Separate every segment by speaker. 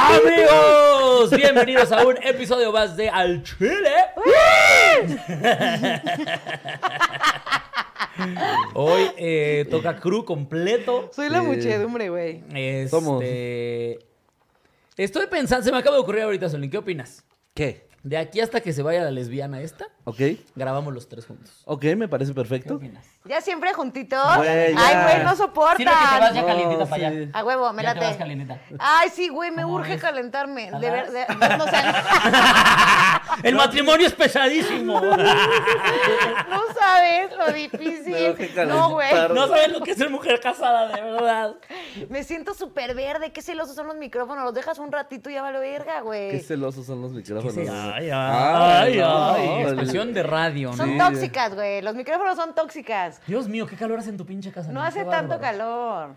Speaker 1: Amigos, bienvenidos a un episodio más de Al Chile. Hoy eh, toca crew completo.
Speaker 2: Soy la muchedumbre, güey.
Speaker 1: Este,
Speaker 3: Somos.
Speaker 1: Estoy pensando, se me acaba de ocurrir ahorita, Solín, ¿qué opinas?
Speaker 3: ¿Qué?
Speaker 1: De aquí hasta que se vaya la lesbiana esta,
Speaker 3: ¿Ok?
Speaker 1: grabamos los tres juntos.
Speaker 3: Ok, me parece perfecto.
Speaker 2: Ya siempre juntitos.
Speaker 3: Güey, ya.
Speaker 2: Ay, güey, no soportan.
Speaker 1: Sirve que te vas ya
Speaker 3: No,
Speaker 1: calientita para
Speaker 3: sí.
Speaker 1: allá.
Speaker 2: A huevo, me
Speaker 1: Ya te vas
Speaker 2: late.
Speaker 1: calientita.
Speaker 2: Ay, sí, güey, me urge calentarme. De ver, de- no, saben,
Speaker 1: Ah, El matrimonio es pesadísimo.
Speaker 2: no sabes lo
Speaker 3: Me urge
Speaker 2: difícil.
Speaker 3: calentarme.
Speaker 2: No, güey.
Speaker 1: No sabes lo que es ser mujer casada, de verdad.
Speaker 2: Me siento súper verde. Qué celosos son los micrófonos. Los dejas un ratito y ya vale verga,
Speaker 3: Qué
Speaker 2: güey.
Speaker 3: celosos son los micrófonos.
Speaker 1: Ay, ay,
Speaker 3: Ay,
Speaker 1: ay, ay.
Speaker 3: no,
Speaker 1: Expresión de radio, ¿no?
Speaker 2: Son
Speaker 3: Sí.
Speaker 2: tóxicas, güey. Los micrófonos son tóxicas.
Speaker 1: Dios mío, qué calor hace en tu pinche casa.
Speaker 2: No
Speaker 1: Qué
Speaker 2: hace
Speaker 1: bárbaro.
Speaker 2: tanto calor.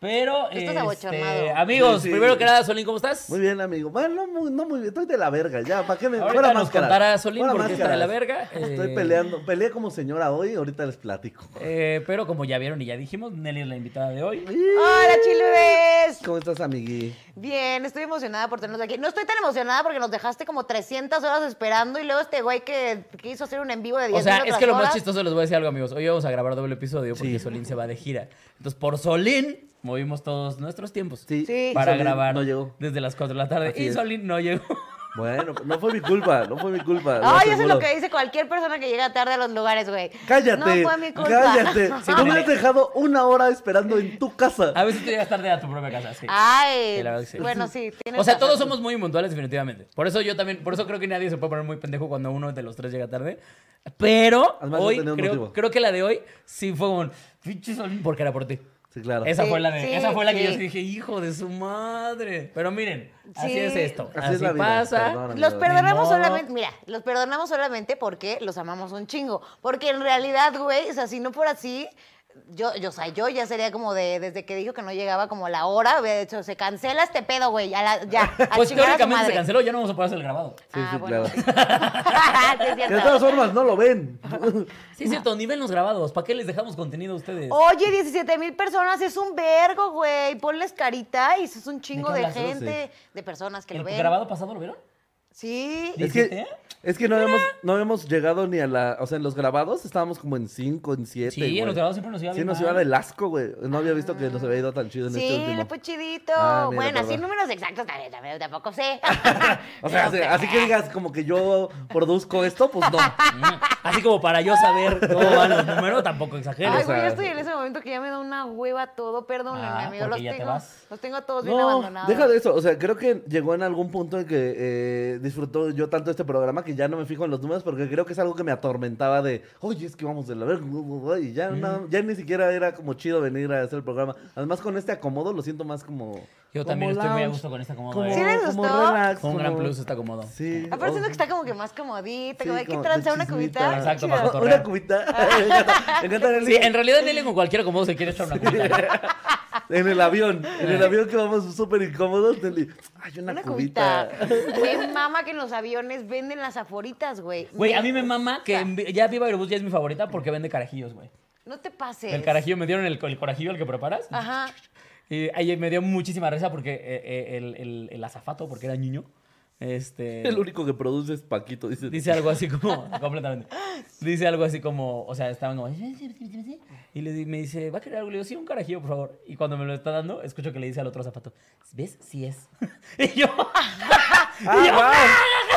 Speaker 1: Pero,
Speaker 2: Estás
Speaker 1: este,
Speaker 2: abochornado.
Speaker 1: amigos,
Speaker 3: Sí, sí.
Speaker 1: primero que nada, Solín, ¿cómo estás?
Speaker 3: Muy bien, amigo. Bueno, no muy, no muy bien. Estoy de la verga ya. ¿Para qué me
Speaker 1: Ahorita
Speaker 3: fuera
Speaker 1: nos
Speaker 3: máscaras.
Speaker 1: contará Solín
Speaker 3: Fuera
Speaker 1: por qué está de la verga. Eh,
Speaker 3: Estoy peleando. Peleé como señora hoy. Ahorita les platico.
Speaker 1: Eh, pero como ya vieron y ya dijimos, Nelly es la invitada de hoy.
Speaker 2: Hola, chilbes.
Speaker 3: ¿Cómo estás, amigui?
Speaker 2: Bien, estoy emocionada por tenernos aquí. No estoy tan emocionada porque nos dejaste como 300 horas esperando y luego este güey que quiso hacer un en vivo de 10
Speaker 1: O sea,
Speaker 2: minutos
Speaker 1: es que lo
Speaker 2: las
Speaker 1: más
Speaker 2: horas.
Speaker 1: chistoso les voy a decir algo, amigos. Hoy vamos a grabar doble episodio porque
Speaker 3: Sí.
Speaker 1: Solín se va de gira. Entonces, por Solín, movimos todos nuestros tiempos
Speaker 2: Sí.
Speaker 1: para
Speaker 3: Solín
Speaker 1: grabar
Speaker 3: No llegó.
Speaker 1: desde las 4 de la tarde.
Speaker 3: Así
Speaker 1: y
Speaker 3: es.
Speaker 1: Solín no llegó.
Speaker 3: Bueno, no fue mi culpa. No fue mi culpa.
Speaker 2: Ay, eso es lo
Speaker 3: aseguro.
Speaker 2: que dice cualquier persona que llega tarde a los lugares, güey.
Speaker 3: Cállate.
Speaker 2: No fue mi culpa.
Speaker 3: Cállate. Si no
Speaker 1: mira.
Speaker 3: me has dejado una hora esperando en tu casa.
Speaker 1: A veces tú llegas tarde a tu propia casa. sí.
Speaker 2: Ay.
Speaker 1: Sí, la verdad que sí.
Speaker 2: Bueno, sí. tienes
Speaker 1: O sea,
Speaker 2: razón.
Speaker 1: todos somos muy impuntuales, definitivamente. Por eso yo también, por eso creo que nadie se puede poner muy pendejo cuando uno de los tres llega tarde. Pero
Speaker 3: Además, no
Speaker 1: hoy,
Speaker 3: tenía un
Speaker 1: creo,
Speaker 3: motivo.
Speaker 1: creo que la de hoy sí fue un pinche Solín, porque era por ti.
Speaker 3: Sí, claro.
Speaker 1: Esa
Speaker 2: Sí,
Speaker 1: fue la, de-
Speaker 2: sí,
Speaker 1: esa fue la que yo
Speaker 2: sí.
Speaker 1: sí dije, hijo de su madre. Pero miren, así
Speaker 2: Sí.
Speaker 1: es esto.
Speaker 3: Así
Speaker 1: Así,
Speaker 3: es la vida,
Speaker 1: pasa.
Speaker 3: perdón.
Speaker 2: Los
Speaker 3: Ni
Speaker 2: perdonamos
Speaker 1: modo.
Speaker 2: solamente, mira, los perdonamos solamente porque los amamos un chingo. Porque en realidad, güey, o sea, si no por así, yo, yo, o sea, yo ya sería como de, desde que dijo que no llegaba como la hora, hubiera dicho, se cancela este pedo, güey, ya, la- ya, a
Speaker 1: Pues
Speaker 2: chingar a su
Speaker 1: teóricamente se
Speaker 2: madre.
Speaker 1: canceló, ya no vamos a poder hacer el grabado.
Speaker 3: Sí,
Speaker 2: Ah,
Speaker 3: sí,
Speaker 2: bueno.
Speaker 3: claro.
Speaker 2: Sí, es
Speaker 3: Que
Speaker 2: cierto.
Speaker 3: de todas formas no lo ven.
Speaker 1: Sí, es cierto, ni ven los grabados. ¿Para qué les dejamos contenido a ustedes?
Speaker 2: Oye, 17 mil personas es un vergo, güey. Ponles carita y es un chingo
Speaker 1: qué
Speaker 2: de,
Speaker 1: hablas? Yo no
Speaker 2: gente, de personas que
Speaker 1: ¿El
Speaker 2: lo ven.
Speaker 1: grabado pasado lo vieron?
Speaker 2: Sí.
Speaker 3: Es
Speaker 1: ¿Dijiste?
Speaker 3: que, es que no, habíamos, no habíamos llegado ni a la. O sea, en los grabados estábamos como en 5, en 7.
Speaker 1: Sí, en los grabados siempre nos iba
Speaker 3: Este Sí,
Speaker 1: bien
Speaker 3: nos
Speaker 1: mal.
Speaker 3: iba del asco, güey. No había visto que nos había ido tan chido en este
Speaker 2: Sí, pues,
Speaker 3: último.
Speaker 2: le fue chidito.
Speaker 3: Ah, mira,
Speaker 2: bueno, así
Speaker 3: perdón.
Speaker 2: números exactos también, también tampoco sé.
Speaker 3: O sea, así, así que digas como que yo produzco esto, pues no.
Speaker 1: Así como para yo saber cómo van los números, tampoco exagero.
Speaker 2: Ay,
Speaker 3: o
Speaker 2: güey,
Speaker 3: sea-
Speaker 2: yo estoy en ese momento que ya me da una hueva todo. Perdónenme,
Speaker 1: Ah,
Speaker 2: amigo.
Speaker 1: porque
Speaker 2: Los
Speaker 1: ya te
Speaker 2: tengo,
Speaker 1: vas.
Speaker 2: los tengo todos bien
Speaker 3: No,
Speaker 2: abandonados.
Speaker 3: deja de eso. O sea, creo que llegó en algún punto en que eh, disfrutó yo tanto este programa que ya no me fijo en los números porque creo que es algo que me atormentaba de, oye, es que vamos de la verga. bu, bu, bu", Y ya, no- ya ni siquiera era como chido venir a hacer el programa. Además, con este acomodo lo siento más como.
Speaker 1: Yo
Speaker 3: como
Speaker 1: también estoy muy a
Speaker 3: lounge,
Speaker 1: gusto con esta cómoda.
Speaker 3: como-
Speaker 1: eh.
Speaker 2: ¿Sí les
Speaker 3: como
Speaker 2: gustó?
Speaker 3: relax,
Speaker 1: Fue un gran
Speaker 3: como-
Speaker 1: plus, este está cómodo.
Speaker 3: Sí.
Speaker 2: Aparte siento
Speaker 3: oh,
Speaker 2: que está como que más comodita.
Speaker 3: sí,
Speaker 2: como, de ¿Qué
Speaker 3: como de
Speaker 2: tranza? ¿Una
Speaker 3: chismita.
Speaker 2: cubita?
Speaker 1: Exacto,
Speaker 2: Chido.
Speaker 1: para cotorrear.
Speaker 3: Una cubita. Me encanta, me encanta Nelly.
Speaker 1: Sí, en realidad Nelly con cualquier acomodo se quiere echar una cubita.
Speaker 3: En el avión. En el avión que vamos súper incómodos. Nelly, Ay, una,
Speaker 2: Una
Speaker 3: cubita.
Speaker 2: cubita. Qué mama que en los aviones venden las aforitas, güey.
Speaker 1: Güey, a mí me mama que en vi- ya Viva Aerobús ya es mi favorita porque vende carajillos, güey.
Speaker 2: No te pases.
Speaker 1: El carajillo, me dieron el, co- el corajillo, el que preparas.
Speaker 3: Ah.
Speaker 2: Ajá.
Speaker 1: Y ahí me dio muchísima risa porque eh, eh, el, el- el azafato, porque era niño, Este,
Speaker 3: El único que produce es Paquito, dice.
Speaker 1: Dice algo así como, completamente. Dice algo así como, o sea, estaban como, y le, di- me dice, ¿va a querer algo? Le digo, sí, un carajillo, por favor. Y cuando me lo está dando, escucho que le dice al otro zapato, ¿ves? Sí es. Y yo,
Speaker 3: ¡Ah, wow!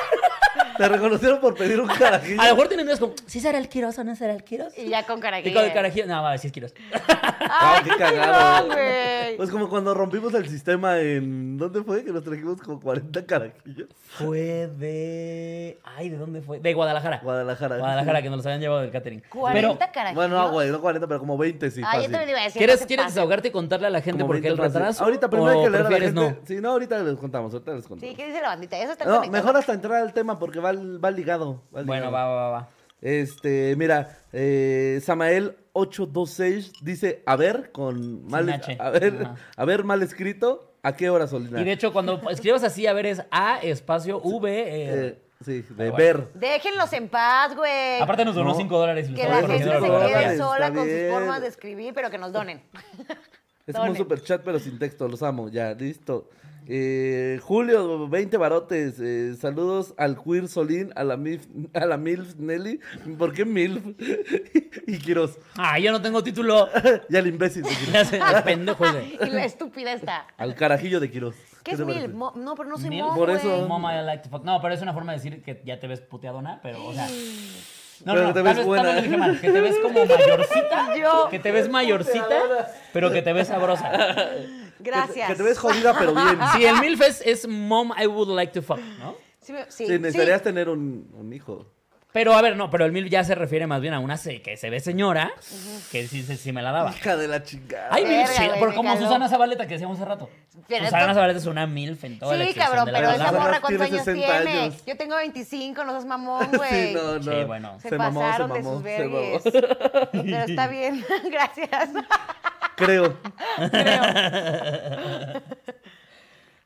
Speaker 3: Te reconocieron por pedir un carajillo.
Speaker 1: a lo mejor tienen dudas como, ¿sí será el Quiroz o no será el Quiroz?
Speaker 2: Y ya con
Speaker 1: Y
Speaker 2: carajillo.
Speaker 1: con el carajillo, no, va, sí es Quiroz.
Speaker 3: Ah,
Speaker 2: ¡Ay,
Speaker 3: qué
Speaker 2: qué
Speaker 3: cagado.
Speaker 2: chingón, güey!
Speaker 3: Pues como cuando rompimos el sistema en... ¿Dónde fue? Que nos trajimos como 40 carajillos.
Speaker 1: Fue de... Ay, ¿de dónde fue? De Guadalajara.
Speaker 3: Guadalajara.
Speaker 1: Guadalajara, que nos los habían llevado del catering.
Speaker 2: 40
Speaker 1: Pero,
Speaker 2: carajillos.
Speaker 3: Bueno, no, güey, no 40, pero como 20 sí.
Speaker 2: Ay, yo
Speaker 3: fácil.
Speaker 2: también iba a decir.
Speaker 1: ¿quieres,
Speaker 2: no se
Speaker 1: quieres
Speaker 2: pasen.
Speaker 1: desahogarte y contarle a la gente
Speaker 3: Como
Speaker 1: por qué
Speaker 3: 20
Speaker 1: el
Speaker 3: fácil.
Speaker 1: retraso?
Speaker 3: Ahorita primero hay
Speaker 1: o
Speaker 3: que leer a la gente.
Speaker 1: prefieres
Speaker 3: Sí, no, ahorita les contamos, ahorita les contamos.
Speaker 2: Sí, ¿qué dice la bandita? Eso está
Speaker 3: No,
Speaker 2: conectado.
Speaker 3: mejor hasta entrar al tema porque va, va ligado. va
Speaker 1: No. Bueno,
Speaker 3: ligado.
Speaker 1: va, va, va.
Speaker 3: Este, mira, eh, Samael 826 dice, a ver, con mal,
Speaker 1: Sin H.
Speaker 3: a ver,
Speaker 1: Ajá.
Speaker 3: a ver, mal escrito, ¿a qué hora, Solina? Eh,
Speaker 1: Y de hecho, cuando escribas así, a ver, es A, espacio, V. eh,
Speaker 3: Eh, sí, de
Speaker 1: bueno.
Speaker 3: ver.
Speaker 2: Déjenlos en paz, güey.
Speaker 1: Aparte nos donó
Speaker 3: No.
Speaker 1: 5 dólares. y lo
Speaker 2: Eh, que
Speaker 1: estamos
Speaker 2: la
Speaker 3: Por
Speaker 2: gente
Speaker 1: reconociendo
Speaker 2: se
Speaker 1: a la
Speaker 3: favor,
Speaker 2: quede
Speaker 1: fotografía.
Speaker 2: sola
Speaker 3: está
Speaker 2: con sus
Speaker 3: bien.
Speaker 2: formas de escribir, pero que nos donen.
Speaker 3: Es como un
Speaker 2: Donen.
Speaker 3: super chat, pero sin texto, los amo, ya, listo. Eh, Julio, 20 barotes. eh, saludos al Queer Solín, a la MILF, a la MILF Nelly. ¿Por qué MILF? y Quiroz.
Speaker 1: Ah, yo no tengo título.
Speaker 3: Y al imbécil de Quiroz.
Speaker 1: Ya sé, el pendejo ese.
Speaker 2: y la estúpida está.
Speaker 3: Al carajillo de Quiroz.
Speaker 2: ¿Qué es
Speaker 3: te
Speaker 2: mil?
Speaker 3: parece?
Speaker 2: Mo- no, pero no soy
Speaker 1: Mil.
Speaker 2: mo,
Speaker 3: Por
Speaker 2: güey.
Speaker 3: eso.
Speaker 1: Mom, I like to fuck. No, pero es una forma de decir que ya te ves puteadona, pero, o sea. No,
Speaker 3: Pero
Speaker 1: no,
Speaker 3: que te
Speaker 1: tal
Speaker 3: ves
Speaker 1: vez-
Speaker 3: buena.
Speaker 1: tal vez lo dije mal, que te ves como mayorcita,
Speaker 2: Yo.
Speaker 1: que te ves mayorcita, pero que te ves sabrosa.
Speaker 2: Gracias.
Speaker 3: Que te ves jodida, pero bien.
Speaker 1: Sí, el MILF es, es mom I would like to fuck, ¿no?
Speaker 2: Sí, me-
Speaker 3: Sí,
Speaker 2: sí, sí.
Speaker 3: necesitarías tener un, un hijo.
Speaker 1: Pero a ver, no, pero el MILF ya se refiere más bien a una se- que se ve señora, que sí, sí, sí me la daba.
Speaker 3: Hija de la chingada.
Speaker 1: Ay, MILF,
Speaker 2: Verga,
Speaker 1: sí,
Speaker 2: güey,
Speaker 1: pero
Speaker 2: me
Speaker 1: como
Speaker 2: caló.
Speaker 1: Susana Zabaleta que decíamos hace rato.
Speaker 2: Pero
Speaker 1: Susana
Speaker 2: esto-
Speaker 1: Zabaleta es una MILF en toda la
Speaker 2: Sí,
Speaker 1: extensión
Speaker 2: cabrón,
Speaker 1: de la
Speaker 2: pero
Speaker 3: palabra.
Speaker 2: esa
Speaker 1: palabra.
Speaker 2: morra cuántos
Speaker 3: Tiene
Speaker 2: años
Speaker 3: 60
Speaker 2: tiene.
Speaker 3: años.
Speaker 2: Yo tengo 25, no seas mamón, güey.
Speaker 3: Sí, no, no.
Speaker 1: Sí, bueno.
Speaker 2: Se,
Speaker 3: Se mamó, se
Speaker 2: pasaron
Speaker 3: mamó, se
Speaker 2: de sus
Speaker 3: mamó.
Speaker 2: vergues. Pero está bien, gracias.
Speaker 3: Creo.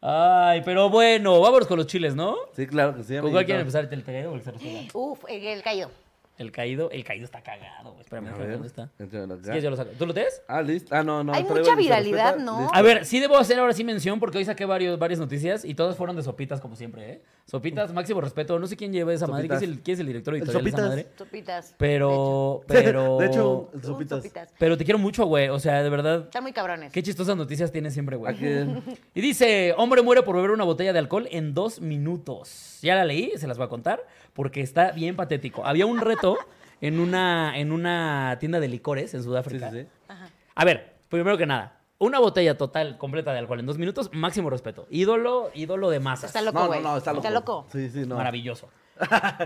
Speaker 1: Ay, pero bueno, vámonos con los chiles, ¿no?
Speaker 3: Sí, claro que sí.
Speaker 1: ¿Con
Speaker 3: amiguito.
Speaker 1: cuál quieren empezar? ¿El caído o el cero cero?
Speaker 2: Uf, el, el caído.
Speaker 1: El caído, el caído está cagado, güey. Espérame,
Speaker 3: A
Speaker 1: espérame,
Speaker 3: ver,
Speaker 1: ¿dónde está?
Speaker 3: entra acá.
Speaker 1: Sí, yo lo saco. ¿Tú lo tienes?
Speaker 3: Ah, listo. Ah, no, no.
Speaker 2: Hay
Speaker 3: traigo
Speaker 2: mucha
Speaker 3: el que
Speaker 2: viralidad,
Speaker 3: respeta.
Speaker 2: ¿no?
Speaker 3: Listo.
Speaker 1: A ver, sí debo hacer ahora sí mención porque hoy saqué varios, varias noticias y todas fueron de sopitas, como siempre, ¿eh? Sopitas, máximo respeto. No sé quién lleva esa madre, quién es el, quién es el director editorial de esa
Speaker 3: Sopitas.
Speaker 1: madre.
Speaker 2: Sopitas.
Speaker 1: Pero, pero.
Speaker 3: De hecho,
Speaker 2: Un
Speaker 3: sopitas.
Speaker 2: sopitas.
Speaker 1: Pero te quiero mucho, güey. O sea, de verdad,
Speaker 2: Están muy cabrones.
Speaker 1: qué chistosas noticias tienes siempre,
Speaker 3: ¿A
Speaker 1: güey.
Speaker 3: quién?
Speaker 1: Y dice, hombre muere por beber una botella de alcohol en dos minutos. Ya la leí, se las voy a contar, porque está bien patético. Había un reto en una, en una tienda de licores en
Speaker 3: Sí,
Speaker 1: Sudáfrica.
Speaker 3: sí, sí.
Speaker 1: A ver, primero que nada, una botella total completa de alcohol en dos minutos, máximo respeto. Ídolo, ídolo de masas.
Speaker 2: Está loco,
Speaker 3: No,
Speaker 2: güey.
Speaker 3: no, no, está loco. Sí, sí, no.
Speaker 1: Maravilloso.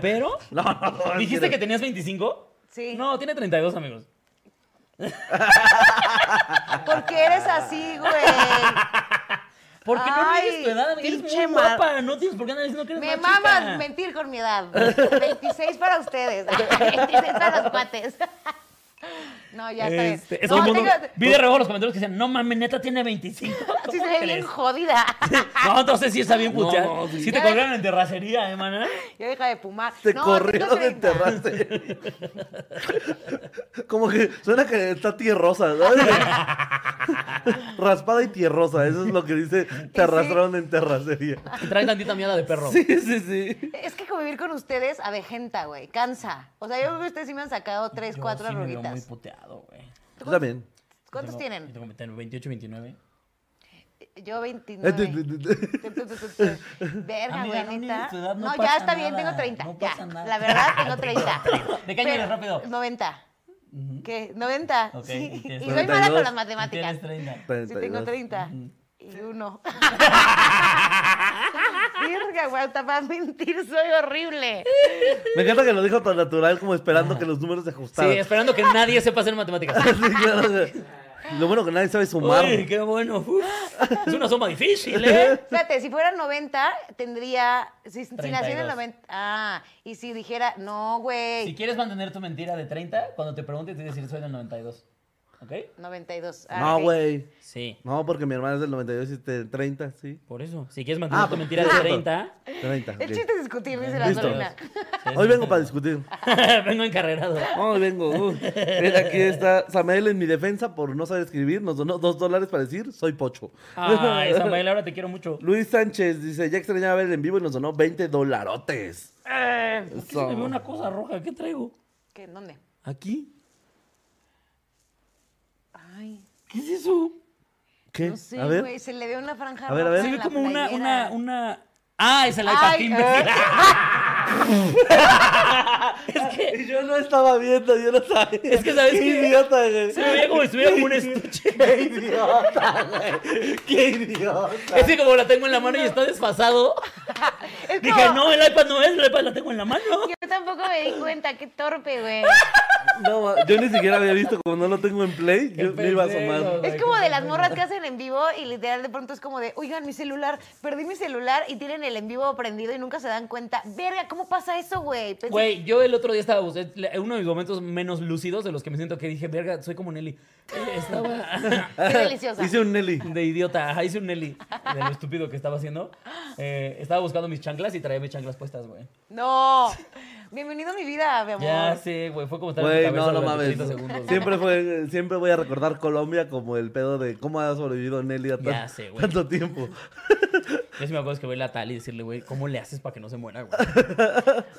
Speaker 1: Pero,
Speaker 3: No, no, no,
Speaker 1: ¿dijiste
Speaker 3: quiero.
Speaker 1: que tenías 25?
Speaker 2: Sí.
Speaker 1: No, tiene 32 amigos.
Speaker 2: Ah, ¿Por qué eres así, güey?
Speaker 1: Porque no
Speaker 2: Ay,
Speaker 1: eres tu edad, eres
Speaker 2: pinche
Speaker 1: muy
Speaker 2: mar-
Speaker 1: guapa. No tienes por qué andar diciendo que eres
Speaker 2: Me
Speaker 1: más chica.
Speaker 2: mamas mentir con mi edad. 26 para ustedes. 26 para los cuates. No, ya está
Speaker 1: Este,
Speaker 2: bien.
Speaker 1: es
Speaker 2: No,
Speaker 1: como
Speaker 2: tengo-
Speaker 1: cuando- vi de reojo los comentarios que decían, no mames, neta tiene 25.
Speaker 2: Sí,
Speaker 1: ¿Cómo
Speaker 2: se ve
Speaker 1: crees?
Speaker 2: bien jodida.
Speaker 1: No, entonces sí está bien
Speaker 3: No,
Speaker 1: putear.
Speaker 3: no, sí.
Speaker 1: sí te
Speaker 2: Ya
Speaker 1: colgaron en terracería, eh, maná.
Speaker 2: Ya deja de fumar.
Speaker 3: Te
Speaker 2: No,
Speaker 3: corrió
Speaker 2: tengo
Speaker 3: de
Speaker 2: 30.
Speaker 3: enterrarse. Como que suena que está tierrosa, ¿sabes? Raspada y tierrosa, eso es lo que dice te arrastraron en terracería.
Speaker 1: Trae tantita mierda de perro.
Speaker 3: Sí, sí, sí.
Speaker 2: Es que convivir con ustedes avejenta, güey. Cansa. O sea, yo creo que ustedes sí me han sacado 3,
Speaker 1: Yo
Speaker 2: 4
Speaker 1: sí me veo muy
Speaker 2: arruguitas.
Speaker 1: puteado, güey.
Speaker 3: Yo también.
Speaker 2: ¿Cuántos
Speaker 1: Tengo-
Speaker 2: tienen?
Speaker 1: Tengo 28, 29.
Speaker 3: Este,
Speaker 2: Yo
Speaker 3: Eh,
Speaker 2: 29. Verga,
Speaker 1: Amiga,
Speaker 2: güey,
Speaker 1: no, ni
Speaker 2: neta.
Speaker 1: tu edad, no
Speaker 2: No, ya
Speaker 1: pasa
Speaker 2: está bien,
Speaker 1: nada,
Speaker 2: tengo 30.
Speaker 1: no
Speaker 2: ya.
Speaker 1: pasa nada.
Speaker 2: La verdad, tengo 30.
Speaker 1: ¿De qué año eres, rápido?
Speaker 2: 90. ¿Qué? 90.
Speaker 1: Ok, y
Speaker 2: sí.
Speaker 1: tienes
Speaker 2: Y soy mala
Speaker 3: 32.
Speaker 2: con las matemáticas.
Speaker 1: Tienes 30.
Speaker 2: Sí, tengo
Speaker 3: 32.
Speaker 2: 30. Y uno. Verga, güey, hasta para mentir soy horrible.
Speaker 3: Me encanta que lo dijo tan natural como esperando que los números se
Speaker 1: Sí,
Speaker 3: ajustaran.
Speaker 1: esperando que nadie sepa hacer matemáticas.
Speaker 3: Sí, claro. Lo bueno que nadie sabe sumar.
Speaker 1: Uy, qué bueno. Uf. Es una soma difícil, ¿eh?
Speaker 2: Espérate, si fuera 90, tendría. Si, si nací en el
Speaker 1: 32.
Speaker 2: 90. Ah, y si dijera, no, güey.
Speaker 1: Si quieres mantener tu mentira de 30, cuando te preguntes, te decir soy del 92. ¿Ok?
Speaker 2: 92. Ah,
Speaker 3: No,
Speaker 2: ok.
Speaker 3: güey.
Speaker 1: Sí.
Speaker 3: No, porque mi hermana es del 92 y te- 30, sí.
Speaker 1: Por eso. Si quieres mantener
Speaker 3: Ah,
Speaker 1: tu
Speaker 3: pues,
Speaker 1: mentira de
Speaker 3: cierto.
Speaker 1: 30.
Speaker 3: Treinta,
Speaker 2: El
Speaker 3: ok.
Speaker 2: chiste es discutir, dice la
Speaker 3: Listo.
Speaker 2: Solina.
Speaker 3: Hoy vengo para discutir.
Speaker 1: vengo encarrerado.
Speaker 3: Hoy vengo. uh. Mira, aquí está Samael en mi defensa por no saber escribir. Nos donó dos dólares para decir soy pocho.
Speaker 1: Ay, Samuel, ahora te quiero mucho.
Speaker 3: Luis Sánchez dice, ya extrañaba ver el en vivo y nos donó 20 dolarotes.
Speaker 1: ¿Por qué se me ve una cosa roja? ¿Qué traigo?
Speaker 2: ¿Qué? ¿Dónde?
Speaker 1: ¿Aquí?
Speaker 2: Ay,
Speaker 1: ¿Qué es eso?
Speaker 3: ¿Qué?
Speaker 2: no sé,
Speaker 3: a ver.
Speaker 2: güey. Se le ve una franja
Speaker 3: A ver, a
Speaker 2: roja
Speaker 3: ver. Se
Speaker 2: en
Speaker 1: Se ve
Speaker 2: la
Speaker 1: como una,
Speaker 2: playera.
Speaker 1: una, una. ¡Ah! Es el iPad
Speaker 2: Ay,
Speaker 1: Timber.
Speaker 2: eh.
Speaker 1: Es que
Speaker 3: Yo no estaba viendo, yo no sabía. Es
Speaker 1: que, ¿sabes qué?
Speaker 3: idiota, güey.
Speaker 1: se me veía como si estuviera como un estuche.
Speaker 3: Qué idiota, güey. Qué idiota.
Speaker 1: Es que como la tengo en la mano y está desfasado.
Speaker 2: Es
Speaker 1: Dije,
Speaker 2: como-
Speaker 1: no, el iPad no es, el iPad la tengo en la mano.
Speaker 2: Yo tampoco me di cuenta, qué torpe, güey.
Speaker 3: No, ma- yo ni siquiera había visto, como no lo tengo en play, yo me iba a asomar.
Speaker 2: Es como de las morras que hacen en vivo y literal de pronto es como de, oigan, mi celular, perdí mi celular y tienen el en vivo prendido y nunca se dan cuenta. Verga, ¿cómo pasa eso, güey? Pensé-
Speaker 1: Güey, yo el otro día estaba buscando, uno de mis momentos menos lúcidos de los que me siento que dije, verga, soy como Nelly. Eh, Estaba
Speaker 2: Qué deliciosa.
Speaker 3: Hice un Nelly.
Speaker 1: de idiota, ajá, hice un Nelly de lo estúpido que estaba haciendo. Eh, estaba buscando mis chanclas y traía mis chanclas puestas, güey.
Speaker 2: No. Bienvenido a mi vida, mi amor.
Speaker 1: Ya sé, güey, fue como estar
Speaker 3: Güey,
Speaker 1: en mi cabeza
Speaker 3: no, no
Speaker 1: durante
Speaker 3: mames.
Speaker 1: 30 segundos. güey.
Speaker 3: Siempre, fue, siempre voy a recordar Colombia como el pedo de cómo ha sobrevivido Nelly a tan-
Speaker 1: Ya sé, güey.
Speaker 3: tanto tiempo.
Speaker 1: Yo sí me acuerdo que voy a la tal y decirle, güey, ¿cómo le haces para que no se muera, güey?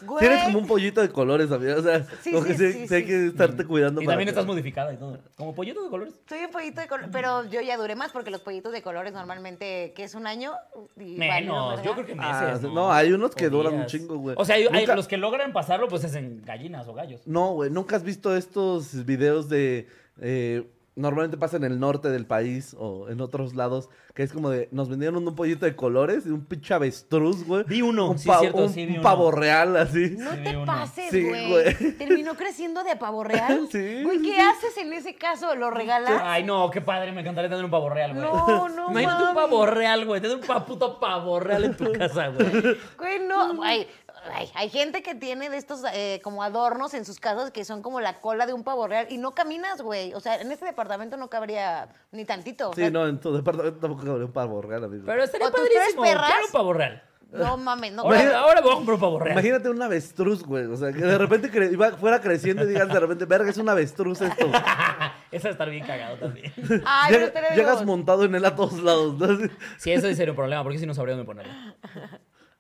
Speaker 2: Güey.
Speaker 3: Tienes como un pollito de colores, amigo. O sea,
Speaker 2: Sí,
Speaker 3: como que
Speaker 2: sí,
Speaker 3: Pues sí,
Speaker 2: sí,
Speaker 3: sí hay
Speaker 2: sí.
Speaker 3: que estarte cuidando.
Speaker 1: Mm. Y
Speaker 3: para
Speaker 1: también
Speaker 3: que-
Speaker 1: estás modificada y todo. Como pollito de colores.
Speaker 2: Soy un pollito de color, pero yo ya duré más porque los pollitos de colores normalmente, que es un año? Y valió,
Speaker 1: Menos,
Speaker 2: ¿verdad?
Speaker 1: yo creo que meses.
Speaker 3: Ah, no, hay unos que duran un chingo, güey.
Speaker 1: O sea, hay- hay-
Speaker 3: Nunca-
Speaker 1: los que logran pasarlo, pues es en gallinas o gallos.
Speaker 3: No, güey, nunca has visto estos videos de... eh, normalmente pasa en el norte del país o en otros lados, que es como de... Nos vendieron un pollito de colores y un pinche avestruz, güey.
Speaker 1: Vi uno,
Speaker 3: un
Speaker 1: sí, cierto,
Speaker 3: un,
Speaker 1: sí, vi
Speaker 3: un
Speaker 1: uno.
Speaker 3: pavo real, así.
Speaker 2: No
Speaker 1: Sí, vi
Speaker 2: te
Speaker 1: uno.
Speaker 2: pases,
Speaker 3: Sí,
Speaker 2: güey.
Speaker 3: güey.
Speaker 2: Terminó creciendo de pavo real.
Speaker 3: Sí,
Speaker 2: Güey,
Speaker 3: sí,
Speaker 2: ¿qué haces en ese caso? ¿Lo regalas?
Speaker 1: Ay, no, qué padre, me encantaría tener un pavo real, güey.
Speaker 2: No, no,
Speaker 1: Imagínate un
Speaker 2: mami.
Speaker 1: pavo real, güey. Tener un pa- puto pavo real en tu casa, güey.
Speaker 2: Güey, no, güey. Ay, hay gente que tiene de estos eh, como adornos en sus casas que son como la cola de un pavo real y no caminas, güey. O sea, en este departamento no cabría ni tantito. o
Speaker 3: Sí,
Speaker 2: sea,
Speaker 3: no, en tu departamento tampoco cabría un pavo real, amigo.
Speaker 1: Pero estaría
Speaker 2: ¿O tú tres
Speaker 1: padrísimo.
Speaker 2: perras?
Speaker 1: Quiero un pavo real.
Speaker 2: No mames, no.
Speaker 1: Ahora, ahora voy a comprar un pavo real.
Speaker 3: Imagínate un avestruz, güey. O sea, que de repente cre- iba- fuera creciendo y digas de repente, verga, es un avestruz esto.
Speaker 1: Esa estar bien cagado también.
Speaker 2: Ay, pero
Speaker 3: Llega-
Speaker 2: estaría de
Speaker 3: llegas
Speaker 2: huevos.
Speaker 3: montado en él a todos lados. ¿no? Así-
Speaker 1: Sí, eso sí sería un problema, porque si no sabría dónde ponerlo.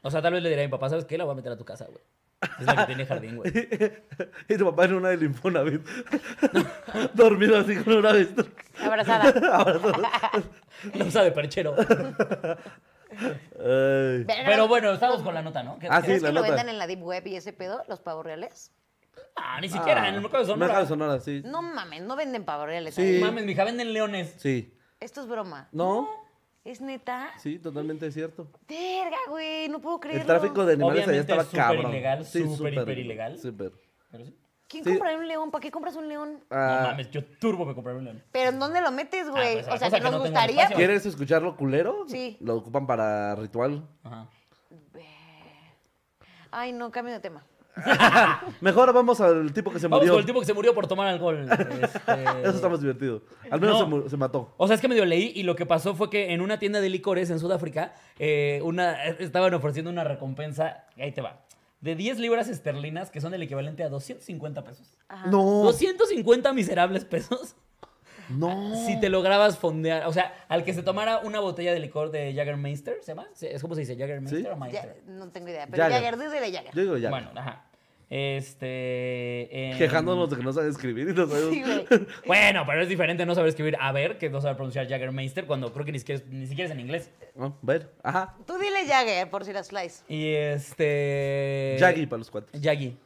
Speaker 1: O sea, tal vez le diría a mi papá, ¿sabes qué? La voy a meter a tu casa, güey. Es la que tiene jardín, güey.
Speaker 3: Y tu papá en una del Infonavit. Dormido así con un avestruz.
Speaker 2: Abrazada.
Speaker 3: Ah,
Speaker 1: La usa de perchero.
Speaker 3: Ay.
Speaker 1: Pero bueno, estamos con la nota, ¿no? ¿Qué-
Speaker 3: Ah,
Speaker 1: qué-
Speaker 3: sí,
Speaker 2: ¿Crees
Speaker 3: la
Speaker 2: que lo
Speaker 3: nota.
Speaker 2: vendan en la deep web y ese pedo, los pavos reales?
Speaker 1: Ah, ni siquiera, en el mercado de Sonora.
Speaker 3: Mercado de Sonora, sí.
Speaker 2: No mames, no venden pavos reales.
Speaker 3: Sí.
Speaker 2: ahí.
Speaker 1: Mames, mija, venden leones.
Speaker 3: Sí.
Speaker 2: Esto es broma.
Speaker 3: No,
Speaker 2: ¿Es neta?
Speaker 3: sí, totalmente es cierto.
Speaker 2: Verga, güey, no puedo creerlo.
Speaker 3: El tráfico de animales allá
Speaker 1: Obviamente
Speaker 3: estaba
Speaker 1: es súper
Speaker 3: cabrón.
Speaker 1: ilegal,
Speaker 3: Sí,
Speaker 1: súper,
Speaker 3: súper,
Speaker 1: hiper ilegal.
Speaker 3: súper.
Speaker 1: Pero sí.
Speaker 2: ¿Quién
Speaker 3: Sí.
Speaker 2: compraría un león? ¿Para qué compras un león?
Speaker 1: No
Speaker 3: Ah,
Speaker 1: mames, yo turbo me compré un león.
Speaker 2: ¿Pero en dónde lo metes, güey?
Speaker 1: pues, a la
Speaker 2: o sea,
Speaker 1: cosa
Speaker 2: que
Speaker 1: que
Speaker 2: nos
Speaker 1: no tengo
Speaker 2: gustaría.
Speaker 1: espacio.
Speaker 3: ¿Quieres escuchar lo culero?
Speaker 2: Sí.
Speaker 3: Lo ocupan para ritual.
Speaker 1: Ajá.
Speaker 2: Ay, no, cambio de tema.
Speaker 3: Mejor vamos al tipo que se
Speaker 1: Vamos
Speaker 3: murió.
Speaker 1: con el tipo que se murió por tomar alcohol. Este,
Speaker 3: Eso está más divertido. Al menos
Speaker 1: No.
Speaker 3: se, mu- se mató.
Speaker 1: O sea, es que medio leí y lo que pasó fue que en una tienda de licores en Sudáfrica eh, una, estaban ofreciendo una recompensa, y ahí te va, de 10 libras esterlinas, que son el equivalente a 250 pesos.
Speaker 3: No,
Speaker 1: 250 miserables pesos
Speaker 3: no.
Speaker 1: si te lograbas fondear. O sea, al que se tomara una botella de licor de Jagermeister, ¿se llama? Sí, ¿Es como se dice? ¿Jagermeister
Speaker 3: Sí.
Speaker 1: o
Speaker 2: Ya,
Speaker 1: Meister?
Speaker 2: no tengo idea. Pero
Speaker 3: Jagger.
Speaker 2: Jagger, desde la Jagger.
Speaker 3: Yo digo ya.
Speaker 1: Bueno, ajá. Este... em,
Speaker 3: Quejándonos de que no sabe escribir y no sabemos.
Speaker 2: Sí, güey.
Speaker 1: Bueno, pero es diferente no saber escribir a ver que no saber pronunciar Jagermeister cuando creo que ni siquiera, ni siquiera es en inglés.
Speaker 3: Ah, bueno, ajá.
Speaker 2: Tú dile Jagger por si las flies.
Speaker 1: Y este.
Speaker 3: Jaggy para los cuates.
Speaker 1: Yagi.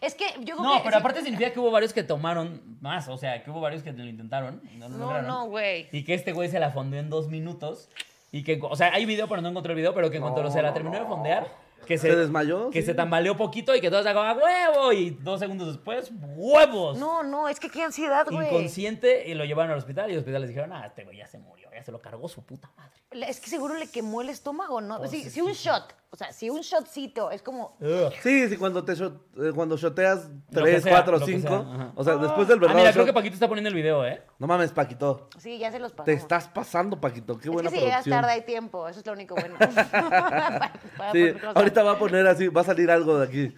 Speaker 2: Es que yo creo que.
Speaker 1: No, pero
Speaker 2: sí-
Speaker 1: aparte significa que hubo varios que tomaron más. O sea, que hubo varios que lo intentaron. y No, lo
Speaker 2: No,
Speaker 1: lograron.
Speaker 2: no, güey.
Speaker 1: Y que este güey se la fondeó en dos minutos. Y que, o sea, hay video, pero no encontré el video, pero que en cuanto lo- se la terminó de fondear, Que
Speaker 3: ¿Se desmayó?
Speaker 1: Que
Speaker 3: Sí.
Speaker 1: se tambaleó poquito y que todos sacaban ¡a huevo! Y dos segundos después, ¡huevos!
Speaker 2: No, no, es que qué ansiedad, güey.
Speaker 1: Inconsciente y lo llevaron al hospital y el hospital les dijeron, ah, este güey ya se murió, ya se lo cargó su puta madre.
Speaker 2: Le- Es que seguro le quemó el estómago, ¿no?
Speaker 1: Oh,
Speaker 2: sí,
Speaker 1: sí,
Speaker 2: sí, un
Speaker 1: sí, sí.
Speaker 2: shot. O sea, sí, un shotcito. Es como.
Speaker 1: Ah,
Speaker 3: Sí, sí, cuando te shot- eh, cuando shoteas
Speaker 1: Lo
Speaker 3: 3,
Speaker 1: que sea,
Speaker 3: 4,
Speaker 1: lo que
Speaker 3: 5.
Speaker 1: sea, ajá.
Speaker 3: O sea, después del verdadero
Speaker 1: ah, mira,
Speaker 3: shot-
Speaker 1: creo que Paquito está poniendo el video, ¿eh?
Speaker 3: No mames, Paquito.
Speaker 2: Sí, ya se los pasó.
Speaker 3: Te estás pasando, Paquito. Qué buena
Speaker 2: es que si llegas
Speaker 3: producción.
Speaker 2: tarde hay tiempo, eso es lo único bueno. Para- para
Speaker 3: Sí,
Speaker 2: poner cosas.
Speaker 3: ahorita va a poner así, va a salir algo de aquí.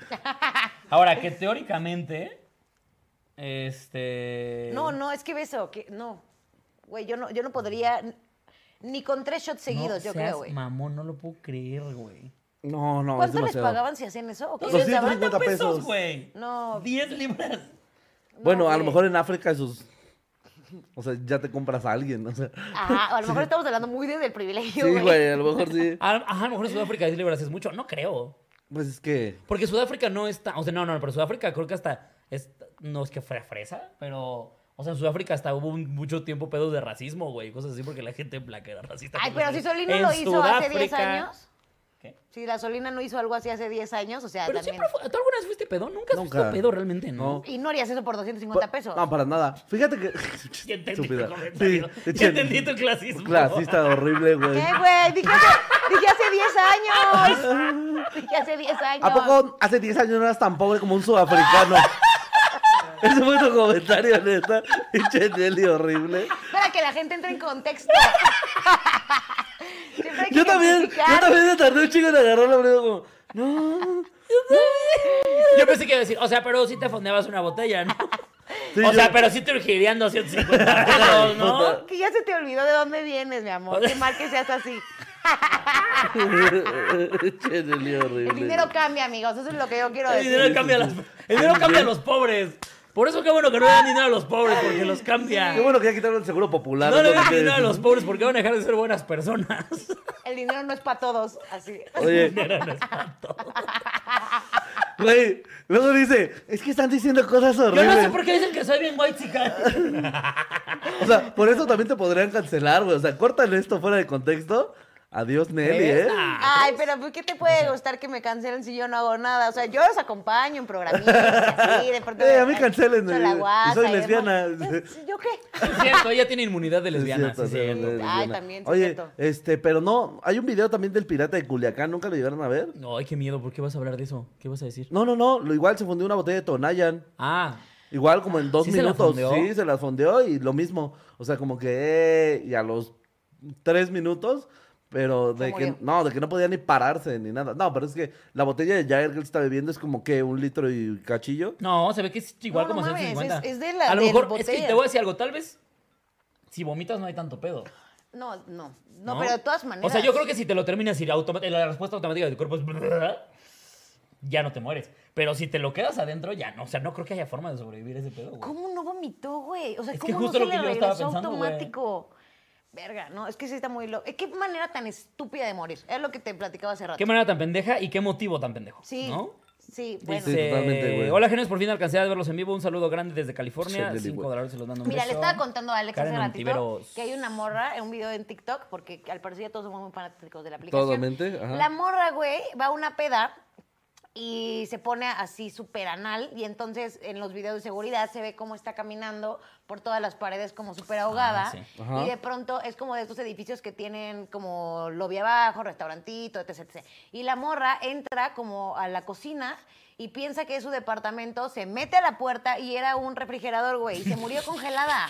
Speaker 1: Ahora, que teóricamente, este...
Speaker 3: Eh,
Speaker 2: No, no, es que beso, que no. Güey, yo no, yo no podría n- ni con tres shots seguidos, yo
Speaker 1: seas
Speaker 2: creo, güey.
Speaker 1: mamón, no lo puedo creer, güey.
Speaker 3: No, no, es
Speaker 2: ¿Cuánto les
Speaker 3: demasiado.
Speaker 2: pagaban si hacían eso? ¿O qué les daban?
Speaker 3: 250 pesos.
Speaker 1: güey.
Speaker 2: No.
Speaker 1: 10 libras.
Speaker 3: Bueno, a lo
Speaker 2: güey.
Speaker 3: mejor en África esos. O sea, ya te compras a alguien. O sea,
Speaker 2: Ajá, o Ah, a lo mejor estamos hablando muy desde el privilegio,
Speaker 3: sí, güey, a lo mejor sí.
Speaker 1: Ah, Ajá, a lo mejor en Sudáfrica 10 libras es mucho. No creo.
Speaker 3: Pues es que.
Speaker 1: Porque Sudáfrica no está. O sea, no, no, pero Sudáfrica creo que hasta. es- no es que fuera fresa, pero. O sea, en Sudáfrica hasta hubo un- mucho tiempo pedos de racismo, güey. Cosas así porque la gente blanca era racista.
Speaker 2: Ay,
Speaker 1: con los
Speaker 2: pero si
Speaker 1: negros.
Speaker 2: Solina
Speaker 1: En
Speaker 2: lo hizo hace 10
Speaker 1: Sudáfrica-
Speaker 2: años.
Speaker 1: ¿Qué?
Speaker 2: Si la Solina no hizo algo así hace 10 años, o sea,
Speaker 1: Pero
Speaker 2: también.
Speaker 1: siempre fue. ¿Tú alguna vez fuiste pedo? Nunca has
Speaker 3: Nunca.
Speaker 1: visto pedo realmente, ¿no?
Speaker 3: No.
Speaker 2: Y no harías eso por 250 pesos.
Speaker 3: Pues, No, para nada. Fíjate que.
Speaker 1: Ya entendí tu
Speaker 3: Estúpida.
Speaker 1: comentario.
Speaker 3: Sí,
Speaker 1: Ya entendí tu clasismo.
Speaker 3: Clasista horrible, güey.
Speaker 2: ¿Qué, güey? Dije hace, dije hace 10 años. Dije hace 10 años.
Speaker 3: ¿A poco hace 10 años no eras tan pobre como un sudafricano? Ese fue tu comentario, neta. Pinche Nelly horrible.
Speaker 2: Para que la gente entre en contexto. Siempre hay que
Speaker 3: Yo también, yo
Speaker 2: justificar.
Speaker 3: también me tardé un chico en agarrar la brida como, no.
Speaker 1: Yo pensé que iba a decir, o sea, pero si te fondeabas una botella, ¿no?
Speaker 3: Sí,
Speaker 1: o sea,
Speaker 3: yo-
Speaker 1: pero sí te urgirían 250 pesos, ¿no?
Speaker 2: Que ya se te olvidó de dónde vienes, mi amor. Qué mal que seas así.
Speaker 3: Pinche Nelly horrible.
Speaker 2: El dinero cambia, amigos. Eso es lo que yo quiero
Speaker 1: El
Speaker 2: decir.
Speaker 1: dinero cambia a las- el dinero cambia a los pobres. Por eso qué bueno que no le dan dinero a los pobres, porque los cambia.
Speaker 3: Qué bueno que ya quitaron el seguro popular.
Speaker 1: No le
Speaker 3: ¿no?
Speaker 1: dan
Speaker 3: Porque-
Speaker 1: dinero a los pobres porque van a dejar de ser buenas personas.
Speaker 2: El dinero no es para todos. Así.
Speaker 3: Oye,
Speaker 1: Dinero no es para todos.
Speaker 3: güey, luego dice, es que están diciendo cosas
Speaker 1: Yo
Speaker 3: horribles.
Speaker 1: no sé por qué dicen que soy bien white chica.
Speaker 3: O sea, por eso también te podrían cancelar, güey. O sea, cortan esto fuera de contexto. Adiós, Nelly, ¿eh?
Speaker 2: Ay, pero ¿por ¿qué te puede gustar que me cancelen si yo no hago nada? O sea, yo los acompaño en programitas y así, de pronto.
Speaker 3: Eh, a mí cancelen,
Speaker 2: Soy
Speaker 3: eh,
Speaker 2: la
Speaker 3: y
Speaker 2: guasa
Speaker 3: soy
Speaker 2: demás.
Speaker 3: lesbiana.
Speaker 2: Eh, ¿Yo qué?
Speaker 1: Es cierto, ella tiene inmunidad de
Speaker 3: Es
Speaker 1: lesbiana.
Speaker 3: cierto,
Speaker 1: sí,
Speaker 3: sí,
Speaker 1: cierto.
Speaker 3: es
Speaker 2: Ay,
Speaker 3: lesbiana.
Speaker 2: también, sí,
Speaker 3: Oye,
Speaker 2: cierto.
Speaker 3: este, pero no, hay un video también del pirata de Culiacán, ¿nunca lo llegaron a ver?
Speaker 1: Ay, qué miedo, ¿por qué vas a hablar de eso? ¿Qué vas a decir?
Speaker 3: No, no, no, lo igual se fundió una botella de Tonayan.
Speaker 1: Ah,
Speaker 3: Igual como en dos
Speaker 1: ¿Sí se la
Speaker 3: minutos.
Speaker 1: fondeó?
Speaker 3: sí, se las fondeó y lo mismo. O sea, como que eh, y a los tres minutos, pero de que
Speaker 2: murió.
Speaker 3: no, de que no podía ni pararse ni nada. No, pero es que la botella de Jagger que él está bebiendo es como que un litro y cachillo.
Speaker 1: no, se ve que es igual
Speaker 2: No, no
Speaker 1: como
Speaker 2: mames,
Speaker 1: 150.
Speaker 2: es- es de la-
Speaker 1: a lo
Speaker 2: de
Speaker 1: mejor,
Speaker 2: las
Speaker 1: es que
Speaker 2: botellas.
Speaker 1: te voy a decir algo, tal vez si vomitas no hay tanto pedo.
Speaker 2: No, no, no, pero de todas maneras.
Speaker 1: O sea, yo creo que si te lo terminas y automa- la respuesta automática de tu cuerpo es. Ya no te mueres. Pero si te lo quedas adentro, ya no. O sea, no creo que haya forma de sobrevivir a ese pedo, güey.
Speaker 2: ¿Cómo no vomitó, güey? O sea,
Speaker 1: Es que
Speaker 2: ¿cómo
Speaker 1: justo
Speaker 2: no
Speaker 1: lo
Speaker 2: se
Speaker 1: que
Speaker 2: le
Speaker 1: yo
Speaker 2: regresó
Speaker 1: estaba pensando, güey.
Speaker 2: automático? Verga, no, es que sí está muy loco. ¿Qué manera tan estúpida de morir? Es lo que te platicaba hace rato.
Speaker 1: Qué manera tan pendeja y qué motivo tan pendejo.
Speaker 2: sí,
Speaker 1: ¿No?
Speaker 2: sí, bueno.
Speaker 1: Dice,
Speaker 3: totalmente, güey.
Speaker 1: Hola, genios, por fin alcancé a verlos en vivo. Un saludo grande desde California.
Speaker 3: Excelente,
Speaker 1: 5
Speaker 3: güey.
Speaker 1: dólares se los mando. un
Speaker 2: Mira, le
Speaker 1: beso.
Speaker 2: estaba contando a Alex
Speaker 1: Karen
Speaker 2: hace ratito
Speaker 1: Ontiveros.
Speaker 2: que hay una morra en un video en TikTok, porque al parecer ya todos somos muy fanáticos de la aplicación.
Speaker 3: Totalmente, ajá.
Speaker 2: La morra, güey, va a una peda y se pone así súper anal y entonces en los videos de seguridad se ve cómo está caminando por todas las paredes como súper ahogada
Speaker 1: Ah, sí.
Speaker 3: Ajá.
Speaker 2: y de pronto es como de estos edificios que tienen como lobby abajo, restaurantito, etc, etc. Y la morra entra como a la cocina y piensa que es su departamento, se mete a la puerta y era un refrigerador, güey, y se murió congelada.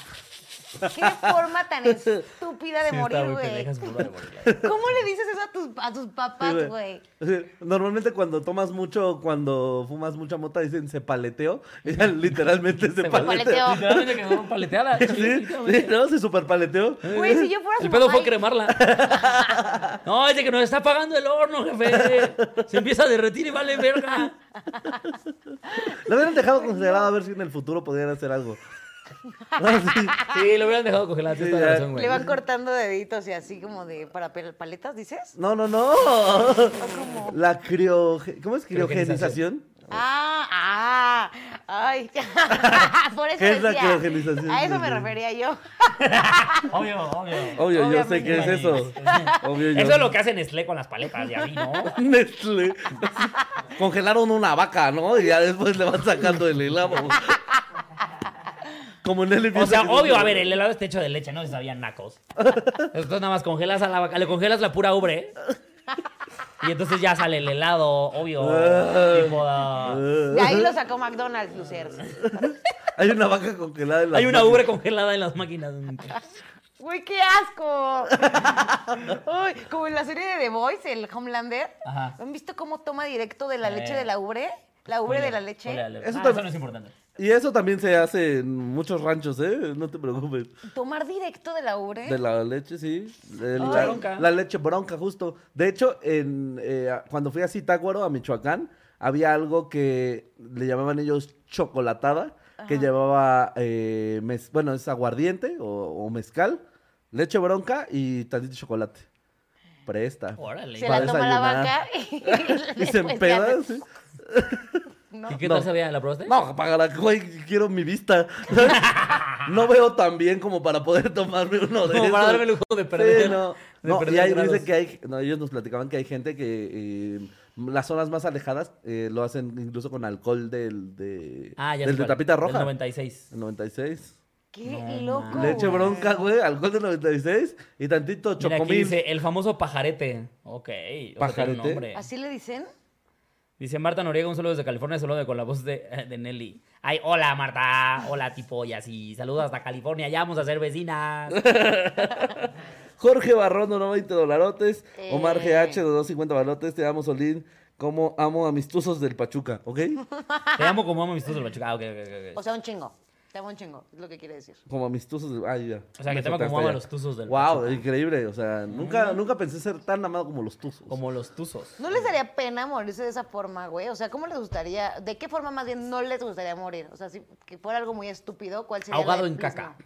Speaker 2: Qué forma tan estúpida de
Speaker 1: Sí, está
Speaker 2: morir,
Speaker 1: muy
Speaker 2: güey.
Speaker 1: pendeja su forma de morir, la
Speaker 2: ¿Cómo le dices eso a tus, a tus papás,
Speaker 3: Sí, güey.
Speaker 2: güey?
Speaker 3: O sea, Normalmente cuando tomas mucho, cuando fumas mucha mota, dicen se paleteó. Ella literalmente se,
Speaker 1: Se
Speaker 2: paleteó.
Speaker 3: paleteó.
Speaker 1: Literalmente que no paleteada.
Speaker 3: Sí, sí, ¿no? Se super paleteó.
Speaker 2: Güey, si yo fuera su
Speaker 1: El pedo
Speaker 2: mamá
Speaker 1: fue
Speaker 2: y-
Speaker 1: cremarla. No, es de que nos está apagando el horno, jefe. Se empieza a derretir y vale verga.
Speaker 3: Lo hubieran dejado congelado a ver si en el futuro podían hacer algo. No, sí.
Speaker 1: Sí, lo hubieran dejado congelado.
Speaker 3: Sí,
Speaker 1: Tienes toda
Speaker 3: ya.
Speaker 1: la razón, güey.
Speaker 2: Le van cortando deditos y así como de para pel- paletas, ¿dices?
Speaker 3: No, no, no. La crio... ¿Cómo es criogenización?
Speaker 1: Criogenización.
Speaker 2: Ah, ah, ay. Por eso
Speaker 3: ¿Qué es la
Speaker 2: decía.
Speaker 3: criogenización?
Speaker 2: A eso me refería yo.
Speaker 1: Obvio, obvio.
Speaker 3: Obvio, yo sé qué es eso. Obvio, yo.
Speaker 1: Eso es lo que hace Nestlé con las paletas de mí, ¿no?
Speaker 3: Nestlé. Congelaron una vaca, ¿no? Y ya después le van sacando el helado. Como Nelly
Speaker 1: O
Speaker 3: piensa
Speaker 1: sea,
Speaker 3: que-
Speaker 1: obvio, a ver, el helado está hecho de leche, no se sabían nacos. Entonces nada más congelas a la vaca, le congelas la pura ubre. Y entonces ya sale el helado, obvio. tipo, ah,
Speaker 2: De ahí lo sacó McDonald's, Lucero.
Speaker 3: Hay una vaca congelada en la
Speaker 1: hay una ubre congelada en las máquinas.
Speaker 2: Uy, qué asco. Uy, como en la serie de The Voice, el Homelander.
Speaker 1: Ajá.
Speaker 2: ¿Han visto cómo toma directo de la
Speaker 1: Eh.
Speaker 2: leche de la ubre? La ubre de la leche.
Speaker 1: Eso,
Speaker 3: Eso
Speaker 1: Ah, eso
Speaker 3: también-
Speaker 1: no es importante.
Speaker 3: Y eso también se hace en muchos ranchos, ¿eh? No te preocupes.
Speaker 2: Tomar directo de la ubre.
Speaker 3: De la leche, sí. De la,
Speaker 1: Leche bronca.
Speaker 3: la leche bronca, justo. De hecho, en, eh, a- cuando fui a Zitácuaro, a Michoacán, había algo que le llamaban ellos chocolatada, que llevaba, eh, mez- bueno, es aguardiente o, o mezcal, leche bronca y tantito chocolate. Presta.
Speaker 1: Órale.
Speaker 2: Se
Speaker 3: para
Speaker 2: la toma la
Speaker 3: desayunar.
Speaker 2: vaca y,
Speaker 3: Y se
Speaker 2: después
Speaker 3: empeda,
Speaker 2: ya-
Speaker 3: sí.
Speaker 1: ¿Y qué
Speaker 3: No.
Speaker 1: tal sabía? ¿La probaste?
Speaker 3: No, para la güey, quiero mi vista. no veo tan bien como para poder tomarme uno de
Speaker 1: Como para
Speaker 3: esos.
Speaker 1: darme el lujo de perder-
Speaker 3: Sí, no.
Speaker 1: de
Speaker 3: No,
Speaker 1: perder
Speaker 3: y ahí
Speaker 1: grados.
Speaker 3: dice que hay, no, ellos nos platicaban que hay gente que eh, las zonas más alejadas eh, lo hacen incluso con alcohol del de,
Speaker 1: Ah, ya
Speaker 3: del
Speaker 1: sé
Speaker 3: de
Speaker 1: cuál.
Speaker 3: tapita
Speaker 1: Del
Speaker 3: roja.
Speaker 1: 96.
Speaker 3: El 96.
Speaker 2: Qué loco.
Speaker 3: Leche
Speaker 2: güey.
Speaker 3: bronca, güey, alcohol del 96 y tantito
Speaker 1: Mira, aquí
Speaker 3: chocomil.
Speaker 1: dice el famoso pajarete. Ok. o sea, tiene un
Speaker 3: ¿Pajarete?
Speaker 1: nombre.
Speaker 2: ¿Así le dicen?
Speaker 1: Dice Marta Noriega, un saludo desde California, saludo con la voz de, eh, de Nelly. Ay, hola Marta, hola tipo y así, saludos hasta California, ya vamos a ser vecinas.
Speaker 3: Jorge Barrón, donó 20 dolarotes. Omar
Speaker 2: Eh.
Speaker 3: GH, donó 50 balotes. Te amo, Solín. Como amo a mis tuzos del Pachuca, ¿ok?
Speaker 1: Te amo como amo mis tuzos, Pachuca. Ah, ok, ok, ok,
Speaker 2: O sea, un chingo. Te amo un chingo, es lo que quiere decir.
Speaker 3: Como amistosos. Del... Ay, ya.
Speaker 1: O sea, que
Speaker 3: Me
Speaker 1: te ama como
Speaker 3: soltaste
Speaker 1: ama
Speaker 3: ya.
Speaker 1: los tuzos del
Speaker 3: Wow, increíble. O sea, nunca, nunca pensé ser tan amado como los tuzos.
Speaker 1: ok. Como los tuzos.
Speaker 2: ¿No les daría pena morirse de esa forma, güey? O sea, ¿cómo les gustaría? ¿De qué forma más bien no les gustaría morir? O sea, si que fuera algo muy estúpido, ¿cuál sería? la
Speaker 1: Ahogado en
Speaker 2: misma?
Speaker 1: caca.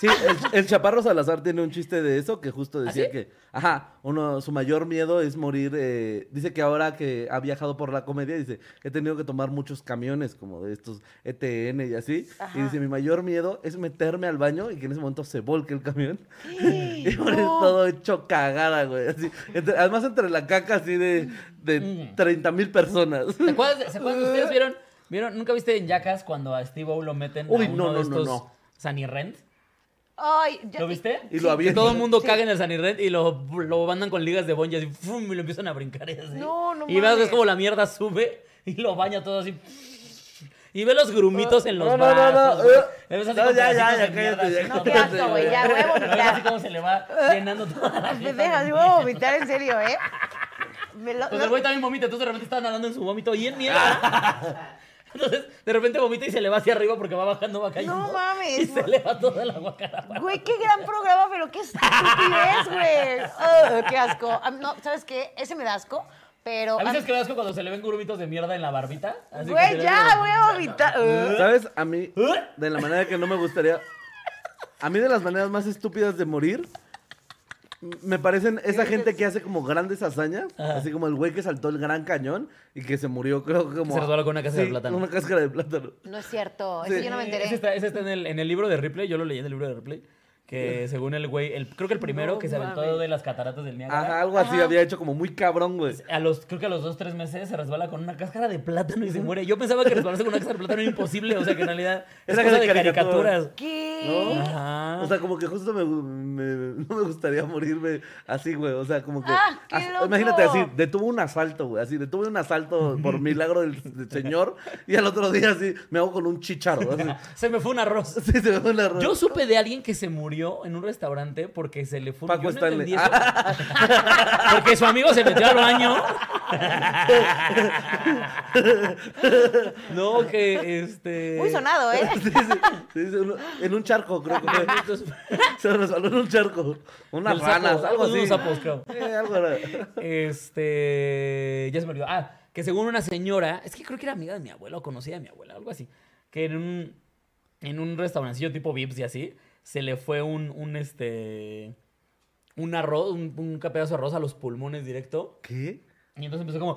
Speaker 3: Sí, el, el Chaparro Salazar tiene un chiste de eso que justo decía que, ajá, uno, su mayor miedo es morir. eh, dice que ahora que ha viajado por la comedia, dice, he tenido que tomar muchos camiones como de estos ETN y así. Y dice, mi mayor miedo es meterme al baño y que en ese momento se volque el camión. y morir todo hecho cagada, güey. así. Entre- además, entre la caca así de, de 30 mil personas.
Speaker 1: ¿Se acuerdan, se acuerdan que ustedes vieron, vieron? ¿Nunca viste en Jackass cuando a Steve O lo meten
Speaker 3: Uy,
Speaker 1: a uno
Speaker 3: no, no,
Speaker 1: de
Speaker 3: no,
Speaker 1: estos
Speaker 3: no.
Speaker 1: Sunny Rent?
Speaker 2: Ay, ya-
Speaker 1: ¿Lo viste?
Speaker 3: Y lo
Speaker 1: Que
Speaker 3: avientan.
Speaker 1: todo el mundo caga en el Sunny Rent y lo, lo mandan con ligas de bonja y así, ¡fum! y lo empiezan a brincar y así.
Speaker 2: No, no
Speaker 1: Y ves
Speaker 2: mames.
Speaker 1: ves como la mierda sube y lo baña todo así. Y ve los grumitos en los
Speaker 3: Ah, No, no, no,
Speaker 1: brazos.
Speaker 3: no,
Speaker 1: güey.
Speaker 3: eh.
Speaker 1: Le ves así
Speaker 3: No,
Speaker 1: con
Speaker 3: ya, ya,
Speaker 1: pedacitos
Speaker 3: ya,
Speaker 1: de
Speaker 3: cállate,
Speaker 1: mierda
Speaker 3: ya,
Speaker 1: así, todo.
Speaker 2: Qué asco, güey, ya,
Speaker 1: Lo
Speaker 2: voy a
Speaker 1: ves así
Speaker 2: vomitar.
Speaker 1: como se le va llenando toda la
Speaker 2: Me
Speaker 1: jeta.
Speaker 2: dejas,
Speaker 1: de
Speaker 2: yo Ah, voy a vomitar en serio, ¿eh? Me
Speaker 1: Entonces
Speaker 2: lo- no-
Speaker 1: Pues el güey también vomita, entonces de repente está nadando en su vómito y en mierda. Entonces de repente vomita y se le va hacia arriba porque va bajando, va cayendo.
Speaker 2: No mames.
Speaker 1: Y se le va toda la guacara.
Speaker 2: Güey, qué gran programa, pero qué estupidez, güey. Ah, qué asco. Ah, No, ¿sabes qué? Ese me da asco, pero.
Speaker 1: ¿A
Speaker 2: ah,
Speaker 1: veces que asco cuando se le ven grumitos de mierda en la barbita? Así que se
Speaker 2: Güey,
Speaker 1: le
Speaker 2: ya,
Speaker 1: ven-
Speaker 2: voy a vomitar. Ah.
Speaker 3: ¿Sabes? A mí,
Speaker 1: ¿Eh?
Speaker 3: de la manera que no me gustaría. A mí, de las maneras más estúpidas de morir, m- me parecen esa gente que hace como grandes hazañas. Así como el güey que saltó el gran cañón y que se murió, creo que como.
Speaker 1: se resbaló con una cáscara de
Speaker 3: Sí,
Speaker 1: plátano.
Speaker 3: Una cáscara de plátano.
Speaker 2: No es cierto, ese
Speaker 3: Sí.
Speaker 2: yo no me
Speaker 1: Eh, Ese
Speaker 2: enteré.
Speaker 1: está, ese está en, el, en el libro de Ripley, yo lo leí en el libro de Ripley. Que según el güey, el, creo que el primero que se aventó de las cataratas del Niágara.
Speaker 3: Ajá, algo así había hecho como muy cabrón, güey.
Speaker 1: A los, creo que a los dos, tres meses se resbala con una cáscara de plátano y se muere. Yo pensaba que resbalarse con una cáscara de plátano era imposible. O sea, que en realidad es
Speaker 3: Era
Speaker 1: cosa
Speaker 3: de
Speaker 1: de
Speaker 3: caricatura.
Speaker 1: caricaturas.
Speaker 2: ¿Qué?
Speaker 1: Ajá.
Speaker 3: O sea, como que justo me, me- no me gustaría morirme así, güey. O sea, como que.
Speaker 2: ¡Ah, qué
Speaker 3: as-
Speaker 2: loco!
Speaker 3: Imagínate así, detuvo un asalto, güey. Así, detuve un asalto por milagro del, del señor. Y al otro día, así, me hago con un chicharo. Así.
Speaker 1: se me fue un arroz.
Speaker 3: Sí, se me fue la
Speaker 1: Yo supe de alguien que se murió en un restaurante porque se le fue
Speaker 3: Paco
Speaker 1: yo no
Speaker 3: Stanley.
Speaker 1: entendí eso. Porque su amigo se metió al baño. No, que este.
Speaker 2: Muy sonado, ¿eh?
Speaker 3: Sí, sí, sí, sí, uno- en un charco, creo que fue. Se resbaló en un charco. Unas
Speaker 1: Del sapo,
Speaker 3: ranas, algo
Speaker 1: unos
Speaker 3: así.
Speaker 1: sapos, creo.
Speaker 3: Sí, algo era.
Speaker 1: Este. Ya se me olvidó. Ah, que según una señora. Es que creo que era amiga de mi abuela o conocida de mi abuela, algo así. Que en un. En un restaurancillo tipo Vips y así. Se le fue un. un este. Un arroz. Un, un pedazo de arroz a los pulmones directo.
Speaker 3: ¿Qué?
Speaker 1: Y entonces empezó como.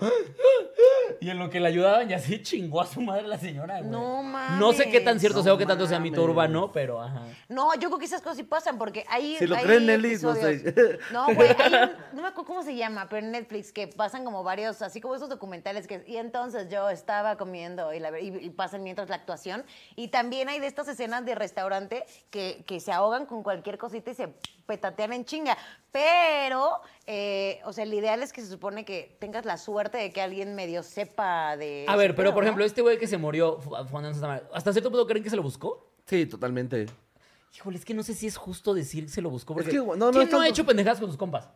Speaker 1: Y en lo que le ayudaban, ya se chingó a su madre la señora, güey.
Speaker 2: No mames.
Speaker 1: No sé qué tan cierto
Speaker 3: No
Speaker 1: sea o qué tanto sea mito
Speaker 3: mames.
Speaker 1: urbano, pero ajá.
Speaker 2: No, yo creo que esas cosas sí pasan porque hay.
Speaker 3: Si lo
Speaker 2: hay
Speaker 3: creen, Nelly, no
Speaker 2: episodios-
Speaker 3: sé.
Speaker 2: No, güey, hay un- no me acuerdo cómo se llama, pero en Netflix que pasan como varios, así como esos documentales que. Y entonces yo estaba comiendo y, la ver- y- y pasan mientras la actuación. Y también hay de estas escenas de restaurante que, que se ahogan con cualquier cosita y se petatean en chinga. Pero, eh, o sea, el ideal es que se supone que tengas la suerte de que alguien medio sepa de.
Speaker 1: A ver,
Speaker 2: ese
Speaker 1: pero
Speaker 2: pedo,
Speaker 1: por
Speaker 2: ¿no?
Speaker 1: ejemplo, este güey que se murió, Fu- Juan Andrés Santamaría, ¿hasta cierto punto creen que se lo buscó?
Speaker 3: Sí, totalmente.
Speaker 1: Híjole, es que no sé si es justo decir que se lo buscó. Porque
Speaker 3: que, no, no,
Speaker 1: ¿Quién
Speaker 3: es
Speaker 1: no ha
Speaker 3: tanto-
Speaker 1: hecho pendejadas con sus compas?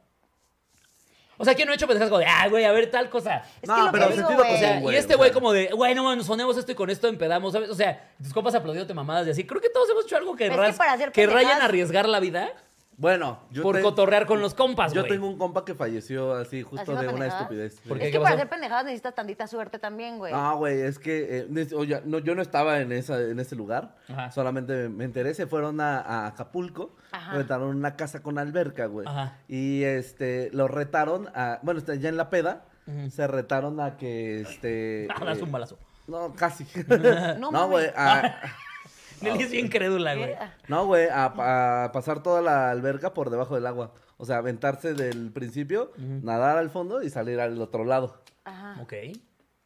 Speaker 1: O sea, ¿quién no ha hecho pendejadas como de, ah, güey, a ver tal cosa?
Speaker 2: Es
Speaker 3: No,
Speaker 2: que lo
Speaker 3: pero
Speaker 2: que digo,
Speaker 3: sentido
Speaker 2: güey,
Speaker 1: O sea,
Speaker 3: común, güey,
Speaker 1: y este
Speaker 3: o
Speaker 1: güey
Speaker 3: sea.
Speaker 1: como de, güey, no mames, nos ponemos esto y con esto empedamos, ¿sabes? O sea, tus compas aplaudiéndote mamadas y así. Creo que todos hemos hecho algo que,
Speaker 2: Es que
Speaker 1: ras-
Speaker 2: para hacer
Speaker 1: que rayan
Speaker 2: pendejadas-
Speaker 1: arriesgar la vida
Speaker 3: Bueno, yo
Speaker 1: por
Speaker 3: te-
Speaker 1: cotorrear con los compas,
Speaker 3: Yo
Speaker 1: güey.
Speaker 3: tengo un compa que falleció así, justo
Speaker 2: ¿Haciendo
Speaker 3: de una
Speaker 2: pendejadas?
Speaker 3: estupidez. Sí.
Speaker 1: ¿Por qué?
Speaker 2: Es
Speaker 1: ¿Qué
Speaker 2: que para
Speaker 1: pasó?
Speaker 2: hacer pendejadas necesitas tantita suerte también, güey.
Speaker 3: No, güey, es que eh, des- oye, no, yo no estaba en, esa, en ese lugar,
Speaker 1: Ajá.
Speaker 3: solamente me enteré, se fueron a, a Acapulco,
Speaker 2: Ajá.
Speaker 3: rentaron una casa con alberca, güey.
Speaker 1: Ajá.
Speaker 3: Y este, lo retaron a, bueno, está ya en la peda, se retaron a que este...
Speaker 1: Ah, das
Speaker 3: eh,
Speaker 1: un balazo.
Speaker 3: No, casi.
Speaker 2: No
Speaker 3: no,
Speaker 2: mames.
Speaker 3: güey, a,
Speaker 1: Nelly es bien crédula, güey.
Speaker 3: no, güey, a, a pasar toda la alberca por debajo del agua. O sea, aventarse del principio, nadar al fondo y salir al otro lado.
Speaker 2: Ajá.
Speaker 1: Ok.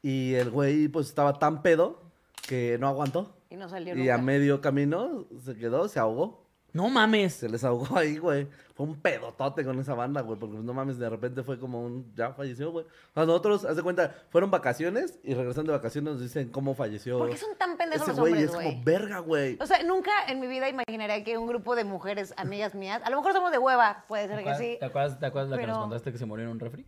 Speaker 3: Y el güey, pues, estaba tan pedo que no aguantó.
Speaker 2: Y no salió
Speaker 3: Y a
Speaker 2: nunca.
Speaker 3: medio camino se quedó, se ahogó.
Speaker 1: No mames.
Speaker 3: Se les ahogó ahí, güey. Fue un pedotote con esa banda, güey. Porque pues, no mames, de repente fue como un. Ya falleció, güey. O sea, nosotros, haz de cuenta, fueron vacaciones y regresando de vacaciones nos dicen cómo falleció.
Speaker 2: ¿Por qué son tan pendejos
Speaker 3: ese
Speaker 2: los hombres,
Speaker 3: güey? Es
Speaker 2: güey?
Speaker 3: como verga, güey.
Speaker 2: O sea, nunca en mi vida imaginaría que un grupo de mujeres, amigas mías, a lo mejor somos de hueva, puede ser que sí.
Speaker 1: ¿Te acuerdas, te acuerdas la que
Speaker 2: Pero-
Speaker 1: nos contaste que se murió en un refri?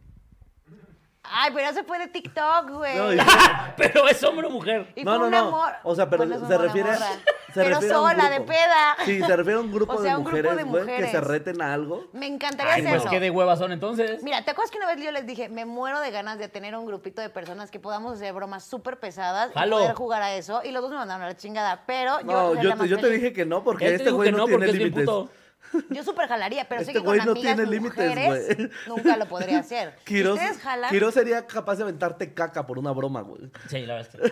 Speaker 2: Ay, pero eso fue de TikTok, güey.
Speaker 3: No, y-
Speaker 1: Pero es hombre o mujer.
Speaker 2: Y
Speaker 3: no,
Speaker 2: fue
Speaker 3: no,
Speaker 2: un
Speaker 3: no.
Speaker 2: amor.
Speaker 3: O sea, pero
Speaker 2: Bueno, eso
Speaker 3: se
Speaker 2: fue una
Speaker 3: refiere.
Speaker 2: morra.
Speaker 3: se
Speaker 2: pero
Speaker 3: refiere a un
Speaker 2: sola, de
Speaker 3: grupo.
Speaker 2: peda.
Speaker 3: Sí, se refiere a un grupo
Speaker 2: O sea,
Speaker 3: de
Speaker 2: un grupo
Speaker 3: mujeres,
Speaker 2: de
Speaker 3: güey, que se
Speaker 2: mujeres.
Speaker 3: reten a algo.
Speaker 2: Me encantaría
Speaker 1: Ay,
Speaker 2: hacer
Speaker 1: pues
Speaker 2: eso.
Speaker 1: qué de huevas son entonces.
Speaker 2: Mira, ¿te acuerdas que una vez yo les dije, me muero de ganas de tener un grupito de personas que podamos hacer bromas súper pesadas
Speaker 1: Jalo.
Speaker 2: y poder jugar a eso? Y los dos me mandaron a la chingada, pero yo
Speaker 3: No,
Speaker 2: era
Speaker 3: yo,
Speaker 2: la
Speaker 3: te,
Speaker 2: más
Speaker 3: yo te
Speaker 2: feliz.
Speaker 3: dije que no, porque
Speaker 1: Él te
Speaker 3: este
Speaker 1: dijo
Speaker 3: güey
Speaker 1: que
Speaker 3: no, tiene
Speaker 1: porque es bien
Speaker 3: límites.
Speaker 1: puto.
Speaker 2: Yo súper jalaría, pero
Speaker 3: Este
Speaker 2: sé que
Speaker 3: güey
Speaker 2: con
Speaker 3: no
Speaker 2: amigas
Speaker 3: tiene límites,
Speaker 2: mujeres
Speaker 3: güey.
Speaker 2: nunca lo podría hacer.
Speaker 3: Quiroz,
Speaker 2: si ustedes jalan,
Speaker 3: Quiroz sería capaz de aventarte caca por una broma, güey.
Speaker 1: Sí, la verdad es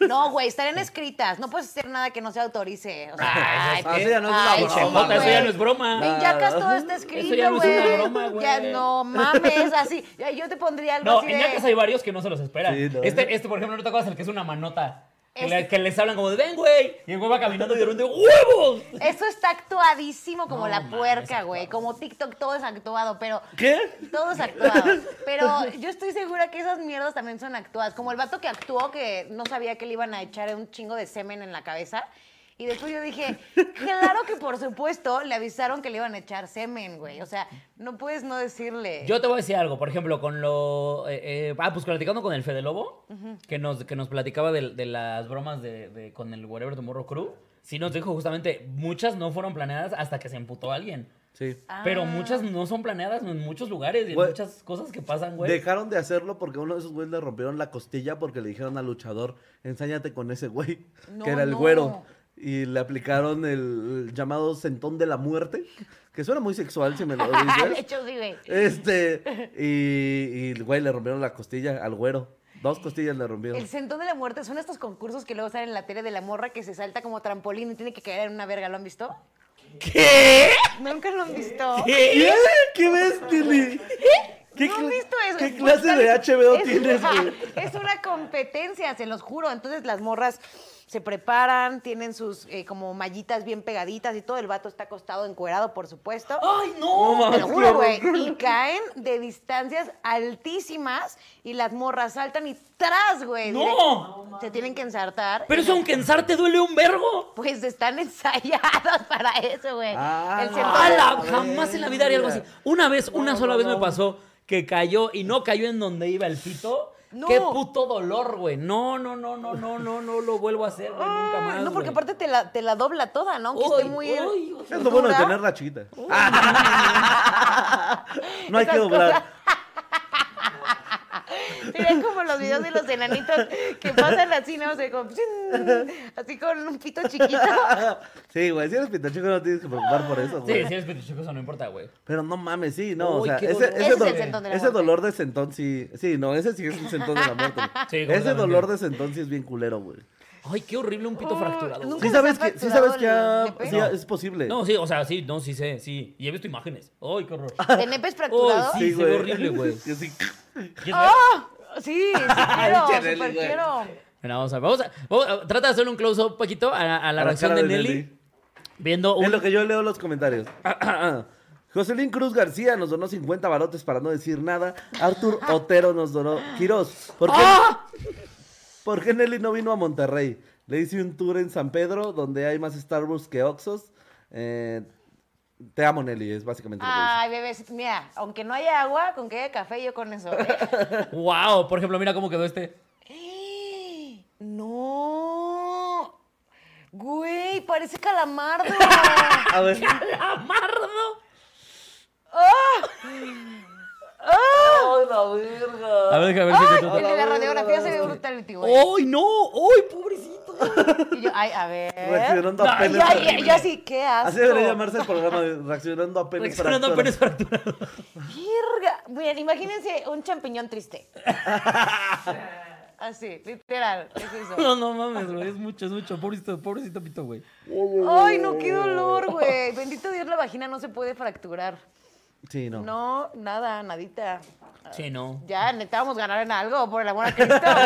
Speaker 1: que.
Speaker 2: no, güey, estarían escritas. No puedes hacer nada que no se autorice. O sea,
Speaker 1: Ay,
Speaker 3: Ah,
Speaker 1: qué-
Speaker 3: sí, ya no es
Speaker 2: Ay,
Speaker 3: una
Speaker 2: sí,
Speaker 3: broma.
Speaker 1: Jota, eso ya no es
Speaker 2: güey.
Speaker 1: broma.
Speaker 2: en Yacas todo está escrito,
Speaker 1: ya no es una
Speaker 2: güey.
Speaker 1: broma, güey.
Speaker 2: Ya no mames, así. Ya, Yo te pondría algo
Speaker 1: No,
Speaker 2: así
Speaker 1: en Yacas
Speaker 2: de.
Speaker 1: hay varios que no se los esperan.
Speaker 3: Sí, no.
Speaker 1: este, este, por ejemplo, no te acuerdas el que es una manota. Que,
Speaker 2: Este-
Speaker 1: le- que les hablan como de ven, güey. Y el güey va caminando y de repente, ¡huevos!
Speaker 2: Eso está actuadísimo como
Speaker 1: No,
Speaker 2: la
Speaker 1: mames,
Speaker 2: puerca,
Speaker 1: actuado.
Speaker 2: güey. Como TikTok, todo es actuado, pero.
Speaker 3: ¿Qué?
Speaker 2: Todo es actuado. Pero yo estoy segura que esas mierdas también son actuadas. Como el vato que actuó que no sabía que le iban a echar un chingo de semen en la cabeza. Y después yo dije, claro que por supuesto le avisaron que le iban a echar semen, güey. O sea, no puedes no decirle.
Speaker 1: Yo te voy a decir algo, por ejemplo, con lo. eh, eh, ah, pues platicando con el Fede Lobo, que, nos, que nos platicaba de, de las bromas de, de- con el Whatever Tomorrow Crew. Sí, nos dijo justamente, muchas no fueron planeadas hasta que se emputó alguien.
Speaker 3: Sí.
Speaker 2: Ah,
Speaker 1: Pero muchas no son planeadas en muchos lugares y en
Speaker 3: Güey.
Speaker 1: muchas cosas que pasan, güey.
Speaker 3: Dejaron de hacerlo porque a uno de esos güeyes le rompieron la costilla porque le dijeron al luchador, ensáñate con ese güey,
Speaker 2: No,
Speaker 3: que era el
Speaker 2: no.
Speaker 3: güero. Y le aplicaron el llamado sentón de la muerte, que suena muy sexual si me lo
Speaker 2: De
Speaker 3: dices.
Speaker 2: hecho, sí, güey.
Speaker 3: este, y, y el güey le rompieron la costilla al güero. Dos costillas le rompieron.
Speaker 2: El sentón de la muerte son estos concursos que luego salen en la tele de la morra que se salta como trampolín y tiene que caer en una verga. ¿Lo han visto?
Speaker 1: ¿Qué?
Speaker 2: Nunca lo han visto.
Speaker 3: ¿Qué? ¿Qué ves, Tilly? ¿Qué,
Speaker 2: ¿Eh? ¿No
Speaker 3: cl-
Speaker 2: han visto eso?
Speaker 3: ¿Qué
Speaker 2: Es
Speaker 3: clase de
Speaker 2: brutal.
Speaker 3: HBO
Speaker 2: Es
Speaker 3: tienes,
Speaker 2: una-
Speaker 3: güey?
Speaker 2: Es una competencia, se los juro. Entonces las morras se preparan, tienen sus eh, como mallitas bien pegaditas y todo. El vato está acostado, encuerado, por supuesto.
Speaker 1: ¡Ay, no!
Speaker 2: Te lo juro, güey. Y caen de distancias altísimas y las morras saltan y ¡tras, güey!
Speaker 1: ¡No!
Speaker 2: Directo. Se tienen que ensartar.
Speaker 1: Pero eso aunque ensarte duele un vergo.
Speaker 2: Pues están ensayados para eso, güey.
Speaker 3: Ah,
Speaker 2: El
Speaker 3: no.
Speaker 2: sentón de-
Speaker 1: ¡Hala! Jamás en la vida haría algo así. Una vez, una sola vez me pasó que cayó y no cayó en donde iba el pito.
Speaker 2: No.
Speaker 1: ¡Qué puto dolor, güey! No, no, no, no, no, no, no lo vuelvo a hacer, güey. Nunca más.
Speaker 2: No,
Speaker 1: güey.
Speaker 2: porque aparte te la, te la dobla toda, ¿no? Aunque esté
Speaker 1: Uy,
Speaker 2: muy...
Speaker 1: uy, uy.
Speaker 3: Es lo bueno de
Speaker 2: dura.
Speaker 3: tenerla chiquita.
Speaker 1: Uh.
Speaker 3: no hay que
Speaker 2: Esas
Speaker 3: doblar.
Speaker 2: cosas. Serían como los videos de los enanitos que pasan así, ¿no? O sea, como, así con un pito chiquito.
Speaker 3: Sí, güey, si eres pitachico no tienes que preocupar por eso,
Speaker 1: Sí,
Speaker 3: güey.
Speaker 1: si eres pitochico, eso no importa, güey.
Speaker 3: Pero no mames, sí, no, o
Speaker 1: Uy,
Speaker 3: sea,
Speaker 1: qué
Speaker 3: ese,
Speaker 1: dolor.
Speaker 3: ese
Speaker 2: Ese es el
Speaker 3: dolor-
Speaker 2: sentón de la
Speaker 3: ese
Speaker 2: muerte.
Speaker 3: dolor de sentón sí, sí, no, ese sí es un sentón de la muerte. güey.
Speaker 1: Sí,
Speaker 3: ese
Speaker 1: completamente.
Speaker 3: dolor de sentón sí es bien culero, güey.
Speaker 1: Ay, qué horrible un pito
Speaker 2: Uy,
Speaker 1: fracturado.
Speaker 2: nunca-
Speaker 3: Sí
Speaker 2: les
Speaker 3: sabes
Speaker 2: han
Speaker 3: que, sí
Speaker 2: fracturado
Speaker 3: sabes que
Speaker 2: el
Speaker 3: ah,
Speaker 2: nepe?
Speaker 3: sí,
Speaker 2: No.
Speaker 3: es posible.
Speaker 1: No, sí, o sea, sí, no, sí sé, sí. Y he visto imágenes. Ay, qué horror.
Speaker 2: ¿De nepes fracturado?
Speaker 1: sí. se ve horrible, güey.
Speaker 3: Y así,
Speaker 1: Y es-
Speaker 2: ¡Oh! Sí, sí quiero,
Speaker 3: Pinche Nelly,
Speaker 2: super
Speaker 3: güey.
Speaker 2: quiero.
Speaker 1: Bueno, vamos a ver. Vamos a, vamos a- trata de hacer un close-up, Paquito, a, a la
Speaker 3: a
Speaker 1: reacción
Speaker 3: cara
Speaker 1: de, Nelly, Viendo
Speaker 3: Es
Speaker 1: un.
Speaker 3: lo que yo leo los comentarios. Jocelyn Cruz García nos donó 50 barotes para no decir nada. Arthur Otero nos donó. Quirós, ¿por qué, por qué Nelly no vino a Monterrey? Le hice un tour en San Pedro donde hay más Starbucks que Oxos. Eh, te amo, Nelly, es básicamente lo que dice.
Speaker 2: Ay, bebés, mira, aunque no haya agua, con que haya café, yo con eso.
Speaker 1: ¡Wow! Por ejemplo, mira cómo quedó este.
Speaker 2: ¿eh? ¡No! Güey, parece calamardo.
Speaker 3: A ver,
Speaker 1: ¡Amardo!
Speaker 3: verga!
Speaker 1: A ver, déjame ver si
Speaker 2: ¡Ay!
Speaker 1: quedó.
Speaker 2: El de la radiografía se ve brutality, güey.
Speaker 1: ¡Ay, no! ¡Ay, pobrecito!
Speaker 2: Y yo, ay, a ver.
Speaker 3: Reaccionando a
Speaker 2: Ay,
Speaker 3: penes.
Speaker 2: yo, yo- yo así, qué asco.
Speaker 3: Así debería llamarse el programa de Reaccionando a penes.
Speaker 1: Reaccionando
Speaker 3: Fracturas.
Speaker 1: apenas fracturado.
Speaker 2: Virga. Miren, imagínense un champiñón triste. Así, literal. Es eso.
Speaker 1: No, no mames, güey. Es mucho, es mucho. Pobrecito, pobrecito pito, güey.
Speaker 2: Ay, no, qué dolor, güey. Bendito Dios, la vagina no se puede fracturar.
Speaker 3: Sí, no.
Speaker 2: No, nada, nadita.
Speaker 1: Sí, no.
Speaker 2: Ya, necesitábamos ganar en algo, por el amor a Cristo, güey.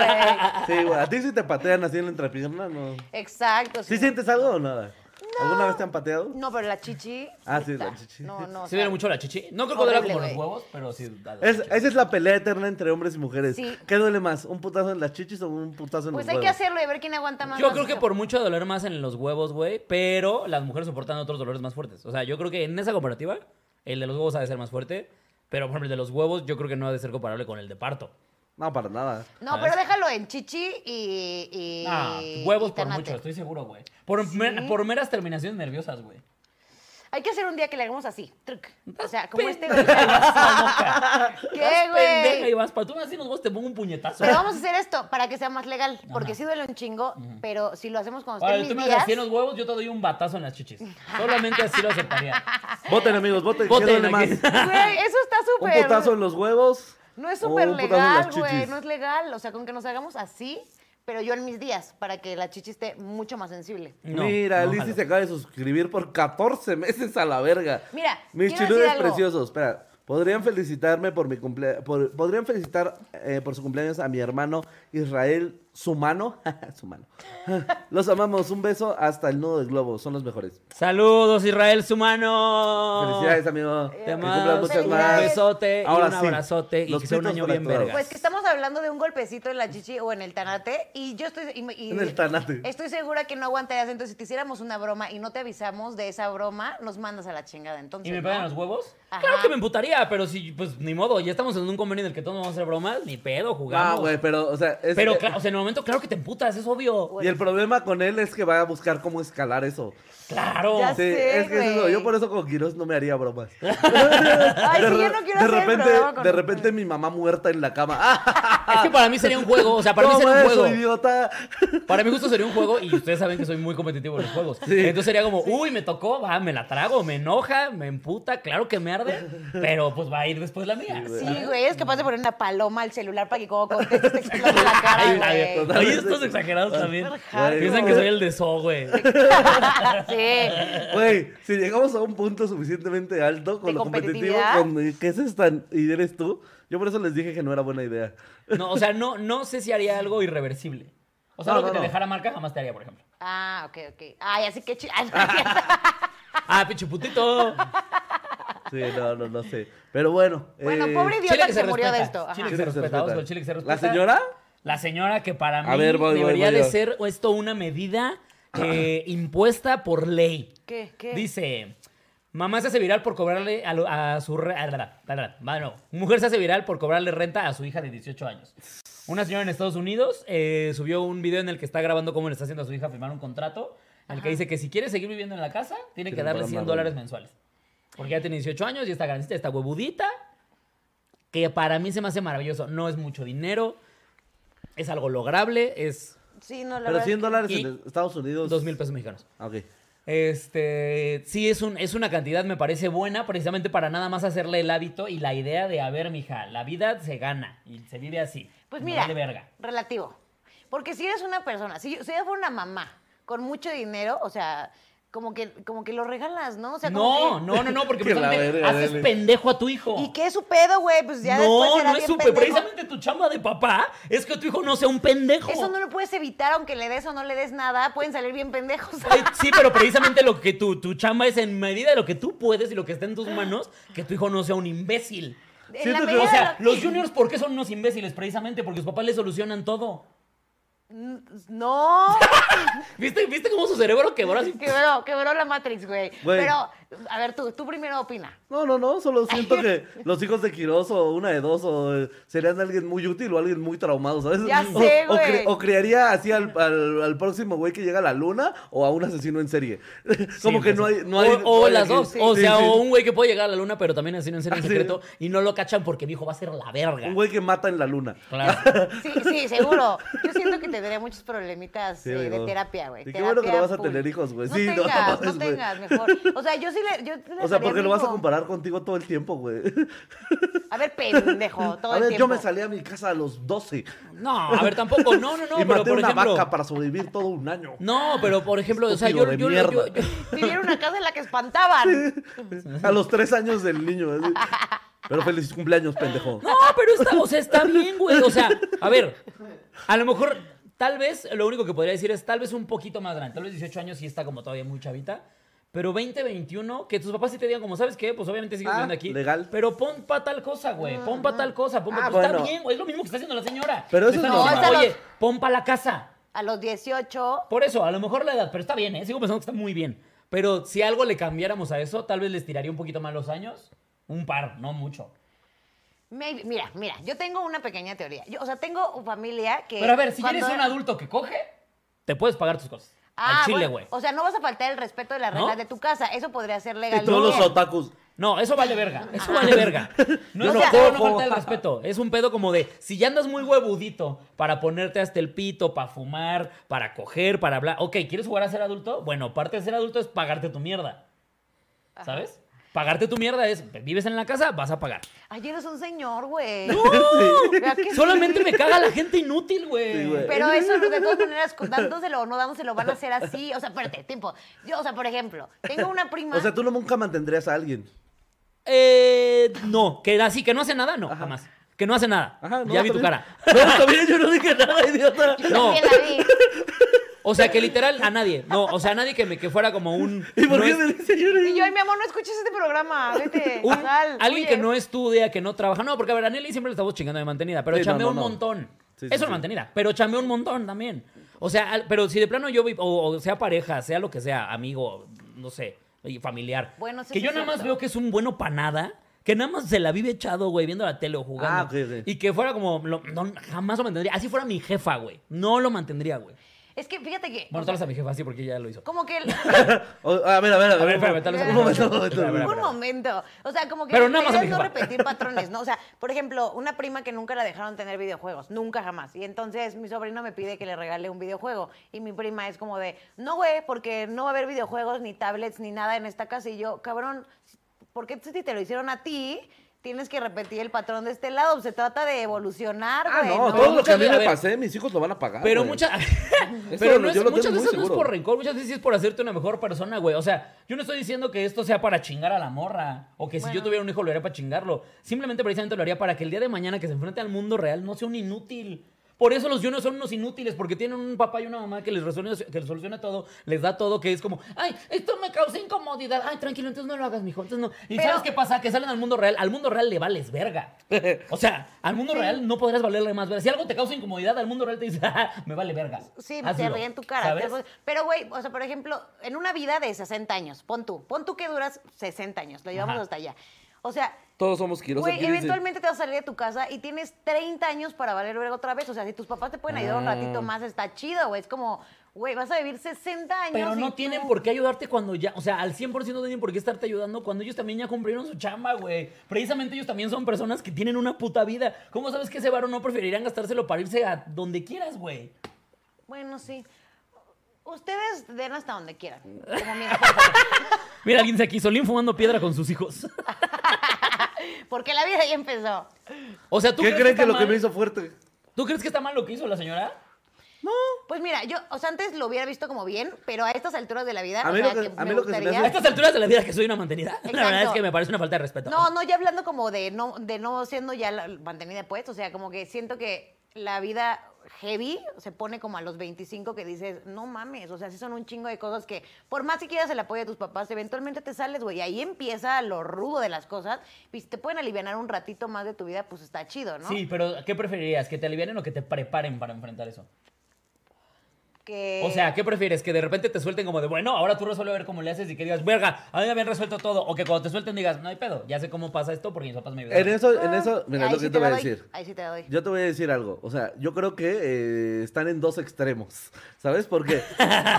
Speaker 3: Sí, güey. A ti si te patean así en la entrepierna, no.
Speaker 2: Exacto.
Speaker 3: ¿Sí
Speaker 2: sí.
Speaker 3: sientes algo o nada? ¿Alguna vez te han pateado?
Speaker 2: No, pero la chichi.
Speaker 3: Ah, sí, la
Speaker 2: puta.
Speaker 3: chichi.
Speaker 2: No, no. o
Speaker 1: Se
Speaker 2: sea,
Speaker 1: viene mucho la chichi. No creo que duela
Speaker 2: horrible,
Speaker 1: como los
Speaker 2: güey.
Speaker 1: huevos, pero sí. da la
Speaker 3: Es-
Speaker 1: chichi.
Speaker 3: esa es la pelea eterna entre hombres y mujeres.
Speaker 2: Sí.
Speaker 3: ¿Qué duele más? ¿Un putazo en las chichis o un putazo en
Speaker 2: Pues
Speaker 3: los
Speaker 2: hay que
Speaker 3: huevos?
Speaker 2: hacerlo y ver quién aguanta más.
Speaker 1: Yo creo que por mucho doler más en los huevos, güey, pero las mujeres soportan otros dolores más fuertes. O sea, yo creo que en esa comparativa, el de los huevos ha de ser más fuerte, pero por ejemplo, el de los huevos yo creo que no ha de ser comparable con el de parto.
Speaker 3: No, para nada.
Speaker 2: No, pero déjalo en chichi y. y
Speaker 1: Ah, huevos
Speaker 2: y
Speaker 1: por
Speaker 2: tanate.
Speaker 1: mucho, estoy seguro, güey. Por, mer- por meras terminaciones nerviosas, güey.
Speaker 2: Hay que hacer un día que le hagamos así. Truc. O sea, como este.
Speaker 1: Vas
Speaker 2: ¿Qué,
Speaker 1: pendeja y
Speaker 2: güey?
Speaker 1: vas pa' tú me los huevos, te pongo un puñetazo.
Speaker 2: Pero vamos a hacer esto para que sea más legal. Porque sí duele un chingo, pero si lo hacemos cuando
Speaker 1: Ahora,
Speaker 2: estén
Speaker 1: tú me
Speaker 2: mis
Speaker 1: das
Speaker 2: días.
Speaker 1: 100 los huevos, yo te doy un batazo en las chichis. Solamente así lo aceptaría.
Speaker 3: Voten, amigos, voten. ¿Qué
Speaker 1: Voten
Speaker 3: duele más?
Speaker 1: aquí.
Speaker 2: Güey, eso está
Speaker 3: ¿Un
Speaker 2: súper.
Speaker 3: putazo en los huevos?
Speaker 2: No es
Speaker 3: o
Speaker 2: súper
Speaker 3: un putazo en
Speaker 2: legal,
Speaker 3: las
Speaker 2: güey.
Speaker 3: pues, chichis?
Speaker 2: No es legal. O sea, con que nos hagamos así, pero yo en mis días, para que la chichi esté mucho más sensible.
Speaker 1: No,
Speaker 3: Mira,
Speaker 1: no,
Speaker 3: Lizzy
Speaker 1: jalo.
Speaker 3: se acaba de suscribir por 14 meses a la verga.
Speaker 2: Mira,
Speaker 3: mis
Speaker 2: quiero
Speaker 3: chiludes
Speaker 2: decir algo.
Speaker 3: preciosos. Espera, podrían felicitarme por mi cumpleaños. podrían felicitar eh, por su cumpleaños a mi hermano Israel Sumano. Sumano. los amamos. Un beso hasta el nudo del globo. Son los mejores.
Speaker 1: Saludos, Israel Sumano.
Speaker 3: Felicidades, amigo.
Speaker 1: Te
Speaker 3: Que
Speaker 1: amamos
Speaker 3: cumplas
Speaker 1: un
Speaker 2: muchas más.
Speaker 1: besote
Speaker 3: Ahora
Speaker 1: y un
Speaker 3: sí,
Speaker 1: abrazote y
Speaker 3: los
Speaker 1: que sea un
Speaker 3: pitos
Speaker 1: año bien
Speaker 3: fracturados.
Speaker 1: verga.
Speaker 2: Pues que estamos hablando de un golpecito en la chichi o en el tanate y yo estoy... y- y-
Speaker 3: En el tanate.
Speaker 2: Estoy segura que no aguantarías. Entonces, si te hiciéramos una broma y no te avisamos de esa broma, nos mandas a la chingada. Entonces,
Speaker 1: ¿Y me
Speaker 2: ¿no?
Speaker 1: pegan los huevos?
Speaker 2: Ajá.
Speaker 1: Claro que me emputaría, pero si, pues ni modo, ya estamos en un convenio en el que todos vamos a hacer bromas, ni pedo,
Speaker 3: Ah,
Speaker 1: jugamos.
Speaker 3: güey, pero, o sea. es-
Speaker 1: pero claro, o sea, en el momento, claro que te emputas, es obvio.
Speaker 3: Y el problema con él es que va a buscar cómo escalar eso.
Speaker 1: Claro.
Speaker 2: Ya
Speaker 3: Sí,
Speaker 2: sé,
Speaker 3: es que es eso.
Speaker 2: güey.
Speaker 3: Yo por eso con Quiroz no me haría bromas. Ay,
Speaker 2: sí, yo no quiero
Speaker 3: de
Speaker 2: hacer
Speaker 3: repente,
Speaker 2: broma con
Speaker 3: De
Speaker 2: él.
Speaker 3: repente mi mamá muerta en la cama. ¡Ah!
Speaker 1: Es que para mí sería un juego, o sea, para mí
Speaker 3: ¿Cómo
Speaker 1: sería un
Speaker 3: es,
Speaker 1: juego.
Speaker 3: idiota?
Speaker 1: Para mí justo sería un juego y ustedes saben que soy muy competitivo en los juegos. Entonces sería como, uy, me tocó, va, me la trago, me enoja, me emputa, claro que me arde, pero pues va a ir después la mía.
Speaker 2: Sí, güey, es capaz de poner una paloma al celular para que como contestes te explote la cara,
Speaker 1: Ay,
Speaker 2: güey.
Speaker 1: Oye, estos exagerados también.
Speaker 2: Hardcore.
Speaker 1: Piensan que soy el de So, güey.
Speaker 2: Sí.
Speaker 3: Güey, si llegamos a un punto suficientemente alto con
Speaker 2: ¿De
Speaker 3: lo competitivo,
Speaker 2: competitividad?
Speaker 3: con que ese es tan y eres tú, yo por eso les dije que no era buena idea.
Speaker 1: No, o sea, no, no sé si haría algo irreversible. O sea,
Speaker 3: No,
Speaker 1: algo
Speaker 3: no,
Speaker 1: que
Speaker 3: no.
Speaker 1: te dejara marca jamás te haría, por ejemplo.
Speaker 2: Ah, ok, ok. Ay, así que... chi- Ay, no es cierto.
Speaker 1: Ah, pinche putito.
Speaker 3: Sí, no, no, no sé. Pero bueno.
Speaker 2: Bueno,
Speaker 3: eh,
Speaker 2: pobre
Speaker 1: Chile
Speaker 2: idiota
Speaker 1: que
Speaker 2: que
Speaker 1: se
Speaker 2: se murió de
Speaker 1: respeta,
Speaker 2: esto. Ajá.
Speaker 1: Chile que se respeta. Vamos con Chile que se respeta.
Speaker 3: ¿La señora?
Speaker 1: La señora que para
Speaker 3: A
Speaker 1: mí
Speaker 3: ver, voy, voy,
Speaker 1: debería
Speaker 3: voy
Speaker 1: de
Speaker 3: yo.
Speaker 1: ser esto una medida eh, impuesta por ley.
Speaker 2: ¿Qué? ¿Qué?
Speaker 1: Dice, mamá se hace viral por cobrarle a, lo- a su... re- a la- la- la- la- la- no, mujer se hace viral por cobrarle renta a su hija de 18 años. Una señora en Estados Unidos eh, subió un video en el que está grabando cómo le está haciendo a su hija firmar un contrato, en el que dice que si quiere seguir viviendo en la casa, tiene
Speaker 3: Tiene
Speaker 1: que
Speaker 3: que
Speaker 1: darle
Speaker 3: pagar
Speaker 1: 100
Speaker 3: más
Speaker 1: dólares
Speaker 3: renta.
Speaker 1: mensuales. Porque ya tiene 18 años y está grandecita, está huevudita. que para mí se me hace maravilloso. No es mucho dinero, es algo lograble, es
Speaker 2: Sí, no, la
Speaker 3: Pero
Speaker 2: verdad.
Speaker 3: 100 dólares
Speaker 1: Y-
Speaker 3: en Estados Unidos.
Speaker 1: dos mil pesos mexicanos.
Speaker 3: Ah, Ok.
Speaker 1: Este, sí, es, un, es una cantidad, me parece buena, precisamente para nada más hacerle el hábito y la idea de, a ver, mija, la vida se gana y se vive así.
Speaker 2: Pues
Speaker 1: Me
Speaker 2: mira,
Speaker 1: vale verga.
Speaker 2: relativo. Porque si eres una persona, si yo, si yo fuera una mamá con mucho dinero, o sea, como que, como que lo regalas, ¿no? O sea,
Speaker 1: No,
Speaker 2: como que-
Speaker 1: no, no, no, porque
Speaker 3: Que la
Speaker 1: precisamente
Speaker 3: verga,
Speaker 1: haces
Speaker 3: dale.
Speaker 1: pendejo a tu hijo.
Speaker 2: ¿Y qué es su pedo, güey? Pues ya después
Speaker 1: no,
Speaker 2: será
Speaker 1: no es
Speaker 2: bien
Speaker 1: un pe-
Speaker 2: pendejo.
Speaker 1: Precisamente tu chamba de papá es que tu hijo no sea un pendejo.
Speaker 2: Eso no lo puedes evitar, aunque le des o no le des nada, pueden salir bien pendejos.
Speaker 1: Eh, Sí, pero precisamente lo que tu, tu chamba es en medida de lo que tú puedes y lo que está en tus manos, que tu hijo no sea un imbécil.
Speaker 2: En
Speaker 3: Siento
Speaker 2: la
Speaker 3: que-
Speaker 2: medida
Speaker 1: O
Speaker 2: de
Speaker 1: sea,
Speaker 2: lo-
Speaker 1: los juniors, ¿por qué son unos imbéciles? Precisamente porque sus papás les solucionan todo.
Speaker 2: No,
Speaker 1: ¿Viste, ¿Viste cómo su cerebro quebró así?
Speaker 2: quebró, quebró la Matrix, güey.
Speaker 3: Güey.
Speaker 2: Pero, a ver, tú, tú primero opina.
Speaker 3: No, no, no, solo siento que los hijos de Quiroz o una de dos o eh, serían alguien muy útil o alguien muy traumado, ¿sabes?
Speaker 2: Ya
Speaker 3: O-
Speaker 2: sé,
Speaker 3: o,
Speaker 2: güey.
Speaker 3: cre- o criaría así al, al- al próximo güey que llega a la luna o a un asesino en serie. Como que no hay, no
Speaker 1: o,
Speaker 3: hay.
Speaker 1: o
Speaker 3: no hay
Speaker 1: las
Speaker 3: aquí.
Speaker 1: dos. O
Speaker 3: Sí,
Speaker 1: sea,
Speaker 3: sí.
Speaker 1: o un güey que puede llegar a la luna, pero también así no en serio, en
Speaker 3: Así.
Speaker 1: secreto y no lo cachan porque mi hijo va a ser la verga.
Speaker 3: Un güey que mata en la luna.
Speaker 1: Claro.
Speaker 2: Sí, sí, seguro. Yo siento que tendría muchos problemitas
Speaker 3: Sí,
Speaker 2: eh,
Speaker 3: güey,
Speaker 2: de
Speaker 3: no.
Speaker 2: terapia, güey.
Speaker 3: Y qué bueno que no
Speaker 2: Terapia
Speaker 3: vas a
Speaker 2: full.
Speaker 3: tener hijos, güey.
Speaker 2: No
Speaker 3: Sí, no,
Speaker 2: tengas, no,
Speaker 3: mames, güey.
Speaker 2: tengas, mejor. O sea, yo sí le... Yo le
Speaker 3: O sea,
Speaker 2: daría
Speaker 3: porque lo vas a
Speaker 2: mínimo-
Speaker 3: comparar contigo todo el tiempo, güey.
Speaker 2: A ver, pendejo, todo
Speaker 3: A
Speaker 2: el
Speaker 3: ver, yo
Speaker 2: tiempo.
Speaker 3: me salí a mi casa a los 12
Speaker 1: No, a ver, tampoco. No, no, no,
Speaker 3: y
Speaker 1: pero
Speaker 3: maté
Speaker 1: por
Speaker 3: una
Speaker 1: ejemplo.
Speaker 3: vaca para sobrevivir todo un año.
Speaker 1: No, pero por ejemplo, o sea,
Speaker 3: Estúpido
Speaker 1: yo,
Speaker 3: de
Speaker 1: yo, yo- yo-
Speaker 3: mierda.
Speaker 2: Vivir en una casa en la que espantaban.
Speaker 3: A los tres años del niño. así. Pero feliz cumpleaños, pendejo.
Speaker 1: No, pero está, o sea, está bien, güey. O sea, a ver, a lo mejor, tal vez, lo único que podría decir es tal vez un poquito más grande. Tal vez 18 años sí está como todavía muy chavita. Pero 20, 21, que tus papás sí te digan como, ¿sabes qué? Pues obviamente sigues
Speaker 3: Ah,
Speaker 1: viviendo aquí.
Speaker 3: legal.
Speaker 1: Pero pon pa' tal cosa, güey. Pon pa' tal cosa. Pon pa-
Speaker 3: Ah,
Speaker 1: pues está
Speaker 3: bueno.
Speaker 1: bien, güey. Es lo mismo que está haciendo la señora.
Speaker 3: Pero
Speaker 1: Le
Speaker 3: eso es
Speaker 1: están
Speaker 2: normal.
Speaker 1: diciendo,
Speaker 2: No,
Speaker 1: Oye,
Speaker 2: esa no-
Speaker 1: pon pa' la casa.
Speaker 2: A los 18,
Speaker 1: Por eso, a lo mejor la edad, pero está bien, ¿eh? Sigo pensando que está muy bien. Pero si algo le cambiáramos a eso, tal vez les tiraría un poquito más los años. Un par, no mucho.
Speaker 2: maybe- mira, mira, yo tengo una pequeña teoría. Yo, o sea, tengo familia que...
Speaker 1: Pero a ver, si
Speaker 2: cuando-
Speaker 1: eres un adulto que coge, te puedes pagar tus cosas.
Speaker 2: Ah,
Speaker 1: Al chile,
Speaker 2: bueno,
Speaker 1: güey.
Speaker 2: O sea, no vas a faltar el respeto de las
Speaker 1: ¿No?
Speaker 2: reglas de tu casa. Eso podría ser legal.
Speaker 3: Y todos los
Speaker 2: también.
Speaker 3: otakus.
Speaker 1: No, eso vale verga. Eso vale verga. No
Speaker 2: Yo
Speaker 1: es
Speaker 2: no
Speaker 1: no, no,
Speaker 3: Ah. cojo.
Speaker 1: falta el respeto. Es un pedo como de, si ya andas muy huevudito para ponerte hasta el pito, para fumar, para coger, para hablar. Ok, ¿quieres jugar a ser adulto? Bueno, parte de ser adulto es pagarte tu mierda. ¿Sabes? Pagarte tu mierda es, vives en la casa, vas a pagar.
Speaker 2: Ayer es un señor, güey.
Speaker 3: Sí.
Speaker 2: ¿Verdad que sí?
Speaker 1: Solamente me caga la gente inútil, güey.
Speaker 3: Sí, güey.
Speaker 2: Pero eso, de todas maneras, con- dándoselo o no dándoselo, van a hacer así. O sea, espérate, tiempo. Yo, o sea, por ejemplo, tengo una prima...
Speaker 3: O sea, tú no nunca mantendrías a alguien.
Speaker 1: Eh, no, que así, que no hace nada, no, jamás. Que no hace nada.
Speaker 3: Ajá, no,
Speaker 1: ya vi
Speaker 3: está
Speaker 1: tu
Speaker 3: bien.
Speaker 1: cara.
Speaker 3: No, está bien, yo no dije nada, idiota.
Speaker 2: yo
Speaker 1: no.
Speaker 2: también la vi.
Speaker 1: O sea, que literal a nadie. No, o sea, a nadie que, me, que fuera como un.
Speaker 3: ¿Y por
Speaker 1: no
Speaker 3: qué
Speaker 1: es-
Speaker 3: me dice yo? no
Speaker 2: Y
Speaker 3: dije-
Speaker 2: yo, ay, mi amor, no escuches este programa. Vete.
Speaker 1: un-
Speaker 2: sal,
Speaker 1: alguien que
Speaker 2: huye".
Speaker 1: no estudia, que no trabaja. No, porque a ver, a Nelly siempre le estamos chingando de mantenida, pero
Speaker 3: Sí,
Speaker 1: chamea
Speaker 3: no,
Speaker 1: un
Speaker 3: no, no.
Speaker 1: montón.
Speaker 3: Sí, sí,
Speaker 1: es una
Speaker 3: sí.
Speaker 1: mantenida, pero chamea un montón también. O sea, al- pero si de plano yo, vi- o, o sea pareja, sea lo que sea, amigo, no sé, y familiar.
Speaker 2: Bueno, eso
Speaker 1: que
Speaker 2: sí
Speaker 1: yo
Speaker 2: es
Speaker 1: nada más
Speaker 2: cierto.
Speaker 1: veo que es un bueno para nada. Que nada más se la vive echado, güey, viendo la tele o jugando.
Speaker 3: Ah, ok, ok.
Speaker 1: Y que fuera como. lo- no, jamás lo mantendría. Así fuera mi jefa, güey. No lo mantendría, güey.
Speaker 2: Es que fíjate que.
Speaker 1: Bueno,
Speaker 2: o
Speaker 1: tal
Speaker 2: sea,
Speaker 1: vez a mi jefa sí, porque ella lo hizo.
Speaker 2: como que. el-
Speaker 3: O- a ver, a ver, a ver.
Speaker 1: ver, espérame, tal vez-
Speaker 3: Un momento, un
Speaker 1: Espera, espera,
Speaker 3: momento.
Speaker 2: un momento. O sea, como que.
Speaker 1: Pero nada más a mi
Speaker 2: no
Speaker 1: jefa.
Speaker 2: repetir patrones, ¿no? O sea, por ejemplo, una prima que nunca la dejaron tener videojuegos. Nunca jamás. Y entonces mi sobrino me pide que le regale un videojuego. Y mi prima es como de. No, güey, porque no va a haber videojuegos, ni tablets, ni nada en esta casa. Y yo, cabrón, ¿por qué si te lo hicieron a ti? Tienes que repetir el patrón de este lado. Se trata de evolucionar,
Speaker 3: Ah,
Speaker 2: güey.
Speaker 3: no,
Speaker 2: ¿no?
Speaker 3: todo lo que a mí
Speaker 1: muchas- a
Speaker 3: me
Speaker 1: ver.
Speaker 3: pasé, mis hijos lo van a pagar.
Speaker 1: Pero
Speaker 3: güey.
Speaker 1: muchas. pero no
Speaker 3: lo-
Speaker 1: es,
Speaker 3: yo lo
Speaker 1: muchas
Speaker 3: tengo muy
Speaker 1: veces no es
Speaker 3: seguro.
Speaker 1: por rencor, muchas veces es por hacerte una mejor persona, güey. O sea, yo no estoy diciendo que esto sea para chingar a la morra. O que si yo tuviera un hijo lo haría para chingarlo. Simplemente precisamente lo haría para que el día de mañana que se enfrente al mundo real no sea un inútil. Por eso los juniors son unos inútiles, porque tienen un papá y una mamá que les, resuelve, que les soluciona todo, les da todo, que es como, ay, esto me causa incomodidad, ay, tranquilo, entonces no lo hagas, mijo, entonces no. ¿Y
Speaker 2: Pero-
Speaker 1: sabes qué pasa? Que salen al mundo real, al mundo real le vales verga. O sea, al mundo real no podrás valerle más verga. Si algo te causa incomodidad, al mundo real te dice, "Ah, me vale verga.
Speaker 2: Sí, te
Speaker 1: Hazlo,
Speaker 2: ríe en tu cara.
Speaker 1: ¿sabes?
Speaker 2: te- Pero, güey, o sea, por ejemplo, en una vida de 60 años, pon tú, pon tú que duras 60 años, lo llevamos
Speaker 1: Ajá.
Speaker 2: hasta allá. O sea,
Speaker 3: Todos somos Quiroz.
Speaker 2: güey,
Speaker 3: aquí dice-
Speaker 2: eventualmente te vas a salir de tu casa y tienes 30 años para valer verga otra vez. O sea, si tus papás te pueden ayudar un
Speaker 3: Ah.
Speaker 2: ratito más, está chido, güey. Es como, güey, vas a vivir 60 años.
Speaker 1: Pero
Speaker 2: y
Speaker 1: no
Speaker 2: tú-
Speaker 1: tienen por qué ayudarte cuando ya, o sea, al 100% no tienen por qué estarte ayudando cuando ellos también ya cumplieron su chamba, güey. Precisamente ellos también son personas que tienen una puta vida. ¿Cómo sabes que ese varón no preferirán gastárselo para irse a donde quieras, güey?
Speaker 2: Bueno, sí. Ustedes den hasta donde quieran. Como mi esposa.
Speaker 1: Mira, alguien se aquí, Solín fumando piedra con sus hijos.
Speaker 2: Porque la vida ya empezó.
Speaker 1: O sea, ¿tú
Speaker 3: ¿Qué
Speaker 1: crees
Speaker 3: creen que
Speaker 1: está
Speaker 3: lo que
Speaker 1: mal?
Speaker 3: me hizo fuerte?
Speaker 1: ¿Tú crees que está mal lo que hizo la señora?
Speaker 2: Pues mira, yo, o sea, antes lo hubiera visto como bien, pero a estas alturas de la vida,
Speaker 3: A
Speaker 2: o
Speaker 3: mí lo
Speaker 2: sea,
Speaker 3: que-
Speaker 2: que
Speaker 3: a mí
Speaker 2: me
Speaker 3: lo que se me
Speaker 2: gustaría-
Speaker 1: A
Speaker 3: hace-
Speaker 1: estas alturas de la vida que soy una mantenida, la verdad es
Speaker 2: Exacto.
Speaker 1: que me parece una falta de respeto.
Speaker 2: No, no, ya hablando como de no, de no siendo ya la mantenida pues, o sea, como que siento que la vida heavy se pone como a los 25 que dices, no mames, o sea, sí son un chingo de cosas que por más que quieras el apoyo de tus papás, eventualmente te sales, güey, y ahí empieza lo rudo de las cosas, y si te pueden aliviar un ratito más de tu vida, pues está chido, ¿no?
Speaker 1: Sí, pero ¿qué preferirías? ¿Que te alivianen o que te preparen para enfrentar eso?
Speaker 2: Que...
Speaker 1: O sea, ¿qué prefieres? ¿Que de repente te suelten como de, bueno, ahora tú resuelve a ver cómo le haces y que digas, verga, a mí me habían resuelto todo? O que cuando te suelten digas, no hay pedo, ya sé cómo pasa esto porque mis papás me ayudaron.
Speaker 3: En eso, en eso, mira,
Speaker 2: ahí
Speaker 3: lo que
Speaker 2: sí
Speaker 3: te voy
Speaker 2: la
Speaker 3: a
Speaker 2: doy,
Speaker 3: decir.
Speaker 2: Ahí sí te la doy.
Speaker 3: Yo te voy a decir algo. O sea, yo creo que eh, están en dos extremos. ¿Sabes? Porque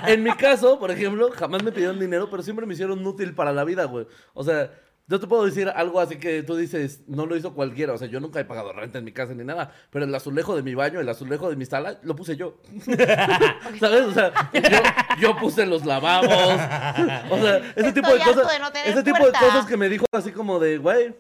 Speaker 3: en mi caso, por ejemplo, jamás me pidieron dinero, pero siempre me hicieron útil para la vida, güey. O sea, yo te puedo decir algo así que tú dices, no lo hizo cualquiera. O sea, yo nunca he pagado renta en mi casa ni nada. Pero el azulejo de mi baño, el azulejo de mi sala, lo puse yo. ¿Sabes? O sea, yo, yo puse los lavabos. O sea, ese
Speaker 2: Estoy
Speaker 3: tipo de
Speaker 2: harto
Speaker 3: cosas.
Speaker 2: de no tener
Speaker 3: ese tipo de
Speaker 2: puerta.
Speaker 3: cosas que me dijo así como de, güey,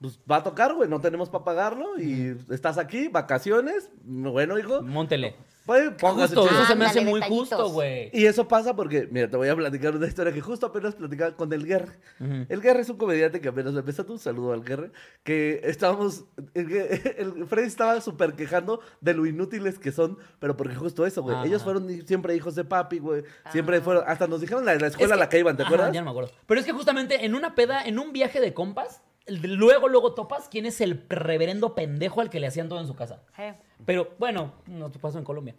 Speaker 3: pues va a tocar, güey, no tenemos para pagarlo y estás aquí, vacaciones, bueno, hijo,
Speaker 1: Móntele.
Speaker 3: pues, póngase
Speaker 1: Justo,
Speaker 3: chido.
Speaker 1: eso se me hace
Speaker 2: Ándale,
Speaker 1: muy
Speaker 2: detallitos.
Speaker 1: justo, güey.
Speaker 3: Y eso pasa porque, mira, te voy a platicar una historia que justo apenas platicaba con el Guerre. El Guerre es un comediante que apenas le empezó un saludo al Guerre. Que estábamos. El, Guerre- el Freddy estaba súper quejando de lo inútiles que son, pero porque justo eso, güey.
Speaker 1: Ajá.
Speaker 3: Ellos fueron siempre hijos de papi, güey. Siempre fueron. Hasta nos dijeron la, la escuela
Speaker 1: Ah. Es
Speaker 3: a la que iban, ¿te
Speaker 1: Ajá,
Speaker 3: acuerdas?
Speaker 1: ya no me acuerdo. Pero es que justamente en una peda, en un viaje de compas, el- luego, luego topas quién es el reverendo pendejo al que le hacían todo en su casa.
Speaker 2: Eh,
Speaker 1: Pero bueno, no te pasó en Colombia.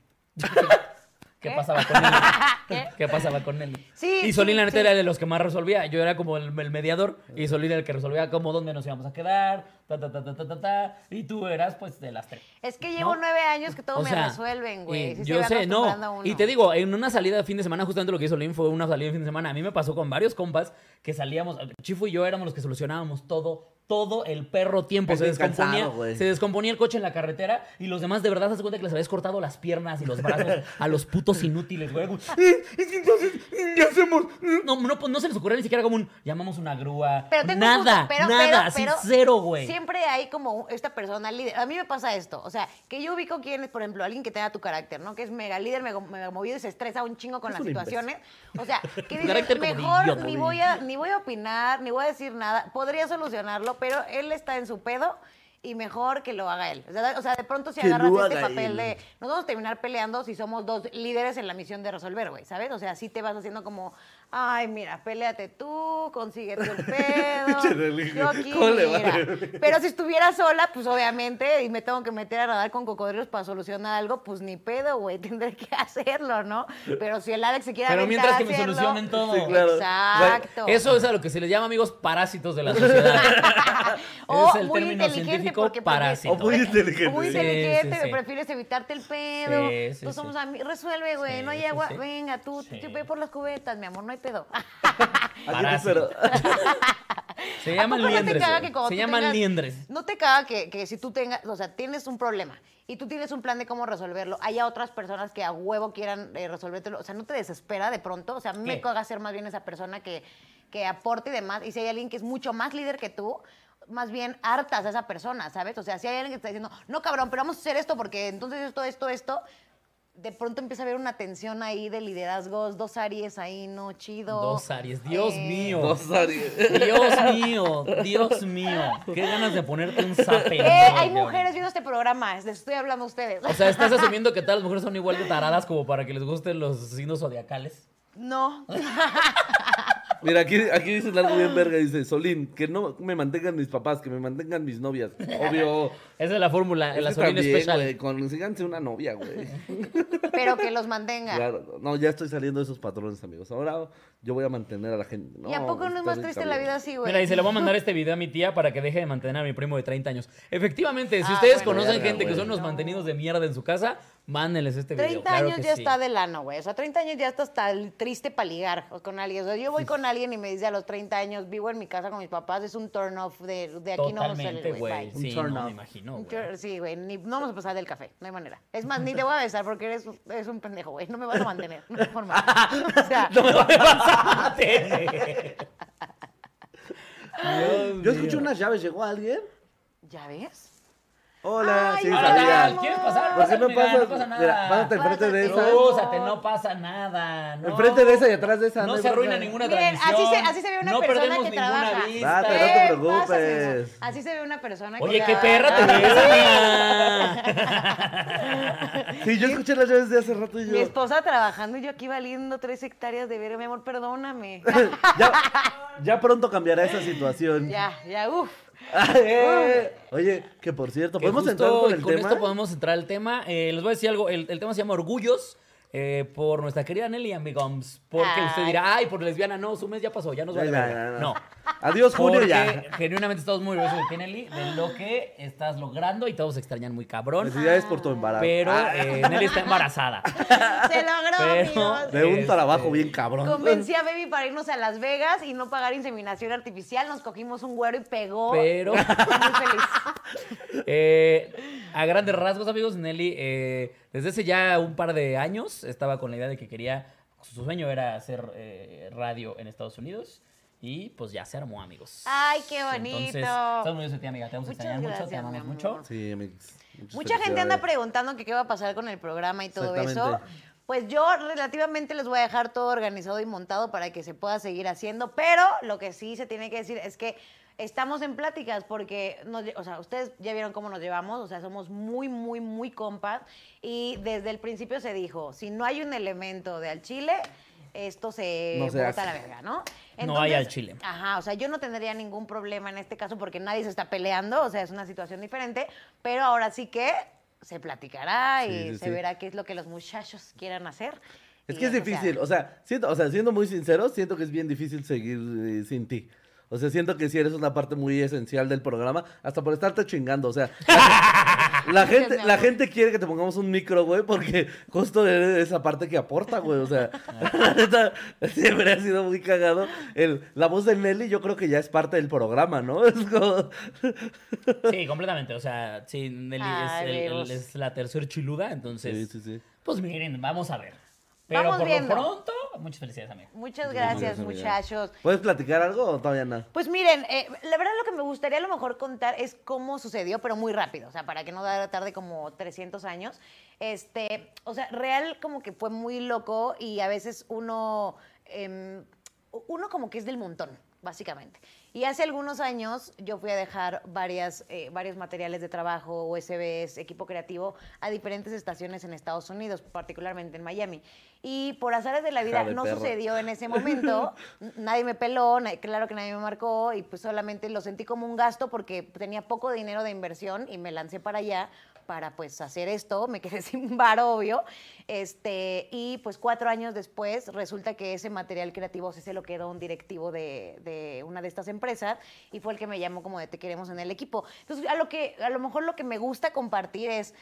Speaker 1: ¿Qué
Speaker 2: ¿Qué?
Speaker 1: pasaba con él?
Speaker 2: ¿Qué?
Speaker 1: ¿Qué? pasaba con él?
Speaker 2: Sí,
Speaker 1: y Solín,
Speaker 2: sí,
Speaker 1: la neta,
Speaker 2: sí.
Speaker 1: era de los que más resolvía. Yo era como el, el mediador y Solín era el que resolvía como dónde nos íbamos a quedar, ta, ta, ta, ta, ta, ta, ta. Y tú eras, pues, de las tres.
Speaker 2: Es que llevo
Speaker 1: No.
Speaker 2: nueve años que todo
Speaker 1: O
Speaker 2: me
Speaker 1: sea,
Speaker 2: resuelven, güey.
Speaker 1: y
Speaker 2: Sí
Speaker 1: yo
Speaker 2: estoy
Speaker 1: sé,
Speaker 2: acostumbrando a
Speaker 1: no.
Speaker 2: uno.
Speaker 1: Y te digo, en una salida de fin de semana, justamente lo que hizo Lin fue una salida de fin de semana. A mí me pasó con varios compas que salíamos, Chifu y yo éramos los que solucionábamos todo. Todo el perro tiempo
Speaker 3: Es
Speaker 1: se
Speaker 3: bien
Speaker 1: descomponía,
Speaker 3: cansado, güey.
Speaker 1: se descomponía el coche en la carretera y los demás de verdad se cuenta que les habías cortado las piernas y los brazos a los putos inútiles, güey. Eh, es que Entonces, ¿qué hacemos? No, no, pues, no se les ocurre ni siquiera como un llamamos una grúa.
Speaker 2: Pero tengo un
Speaker 1: nada,
Speaker 2: gusto, pero, pero,
Speaker 1: nada,
Speaker 2: pero
Speaker 1: sincero, güey.
Speaker 2: Siempre hay como un- esta persona líder. A mí me pasa esto. O sea, que yo ubico quién es, por ejemplo, alguien que tenga tu carácter, ¿no? Que es mega líder, mega, mega movido y se estresa un chingo con
Speaker 3: Es
Speaker 2: las
Speaker 3: un imbécil.
Speaker 2: situaciones. O sea, que dice,
Speaker 1: carácter como de
Speaker 2: mejor
Speaker 1: idiota,
Speaker 2: ni
Speaker 1: güey.
Speaker 2: voy, a, ni voy a opinar, ni voy a decir nada. Podría solucionarlo, pero él está en su pedo. Y mejor que lo haga él. O sea, o sea, de pronto si
Speaker 3: Que lo
Speaker 2: agarras este
Speaker 3: haga
Speaker 2: papel
Speaker 3: él.
Speaker 2: de nos vamos a terminar peleando si somos dos líderes en la misión de resolver, güey, ¿sabes? O sea, así te vas haciendo como, ay, mira, péleate tú, consigue tu
Speaker 3: Che,
Speaker 2: pedo.
Speaker 3: Relín,
Speaker 2: yo aquí,
Speaker 3: ¿cómo le va?
Speaker 2: mira. Pero si estuviera sola, pues obviamente, y me tengo que meter a nadar con cocodrilos para solucionar algo, pues ni pedo, güey, tendré que hacerlo, ¿no? Pero si el Alex se quiere
Speaker 1: Pero
Speaker 2: aventar
Speaker 1: mientras
Speaker 2: a
Speaker 1: que me
Speaker 2: hacerlo-
Speaker 1: solucionen todo.
Speaker 3: Sí, claro.
Speaker 2: Exacto.
Speaker 1: Eso es a lo que se les llama, amigos, parásitos de la sociedad.
Speaker 2: o
Speaker 1: es el
Speaker 2: muy
Speaker 1: término
Speaker 2: inteligente
Speaker 1: científico
Speaker 2: porque
Speaker 1: parásito.
Speaker 3: O muy inteligente.
Speaker 2: O muy
Speaker 1: Sí,
Speaker 2: inteligente,
Speaker 1: sí, sí.
Speaker 2: prefieres evitarte el pedo.
Speaker 1: Sí, sí,
Speaker 2: Todos
Speaker 1: sí.
Speaker 2: somos amigos. Resuelve, güey,
Speaker 1: Sí,
Speaker 2: no hay
Speaker 1: sí,
Speaker 2: agua.
Speaker 1: sí.
Speaker 2: Venga, tú,
Speaker 1: Sí.
Speaker 2: tú ve por las cubetas, mi amor, no hay pedo.
Speaker 3: Aquí te espero.
Speaker 1: Se
Speaker 2: ¿A
Speaker 1: llaman
Speaker 2: poco no te
Speaker 1: liendres.
Speaker 2: caga
Speaker 1: güey.
Speaker 2: que cuando
Speaker 1: se
Speaker 2: tú
Speaker 1: llaman
Speaker 2: tengas-
Speaker 1: liendres.
Speaker 2: No te caga que, que si tú tengas, o sea, tienes un problema y tú tienes un plan de cómo resolverlo, haya otras personas que a huevo quieran eh, resolvértelo. O sea, no te desespera de pronto. O sea, a mí me
Speaker 1: ¿Qué?
Speaker 2: caga ser más bien esa persona que, que aporte y demás. Y si hay alguien que es mucho más líder que tú, más bien hartas a esa persona, ¿sabes? O sea, si hay alguien que está diciendo, no cabrón, pero vamos a hacer esto porque entonces esto, esto, esto. De pronto empieza a haber una tensión ahí de liderazgos, dos Aries ahí, no chido. Eh,
Speaker 1: Dos Aries, Dios mío.
Speaker 3: Dos Aries.
Speaker 1: Dios mío, Dios mío. Qué ganas de ponerte un zape.
Speaker 2: Eh, hay mujeres viendo este programa, les estoy hablando a ustedes.
Speaker 1: O sea, estás asumiendo que todas las mujeres son igual de taradas como para que les gusten los signos zodiacales.
Speaker 2: No.
Speaker 3: Mira, aquí, aquí dicen algo bien verga. Dice, Solín, que no me mantengan mis papás, que me mantengan mis novias. Obvio.
Speaker 1: Esa es la fórmula, la
Speaker 3: Eso
Speaker 1: Solín
Speaker 3: también,
Speaker 1: Special.
Speaker 3: güey. Consíganse una novia, güey.
Speaker 2: Pero que los mantenga.
Speaker 3: Claro. No, ya estoy saliendo de esos patrones, amigos. Ahora yo voy a mantener a la gente. No,
Speaker 2: ¿Y a poco no es
Speaker 3: está
Speaker 2: más
Speaker 3: bien
Speaker 2: triste la
Speaker 3: cabrón.
Speaker 2: vida así, güey?
Speaker 1: Mira, y se le voy a mandar este video a mi tía para que deje de mantener a mi primo de 30 años. Efectivamente, si
Speaker 2: Ah,
Speaker 1: ustedes
Speaker 2: bueno,
Speaker 1: conocen
Speaker 3: verga,
Speaker 1: gente que
Speaker 3: güey.
Speaker 1: son unos
Speaker 2: No.
Speaker 1: mantenidos de mierda en su casa, mándenles este
Speaker 2: 30
Speaker 1: video. claro
Speaker 2: años
Speaker 1: que
Speaker 2: ya
Speaker 1: sí.
Speaker 2: está de lano, güey. O sea, 30 años ya está hasta el triste para ligar o con alguien. O sea, yo voy con alguien y me dice a los 30 años, vivo en mi casa con mis papás, es un turn off de, de aquí no vamos a
Speaker 1: Totalmente,
Speaker 2: salir, güey.
Speaker 1: güey.
Speaker 2: Bye.
Speaker 1: Sí,
Speaker 3: turn
Speaker 1: no, me
Speaker 3: off.
Speaker 1: imagino,
Speaker 2: Un
Speaker 1: güey.
Speaker 2: tur- Sí, güey, ni- no vamos a pasar del café, no hay manera. Es más, ni te voy a besar porque eres, eres un pendejo, güey. No me vas a mantener, no hay forma. O sea,
Speaker 3: Yo escuché unas llaves, llegó alguien.
Speaker 2: ¿ya ves?
Speaker 3: Hola,
Speaker 2: Ay,
Speaker 3: sí,
Speaker 2: hola,
Speaker 3: sabía.
Speaker 2: amor.
Speaker 1: ¿Quieres
Speaker 3: ¿Por
Speaker 1: pasar?
Speaker 3: qué
Speaker 1: Pásate,
Speaker 3: no
Speaker 1: mira,
Speaker 3: pasas?
Speaker 1: no pasa nada.
Speaker 3: Mira, pásate enfrente de esa.
Speaker 2: Pásate.
Speaker 1: Crúzate, no pasa nada. no.
Speaker 3: Enfrente de esa y atrás de esa.
Speaker 1: No
Speaker 3: hay
Speaker 1: se arruina
Speaker 3: bronca.
Speaker 1: ninguna
Speaker 2: Miren,
Speaker 1: tradición.
Speaker 2: así se- así se ve una
Speaker 1: no
Speaker 2: persona
Speaker 1: perdemos
Speaker 2: que
Speaker 1: ninguna
Speaker 2: trabaja.
Speaker 1: Vista.
Speaker 3: Date, Ah, no te
Speaker 2: Eh, pásasela.
Speaker 3: preocupes.
Speaker 2: Así se ve una persona que
Speaker 1: Oye,
Speaker 2: ya-
Speaker 1: qué perra te ves, amiga.
Speaker 3: Sí, yo escuché las llaves de hace rato y yo.
Speaker 2: Mi esposa trabajando y yo aquí valiendo tres hectáreas de verga, mi amor, perdóname.
Speaker 3: ya, ya pronto cambiará esa situación.
Speaker 2: ya, ya, uff.
Speaker 3: Eh, Oye, que por cierto,
Speaker 1: Ah, Que
Speaker 3: ¿podemos
Speaker 1: justo,
Speaker 3: entrar con
Speaker 1: y
Speaker 3: el tema?
Speaker 1: esto podemos entrar al tema. Eh, les voy a decir algo. El, el tema se llama Orgullos. eh, por nuestra querida Nelly Amigums. Porque usted
Speaker 2: Ay.
Speaker 1: dirá, ay, por lesbiana, no, su mes ya pasó, ya nos vale.
Speaker 3: Ya, ya,
Speaker 1: verga".
Speaker 3: ya, ya.
Speaker 1: No.
Speaker 3: Adiós, Julio,
Speaker 1: Porque
Speaker 3: ya.
Speaker 1: genuinamente estamos muy orgullosos de ti, Nelly, de lo que estás logrando y todos extrañan muy cabrón.
Speaker 3: Felicidades por tu embarazo.
Speaker 1: Pero
Speaker 3: Pues Ah,
Speaker 1: eh, Nelly está embarazada.
Speaker 2: Se logró,
Speaker 1: Pero-
Speaker 2: amigos.
Speaker 3: de un
Speaker 1: este-
Speaker 3: trabajo bien cabrón.
Speaker 2: Convencí a Baby para irnos a Las Vegas y no pagar inseminación artificial. Nos cogimos un güero y pegó.
Speaker 1: Pero-
Speaker 2: Estoy Muy feliz.
Speaker 1: Eh, a grandes rasgos, amigos, Nelly, eh, desde hace ya un par de años estaba con la idea de que quería, su sueño era hacer eh, radio en Estados Unidos y pues ya se armó, amigos.
Speaker 2: Ay, qué bonito.
Speaker 1: Entonces, estamos muy orgullosos de ti, amiga, te vamos a
Speaker 2: Muchas
Speaker 1: extrañar mucho, te
Speaker 2: gracias,
Speaker 1: amamos
Speaker 2: mi
Speaker 1: mucho.
Speaker 2: amor.
Speaker 3: Sí, amigos. Muchas
Speaker 2: Mucha gente anda
Speaker 3: felicidades.
Speaker 2: preguntando que qué va a pasar con el programa y todo eso.
Speaker 3: Exactamente.
Speaker 2: Pues yo relativamente les voy a dejar todo organizado y montado para que se pueda seguir haciendo, pero lo que sí se tiene que decir es que estamos en pláticas porque, nos lle- o sea, ustedes ya vieron cómo nos llevamos, o sea, somos muy, muy, muy compas y desde el principio se dijo, si no hay un elemento de al chile, esto se
Speaker 3: No se
Speaker 2: bota
Speaker 3: hace.
Speaker 2: a la verga, ¿no?
Speaker 1: No hay al chile.
Speaker 2: Ajá, o sea, yo no tendría ningún problema en este caso porque nadie se está peleando, o sea, es una situación diferente, pero ahora sí que se platicará y
Speaker 3: Sí, sí,
Speaker 2: se
Speaker 3: sí.
Speaker 2: verá qué es lo que los muchachos quieran hacer.
Speaker 3: Es
Speaker 2: y
Speaker 3: que es
Speaker 2: ya se
Speaker 3: difícil,
Speaker 2: haga.
Speaker 3: o sea, siento, o sea, siendo muy sincero, siento que es bien difícil seguir eh, sin ti. O sea, siento que sí eres una parte muy esencial del programa, hasta por estarte chingando, o sea, la
Speaker 2: Gracias,
Speaker 3: gente,
Speaker 2: mi
Speaker 3: la
Speaker 2: amor.
Speaker 3: gente quiere que te pongamos un micro, güey, porque justo eres esa parte que aporta, güey, o sea, la neta, siempre ha sido muy cagado. El, la voz de Nelly yo creo que ya es parte del programa, ¿no? Es como-
Speaker 1: Sí, completamente, o sea, sí, Nelly
Speaker 2: Ay,
Speaker 1: es, el- el-
Speaker 2: amigos.
Speaker 1: es la tercer chiluda, entonces,
Speaker 3: Sí, sí, sí.
Speaker 1: pues miren, vamos a ver. Pero
Speaker 2: Vamos
Speaker 1: por
Speaker 2: viendo.
Speaker 1: lo pronto, muchas felicidades, amiga.
Speaker 2: Muchas gracias,
Speaker 3: amiga.
Speaker 2: muchachos.
Speaker 3: ¿Puedes platicar algo o todavía nada?
Speaker 2: Pues miren, eh, la verdad lo que me gustaría a lo mejor contar es cómo sucedió, pero muy rápido, o sea, para que no dar- tarde como 300 años. Este, o sea, real como que fue muy loco y a veces uno, em, uno como que es del montón, básicamente. Y hace algunos años yo fui a dejar varias, eh, varios materiales de trabajo, USBs, equipo creativo, a diferentes estaciones en Estados Unidos, particularmente en Miami. Y por azares de la vida
Speaker 3: Hija de
Speaker 2: no
Speaker 3: perra.
Speaker 2: sucedió sucedió en ese momento. N- nadie me peló, na- claro que nadie me marcó y pues solamente lo sentí como un gasto porque tenía poco dinero de inversión y me lancé para allá para pues hacer esto, me quedé sin bar, obvio, este, y pues cuatro años después resulta que ese material creativo sí se lo quedó un directivo de, de una de estas empresas y fue el que me llamó como de te queremos en el equipo. Entonces, a lo, que, a lo mejor lo que me gusta compartir es,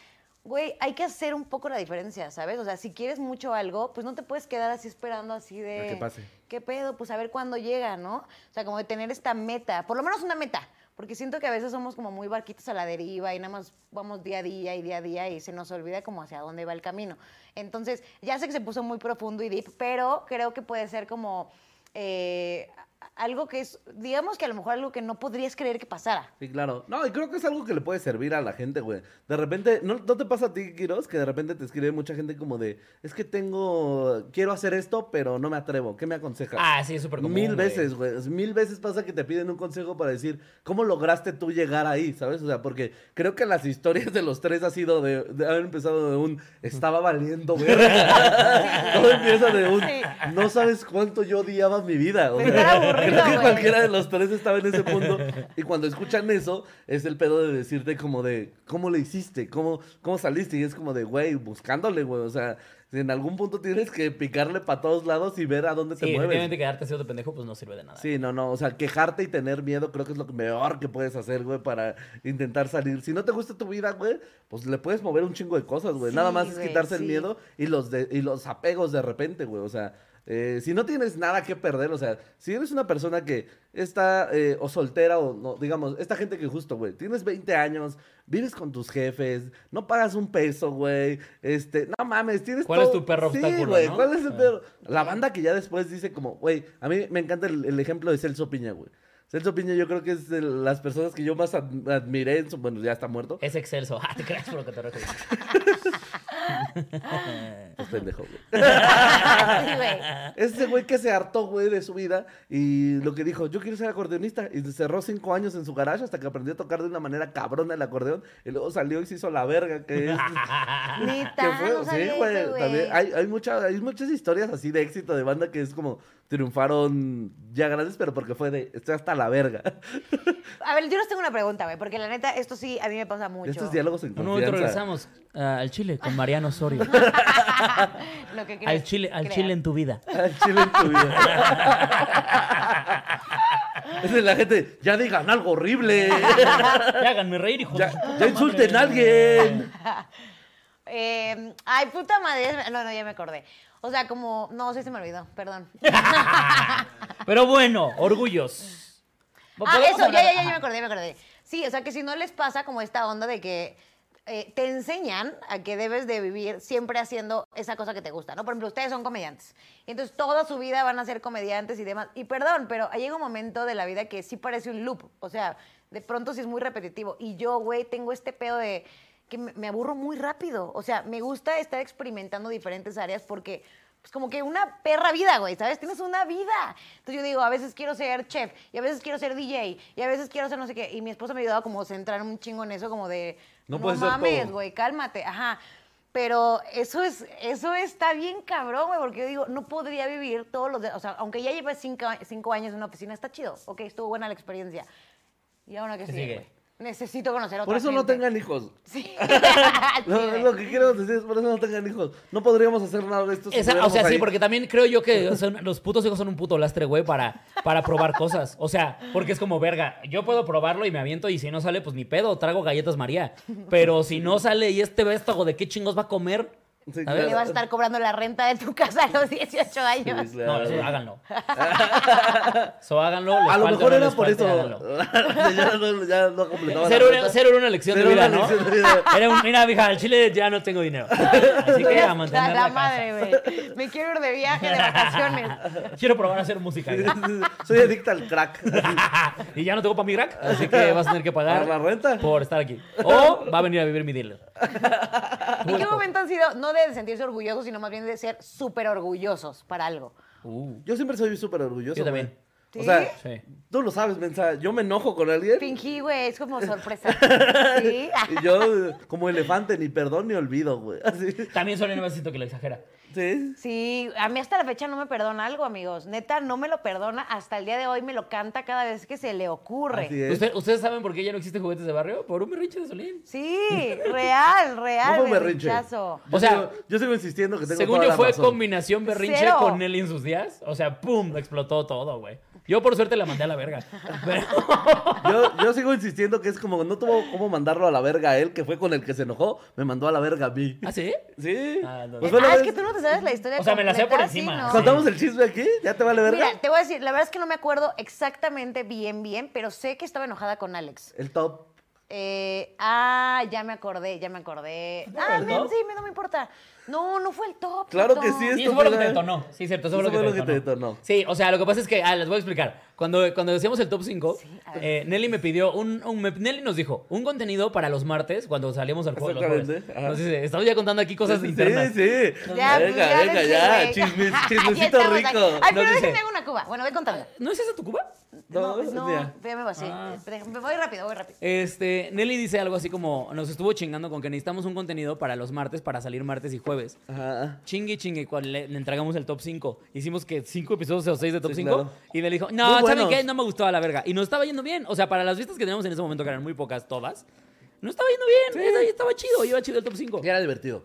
Speaker 2: Güey, hay que hacer un poco la diferencia, ¿sabes? O sea, si quieres mucho algo, pues no te puedes quedar así esperando así de...
Speaker 3: A que pase.
Speaker 2: Eh, ¿Qué pedo? Pues a ver cuándo llega, ¿no? O sea, como de tener esta meta, por lo menos una meta, porque siento que a veces somos como muy barquitos a la deriva y nada más vamos día a día y día a día y se nos olvida como hacia dónde va el camino. Entonces, ya sé que se puso muy profundo y deep, pero creo que puede ser como... eh, algo que es, digamos que a lo mejor algo que no podrías creer que pasara.
Speaker 3: Sí, claro. No, y creo que es algo que le puede servir a la gente, güey. De repente, ¿no, no te pasa a ti, Quiroz, que de repente te escribe mucha gente como de, es que tengo, quiero hacer esto, pero no me atrevo. ¿Qué me aconsejas?
Speaker 1: Ah, sí, es súper común.
Speaker 3: Mil
Speaker 1: güey.
Speaker 3: veces, güey. Es- Mil veces pasa que te piden un consejo para decir, ¿cómo lograste tú llegar ahí? ¿Sabes? O sea, porque creo que las historias de los tres ha sido de, de haber empezado de un, estaba valiendo, güey. Todo empieza de un, no sabes cuánto yo odiaba mi vida. O
Speaker 2: Me
Speaker 3: sea,
Speaker 2: estaba aburrido,
Speaker 3: creo que
Speaker 2: güey.
Speaker 3: cualquiera de los tres estaba en ese punto. Y cuando escuchan eso, es el pedo de decirte como de, ¿cómo le hiciste? ¿Cómo, cómo saliste? Y es como de, güey, buscándole, güey. O sea, en algún punto tienes que picarle para todos lados y ver a dónde
Speaker 1: Sí,
Speaker 3: te mueves.
Speaker 1: obviamente quedarte haciendo pendejo pues no sirve de nada.
Speaker 3: Sí, no, no, o sea, quejarte y tener miedo creo que es lo peor que puedes hacer, güey, para intentar salir. Si no te gusta tu vida, güey, pues le puedes mover un chingo de cosas, güey.
Speaker 2: Sí,
Speaker 3: Nada más es
Speaker 2: güey,
Speaker 3: quitarse
Speaker 2: sí.
Speaker 3: el miedo y los, de- y los apegos de repente, güey. O sea, eh, si no tienes nada que perder, o sea, si eres una persona que está eh, o soltera o no, digamos, esta gente que justo, güey, tienes 20 años, vives con tus jefes, no pagas un peso, güey, este, no mames, tienes
Speaker 1: ¿Cuál es
Speaker 3: todo-
Speaker 1: tu perro
Speaker 3: Sí,
Speaker 1: obstáculo,
Speaker 3: güey,
Speaker 1: no?
Speaker 3: ¿cuál es el
Speaker 1: Ah.
Speaker 3: perro? La banda que ya después dice como, güey, a mí me encanta el, el ejemplo de Celso Piña, güey. Celso Piña yo creo que es de las personas que yo más ad- admiré en su... Bueno, ya está muerto.
Speaker 1: Es excelso. Ah, te creas por lo que te recuerdo.
Speaker 3: Pues pendejo, güey.
Speaker 2: Sí, güey.
Speaker 3: Ese güey que se hartó, güey, de su vida y lo que dijo, yo quiero ser acordeonista. Y se cerró cinco años en su garage hasta que aprendió a tocar de una manera cabrona el acordeón. Y luego salió y se hizo la verga que es...
Speaker 2: Neta,
Speaker 3: que fue,
Speaker 2: no sabía
Speaker 3: sí,
Speaker 2: eso,
Speaker 3: güey.
Speaker 2: güey.
Speaker 3: también hay, hay, mucha- hay muchas historias así de éxito de banda que es como triunfaron ya grandes, pero porque fue de, estoy hasta la verga.
Speaker 2: A ver, yo les tengo una pregunta, güey, porque la neta, esto sí a mí me pasa
Speaker 1: Pues
Speaker 2: mucho.
Speaker 3: Estos diálogos en
Speaker 1: En un momento
Speaker 3: confianza.
Speaker 1: regresamos ah, al Chile con Mariano Osorio.
Speaker 2: Lo que crees,
Speaker 1: al Chile, al
Speaker 2: creas.
Speaker 1: Chile en tu vida.
Speaker 3: Al chile en tu vida. Es de la gente, ya digan algo horrible.
Speaker 1: Ya háganme reír, hijo. de su
Speaker 3: Ya,
Speaker 1: puta
Speaker 3: ya insulten
Speaker 1: madre.
Speaker 3: a alguien.
Speaker 2: Eh, ay, puta madre. No, no, ya me acordé. O sea, como. No, sí se me olvidó, perdón.
Speaker 1: Pero bueno, orgullos.
Speaker 2: Ah,
Speaker 1: ¿Podemos
Speaker 2: eso, ya,
Speaker 1: hablar?
Speaker 2: ya, ya, ya me
Speaker 1: Ajá.
Speaker 2: acordé, ya me acordé. Sí, o sea, que si no les pasa como esta onda de que eh, te enseñan a que debes de vivir siempre haciendo esa cosa que te gusta, ¿no? Por ejemplo, ustedes son comediantes. Y entonces toda su vida van a ser comediantes y demás. Y perdón, pero llega un momento de la vida que sí parece un loop. O sea, de pronto sí es muy repetitivo. Y yo, güey, tengo este pedo de que me me aburro muy rápido. O sea, me gusta estar experimentando diferentes áreas porque pues como que una perra vida, güey, ¿sabes? Tienes una vida. Entonces yo digo, a veces quiero ser chef, y a veces quiero ser DJ, y a veces quiero ser no sé qué. Y mi esposa me ayudaba como a centrar un chingo en eso, como de,
Speaker 3: No
Speaker 2: no,
Speaker 3: puedes ser
Speaker 2: mames,
Speaker 3: todo".
Speaker 2: güey, cálmate, ajá. Pero eso es, eso está bien cabrón, güey, porque yo digo, no podría vivir todos los días, o sea, aunque ya lleve cinco, cinco años en una oficina, está chido, ok, estuvo buena la experiencia. Y ahora que
Speaker 1: ¿Qué
Speaker 2: sigue,
Speaker 1: sigue?
Speaker 2: güey. Necesito conocer a otra
Speaker 3: Por eso no
Speaker 2: gente.
Speaker 3: tengan hijos.
Speaker 2: Sí. Sí,
Speaker 3: Lo,
Speaker 2: güey.
Speaker 3: lo que quiero decir es por eso no tengan hijos. No podríamos hacer nada de esto. si
Speaker 1: Esa- o sea,
Speaker 3: estuviéramos
Speaker 1: sí,
Speaker 3: ahí.
Speaker 1: porque también creo yo que son- los putos hijos son un puto lastre, güey, para, para probar cosas. O sea, porque es como, verga, yo puedo probarlo y me aviento y si no sale, pues ni pedo, trago galletas María. Pero si no sale y este vástago de qué chingos va a comer,
Speaker 3: Sí,
Speaker 1: A
Speaker 2: Y
Speaker 1: ver.
Speaker 2: Le vas a estar cobrando la renta de tu casa a los 18 años.
Speaker 3: Sí,
Speaker 1: no,
Speaker 3: claro.
Speaker 1: eso háganlo. Eso háganlo. les
Speaker 3: A lo
Speaker 1: falte o
Speaker 3: mejor
Speaker 1: no
Speaker 3: era
Speaker 1: les
Speaker 3: por
Speaker 1: falte,
Speaker 3: eso.
Speaker 1: háganlo.
Speaker 3: ya, no, ya no completaba. la
Speaker 1: Cero era,
Speaker 3: meta.
Speaker 1: cero era una lección
Speaker 3: Cero
Speaker 1: de vida,
Speaker 3: una
Speaker 1: ¿no?
Speaker 3: lección de vida.
Speaker 1: Era un, mira, mija, al chile ya no tengo dinero. Así que a
Speaker 2: A
Speaker 1: mantener
Speaker 2: la,
Speaker 1: la,
Speaker 2: madre, güey. Me quiero ir de viaje, de vacaciones.
Speaker 1: casa. Quiero probar a hacer música. ya.
Speaker 3: Soy adicta al crack.
Speaker 1: y ya no tengo para mi rack, así que vas a tener que pagar
Speaker 3: ¿Para la renta?
Speaker 1: por estar aquí. O va a venir a vivir mi dealer.
Speaker 2: ¿En qué momento han sido, no de sentirse orgullosos, sino más bien de ser súper orgullosos para algo?
Speaker 1: Uh,
Speaker 3: Yo siempre soy súper orgulloso.
Speaker 1: Yo también.
Speaker 3: güey. O
Speaker 2: ¿Sí?
Speaker 3: sea,
Speaker 1: Sí.
Speaker 3: tú lo sabes, mensa. Yo me enojo con alguien.
Speaker 2: Fingí, güey, es como sorpresa. ¿Sí?
Speaker 3: Y yo, eh, como elefante, ni perdón ni olvido, güey. Así.
Speaker 1: También suena un besito que lo exagera.
Speaker 3: Sí.
Speaker 2: Sí, a mí hasta la fecha no me perdona algo, amigos. Neta, no me lo perdona. Hasta el día de hoy me lo canta cada vez que se le
Speaker 3: Así
Speaker 2: ocurre.
Speaker 3: es.
Speaker 1: ¿Usted- ¿Ustedes saben por qué ya no existen juguetes de barrio? Por un berrinche de Solín.
Speaker 2: Sí, real, real.
Speaker 3: No fue berrinche.
Speaker 2: berrinchazo.
Speaker 3: Yo
Speaker 1: O sea,
Speaker 3: sigo- yo sigo insistiendo que tengo
Speaker 1: Según
Speaker 3: toda
Speaker 1: yo
Speaker 3: la
Speaker 1: fue
Speaker 3: razón.
Speaker 1: combinación berrinche
Speaker 2: Cero.
Speaker 1: con Nelly en sus días. O sea, ¡pum! Explotó todo, güey. Yo por suerte la mandé a la verga. Pero...
Speaker 3: Yo, yo sigo insistiendo que es como no tuvo cómo mandarlo a la verga a él, que fue con el que se enojó, me mandó a la verga a mí.
Speaker 1: ¿Ah, sí?
Speaker 3: Sí.
Speaker 1: Ah, no,
Speaker 3: Pues
Speaker 1: no.
Speaker 3: fue la
Speaker 2: Ah, es
Speaker 3: vez-
Speaker 2: que tú no te sabes la historia
Speaker 1: O sea, me la sé
Speaker 2: completa,
Speaker 1: por
Speaker 2: sí,
Speaker 1: encima,
Speaker 2: ¿no?
Speaker 1: sí.
Speaker 3: ¿Contamos el chisme aquí? ¿Ya te vale verga?
Speaker 2: Mira, te voy a decir, la verdad es que no me acuerdo exactamente bien, bien, pero sé que estaba enojada con Alex.
Speaker 3: El top.
Speaker 2: Eh, ah, ya me acordé, ya me acordé. Ah, men, sí, men, no me importa. No, no fue el top.
Speaker 3: Claro
Speaker 2: el
Speaker 3: que
Speaker 2: top.
Speaker 3: sí,
Speaker 1: Sí,
Speaker 3: esto
Speaker 1: eso fue lo que te
Speaker 3: fue-
Speaker 1: detonó. Sí, cierto, eso,
Speaker 3: Eso
Speaker 1: fue lo que, te, detonó. Sí, o sea, lo que pasa es que, ah, les voy a explicar. Cuando, cuando decíamos el top 5,
Speaker 2: a ver.
Speaker 1: eh, Nelly me pidió un, un- me- Nelly nos dijo un contenido para los martes cuando salíamos al juego. los jueves.
Speaker 3: Exactamente, ajá.
Speaker 1: Nos dice, estamos ya contando aquí cosas
Speaker 3: Sí, Sí,
Speaker 1: internas.
Speaker 3: sí.
Speaker 2: Ya, pues,
Speaker 3: venga,
Speaker 2: ya
Speaker 3: venga,
Speaker 2: ves que
Speaker 3: ya.
Speaker 2: güey.
Speaker 3: Chismes,
Speaker 2: Aquí
Speaker 3: chismecito
Speaker 2: estamos, aquí.
Speaker 3: rico.
Speaker 2: Ay,
Speaker 1: Nos
Speaker 2: pero
Speaker 1: dice-
Speaker 2: déjame hago una cuba. Bueno, ve contando.
Speaker 1: ¿No es esa tu cuba?
Speaker 2: No,
Speaker 3: No, Ah.
Speaker 2: no,
Speaker 3: mira.
Speaker 2: ya me vacío. Espera, me Voy rápido, voy rápido.
Speaker 1: Este, Nelly dice algo así como, nos estuvo chingando con que necesitamos un contenido para los martes, para salir martes y jueves.
Speaker 3: Ajá.
Speaker 1: Chingue, chingue, cual le, le entregamos el top 5. Hicimos que 5 episodios o 6 de top
Speaker 3: Sí,
Speaker 1: 5.
Speaker 3: claro.
Speaker 1: Y Nelly dijo, no,
Speaker 3: Muy
Speaker 1: ¿saben
Speaker 3: buenos.
Speaker 1: qué? No me gustaba la verga. Y nos estaba yendo bien. O sea, para las vistas que teníamos en ese momento, que eran muy pocas todas, no estaba yendo bien. Estaba, estaba chido, iba chido el top 5.
Speaker 3: Que era divertido.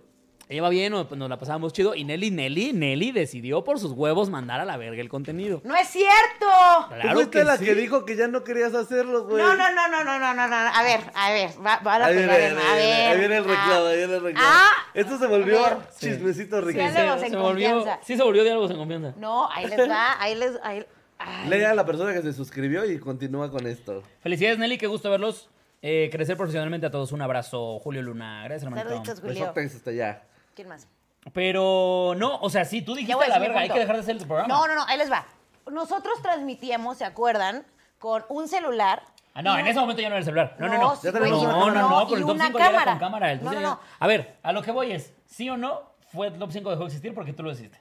Speaker 1: Iba bien, nos, nos la pasábamos chido. Y Nelly, Nelly, Nelly decidió por sus huevos mandar a la verga el contenido.
Speaker 2: ¡No es cierto!
Speaker 3: Tú
Speaker 1: Claro
Speaker 3: fuiste
Speaker 1: que
Speaker 3: la
Speaker 1: sí.
Speaker 3: que dijo que ya no querías hacerlo, güey.
Speaker 2: No, no, no, no, no, no, no, no. A ver, a ver, va, va la
Speaker 3: Ahí viene,
Speaker 2: pelea,
Speaker 3: ahí
Speaker 2: a
Speaker 3: viene,
Speaker 2: ver.
Speaker 3: ahí viene el reclamo,
Speaker 2: Ah.
Speaker 3: ahí viene el reclamo.
Speaker 2: Ah.
Speaker 3: Esto se volvió
Speaker 2: A ver.
Speaker 3: chismecito rico.
Speaker 2: Sí, Diálogos en
Speaker 1: volvió,
Speaker 2: confianza.
Speaker 1: sí, se volvió diálogos en confianza.
Speaker 2: No, ahí les va, ahí les... Ahí... Ay.
Speaker 3: Lea a la persona que se suscribió y continúa con esto.
Speaker 1: Felicidades, Nelly, qué gusto verlos. Eh, crecer profesionalmente a todos. Un abrazo, Julio Luna. Gracias, hermanito.
Speaker 2: Saluditos, Julio.
Speaker 3: Besotes hasta allá.
Speaker 2: ¿Quién más?
Speaker 1: Pero no, o sea, sí, tú dijiste
Speaker 2: Ya voy a
Speaker 1: la
Speaker 2: decir mi
Speaker 1: verga, hay
Speaker 2: punto.
Speaker 1: que dejar de hacer tu programa.
Speaker 2: No, no, no, ahí les va. Nosotros transmitíamos, ¿se acuerdan? Con un celular.
Speaker 1: Ah, no,
Speaker 2: y
Speaker 1: en
Speaker 2: un-
Speaker 1: ese momento ya no era el celular. No, no,
Speaker 2: No,
Speaker 1: no.
Speaker 2: sí,
Speaker 3: Ya tenemos
Speaker 1: no,
Speaker 3: una
Speaker 1: no, no,
Speaker 3: cámara.
Speaker 1: no,
Speaker 2: Y
Speaker 1: pero el top
Speaker 2: una
Speaker 1: 5 ya era
Speaker 2: cámara.
Speaker 1: con cámara. el top
Speaker 2: No, no,
Speaker 1: cinco ya-
Speaker 2: no.
Speaker 1: A ver, a lo que voy es, sí o no, fue el top 5 dejó de existir porque tú lo hiciste.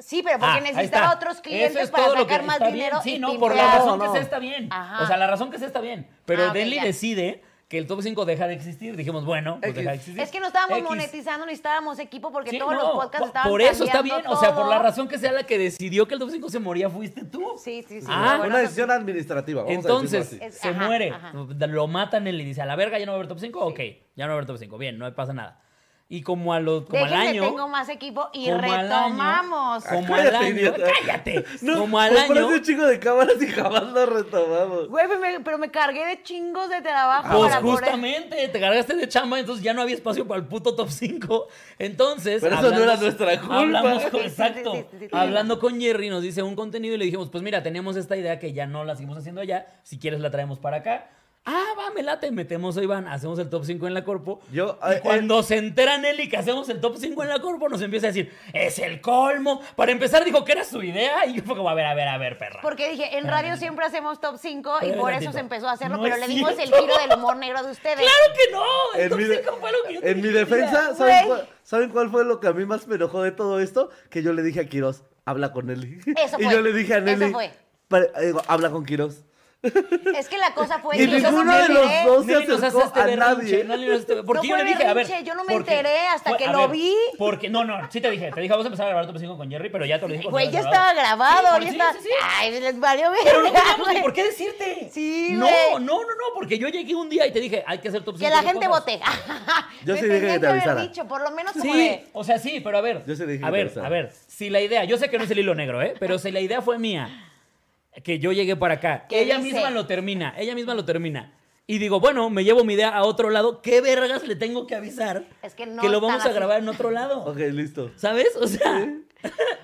Speaker 2: Sí, pero porque
Speaker 1: Ah, ahí
Speaker 2: necesitaba
Speaker 1: está.
Speaker 2: otros
Speaker 1: Eso
Speaker 2: clientes
Speaker 1: es
Speaker 2: para
Speaker 1: todo lo
Speaker 2: sacar
Speaker 1: que-
Speaker 2: más
Speaker 1: está bien.
Speaker 2: dinero
Speaker 1: Sí,
Speaker 2: y
Speaker 1: no, por la
Speaker 2: pimpear.
Speaker 1: razón que
Speaker 3: No,
Speaker 1: sea
Speaker 3: no.
Speaker 1: está bien.
Speaker 2: Ajá.
Speaker 1: O sea, la razón que sea está bien. Pero
Speaker 2: Ah, ok,
Speaker 1: Denly
Speaker 2: ya.
Speaker 1: decide que el top 5 deja de existir. Dijimos, bueno, pues
Speaker 3: X.
Speaker 1: deja de existir.
Speaker 2: Es que no estábamos
Speaker 1: X.
Speaker 2: monetizando, necesitábamos equipo porque
Speaker 1: Sí,
Speaker 2: todos
Speaker 1: no,
Speaker 2: los podcasts
Speaker 1: por-
Speaker 2: estaban
Speaker 1: Por eso está
Speaker 2: cambiando
Speaker 1: bien, o sea,
Speaker 2: todo.
Speaker 1: por la razón que sea la que decidió que el top 5 se moría fuiste tú.
Speaker 2: Sí, sí, sí.
Speaker 1: Ah,
Speaker 2: bueno,
Speaker 3: Una
Speaker 2: eso sí.
Speaker 3: decisión administrativa. vamos a decirlo
Speaker 1: Entonces,
Speaker 3: así.
Speaker 2: Es-
Speaker 1: se
Speaker 2: ajá,
Speaker 1: muere.
Speaker 2: ajá.
Speaker 1: Lo matan él y dice, a la verga, ya no va a haber top 5. Ok, ya no va a haber top 5. Bien, no pasa nada. Y como, a los, como al
Speaker 2: Déjenme,
Speaker 1: año...
Speaker 2: tengo más equipo y
Speaker 1: como al año-
Speaker 2: retomamos.
Speaker 1: como
Speaker 3: Ah, Cállate,
Speaker 1: al año...
Speaker 3: idiota.
Speaker 1: ¡Cállate!
Speaker 3: No,
Speaker 1: como al
Speaker 3: compraste
Speaker 1: año...
Speaker 3: un chingo de cámaras y jamás lo retomamos.
Speaker 2: Güey, pero me, pero me cargué de chingos de trabajo
Speaker 1: Pues
Speaker 2: para poder-
Speaker 1: justamente, te cargaste de chamba, entonces ya no había espacio para el puto top 5. Entonces.
Speaker 3: Pero eso no era nuestra culpa.
Speaker 1: hablamos con-
Speaker 2: Sí, sí,
Speaker 1: exacto.
Speaker 2: sí, sí, sí, sí.
Speaker 1: Hablando con Jerry, nos dice un contenido y le dijimos: Pues mira, tenemos esta idea que ya no la seguimos haciendo allá. Si quieres, la traemos para acá. Ah, va, me late. Metemos a Iván, hacemos el top 5 en la Corpo.
Speaker 3: Yo,
Speaker 1: y
Speaker 3: eh,
Speaker 1: cuando se entera Nelly que hacemos el top 5 en la Corpo, nos empieza a decir: Es el colmo. Para empezar, dijo que era su idea. Y yo fue como: A ver, a ver, a ver, perra.
Speaker 2: Porque dije, en radio siempre hacemos top 5 y
Speaker 1: Espérame
Speaker 2: por eso
Speaker 1: tantito.
Speaker 2: se empezó a hacerlo,
Speaker 1: Ah. No
Speaker 2: pero
Speaker 1: es
Speaker 2: le dimos el
Speaker 1: cierto.
Speaker 2: giro del humor negro de ustedes.
Speaker 1: ¡Claro que no! El
Speaker 3: En
Speaker 1: top
Speaker 3: mi, de-
Speaker 1: 5 fue lo que yo te
Speaker 3: en mi
Speaker 1: dije.
Speaker 3: defensa,
Speaker 2: Güey.
Speaker 3: ¿saben cuál, saben cuál fue lo que a mí más me enojó de todo esto? Que yo le dije a Quiroz, habla con Nelly.
Speaker 2: Eso
Speaker 3: y
Speaker 2: fue,
Speaker 3: yo le dije a
Speaker 2: eso
Speaker 3: Nelly,
Speaker 2: fue.
Speaker 3: "Pare- eh, digo, habla con Quiroz.
Speaker 2: Es que la cosa fue
Speaker 3: Y
Speaker 2: que yo
Speaker 3: ninguno
Speaker 2: no me
Speaker 3: de los
Speaker 2: enteré.
Speaker 3: dos- No se
Speaker 1: Nelly nos hace
Speaker 3: acercó
Speaker 1: este
Speaker 3: a
Speaker 1: berrinche,
Speaker 3: nadie.
Speaker 1: Nelly nos hace este- Porque
Speaker 2: No
Speaker 1: yo le
Speaker 2: fue
Speaker 1: dije, a ver.
Speaker 2: berrinche, yo no me
Speaker 1: porque
Speaker 2: enteré hasta
Speaker 1: fue-
Speaker 2: que
Speaker 1: a
Speaker 2: lo
Speaker 1: ver,
Speaker 2: vi.
Speaker 1: Porque, no, no, sí te dije, te dije, vamos a empezar a grabar tu cinco con Jerry, pero ya te lo dije. cuando
Speaker 2: Güey, ya
Speaker 1: habías
Speaker 2: estaba grabado,
Speaker 1: Sí,
Speaker 2: ya
Speaker 1: por- sí,
Speaker 2: estaba...
Speaker 1: sí, sí.
Speaker 2: Ay, les valió ver.
Speaker 1: Pero no teníamos ni por qué decirte.
Speaker 2: Sí,
Speaker 1: No, no,
Speaker 2: güey.
Speaker 1: no, no, porque yo llegué un día y te dije, hay que hacer top
Speaker 2: Que
Speaker 1: 5.
Speaker 2: la gente vote.
Speaker 3: Yo
Speaker 2: Me
Speaker 3: sí dije que
Speaker 2: tenían
Speaker 3: te
Speaker 2: haber
Speaker 3: avisara.
Speaker 2: dicho, por lo menos como
Speaker 1: Sí,
Speaker 2: de...
Speaker 1: o sea, sí, pero a ver.
Speaker 3: Yo sí dije
Speaker 1: a
Speaker 3: que
Speaker 1: ver,
Speaker 3: pensaba.
Speaker 1: a ver. Si la idea, yo sé que no es el hilo negro, ¿eh? Pero si la idea fue mía, que yo llegué para acá,
Speaker 2: ¿Qué
Speaker 1: ella
Speaker 2: dice?
Speaker 1: misma lo termina, ella misma lo termina. Y digo, bueno, me llevo mi idea a otro lado, ¿qué vergas le tengo que avisar?
Speaker 2: Es que no
Speaker 1: lo
Speaker 2: estaba
Speaker 1: vamos a
Speaker 2: así.
Speaker 1: grabar en otro
Speaker 2: Oh.
Speaker 1: lado.
Speaker 3: Ok, listo.
Speaker 1: ¿Sabes? O sea,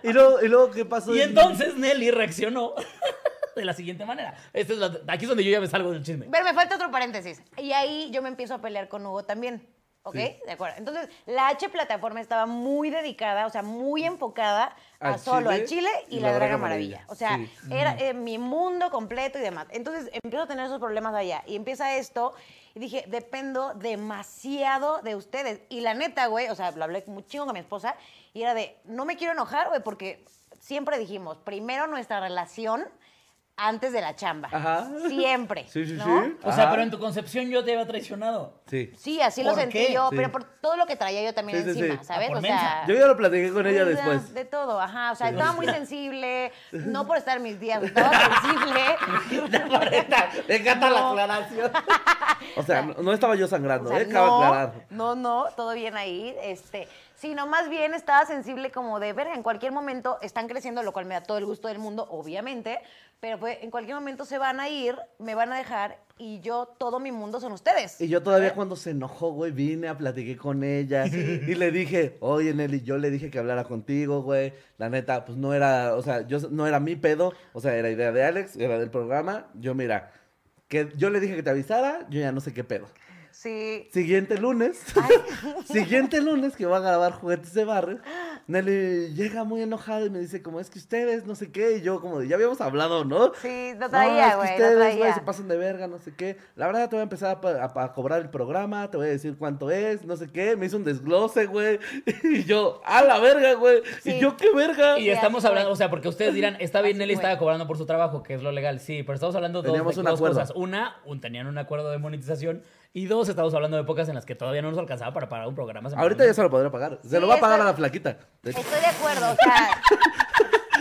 Speaker 3: Y luego, y luego ¿qué pasó?
Speaker 1: y entonces Nelly reaccionó de la siguiente manera. Esta es la- aquí es donde yo ya me salgo del chisme.
Speaker 2: Pero me falta otro paréntesis. Y ahí yo me empiezo a pelear con Hugo también. ¿Ok?
Speaker 3: Sí.
Speaker 2: De acuerdo. Entonces, la H plataforma estaba muy dedicada, o sea, muy enfocada a,
Speaker 3: Al
Speaker 2: solo
Speaker 3: Chile
Speaker 2: al Chile y, la, Draga Maravilla. O sea,
Speaker 3: Sí.
Speaker 2: era eh, mi mundo completo y demás. Entonces, empiezo a tener esos problemas allá. Y empieza esto. Y dije, dependo demasiado de ustedes. Y la neta, güey, o sea, lo hablé muy chingo con mi esposa. Y era de, no me quiero enojar, güey, porque siempre dijimos, primero nuestra relación antes de la chamba.
Speaker 3: Ajá.
Speaker 2: Siempre.
Speaker 3: Sí, sí,
Speaker 2: ¿no?
Speaker 3: sí.
Speaker 1: O sea,
Speaker 3: Ajá.
Speaker 1: pero en tu concepción yo te había traicionado.
Speaker 3: Sí.
Speaker 2: Sí, así lo
Speaker 1: ¿Por
Speaker 2: sentí
Speaker 1: qué?
Speaker 2: yo,
Speaker 3: Sí.
Speaker 2: pero por todo lo que traía yo
Speaker 3: Sí,
Speaker 2: también
Speaker 3: sí,
Speaker 2: encima,
Speaker 3: sí.
Speaker 2: ¿sabes?
Speaker 1: Ah, por
Speaker 2: O sea,
Speaker 3: Yo ya lo platiqué con ella
Speaker 2: pues,
Speaker 3: después.
Speaker 2: De todo, ajá. O sea, estaba muy sensible, no por estar en mis días, estaba sensible.
Speaker 3: Me encanta la aclaración. O sea, no, no estaba yo
Speaker 2: O
Speaker 3: sangrando,
Speaker 2: sea,
Speaker 3: ¿eh? Cabe
Speaker 2: no,
Speaker 3: aclarar.
Speaker 2: no, no, todo bien ahí. Este, sino más bien estaba sensible como de ver, en cualquier momento están creciendo, lo cual me da todo el gusto del mundo, obviamente, pero pues en cualquier momento se van a ir, me van a dejar y yo, todo mi mundo son ustedes.
Speaker 3: Y yo todavía cuando se enojó, güey, vine a platiqué con ella y le dije, oye, Nelly, yo le dije que hablara contigo, güey. La neta, pues no era, o sea, yo no era mi pedo, o sea, era idea de Alex, era del programa. Yo, mira, que yo le dije que te avisara, yo ya no sé qué pedo.
Speaker 2: Sí.
Speaker 3: Siguiente lunes. siguiente lunes que va a grabar juguetes de barrio. Nelly llega muy enojada y me dice como es que ustedes no sé qué y yo como de, ya habíamos hablado, ¿no?
Speaker 2: Sí, no
Speaker 3: No,
Speaker 2: traía,
Speaker 3: es que
Speaker 2: güey.
Speaker 3: ustedes
Speaker 2: no
Speaker 3: güey,
Speaker 2: traía.
Speaker 3: se pasan de verga, no sé qué. La verdad te voy a empezar a, pa- a pa- a cobrar el programa, te voy a decir cuánto es, no sé qué. Me hizo un desglose, güey. Y yo, a la verga, güey.
Speaker 2: Sí.
Speaker 3: Y yo, qué verga.
Speaker 1: Y estamos
Speaker 2: así fue.
Speaker 1: hablando, o sea, porque ustedes dirán, está bien,
Speaker 2: Así
Speaker 1: Nelly
Speaker 2: fue.
Speaker 1: estaba cobrando por su trabajo, que es lo legal, sí, pero estamos hablando dos,
Speaker 3: Teníamos
Speaker 1: de-
Speaker 3: un
Speaker 1: dos
Speaker 3: acuerdo.
Speaker 1: cosas. Una, un- tenían un acuerdo de monetización, y dos, estamos hablando de épocas en las que todavía no nos alcanzaba para pagar un programa. semanal.
Speaker 3: Ahorita ya se lo podrá pagar. Se
Speaker 2: Sí,
Speaker 3: lo va a pagar
Speaker 2: esa-
Speaker 3: a la flaquita. De hecho,
Speaker 2: Estoy de acuerdo, o sea.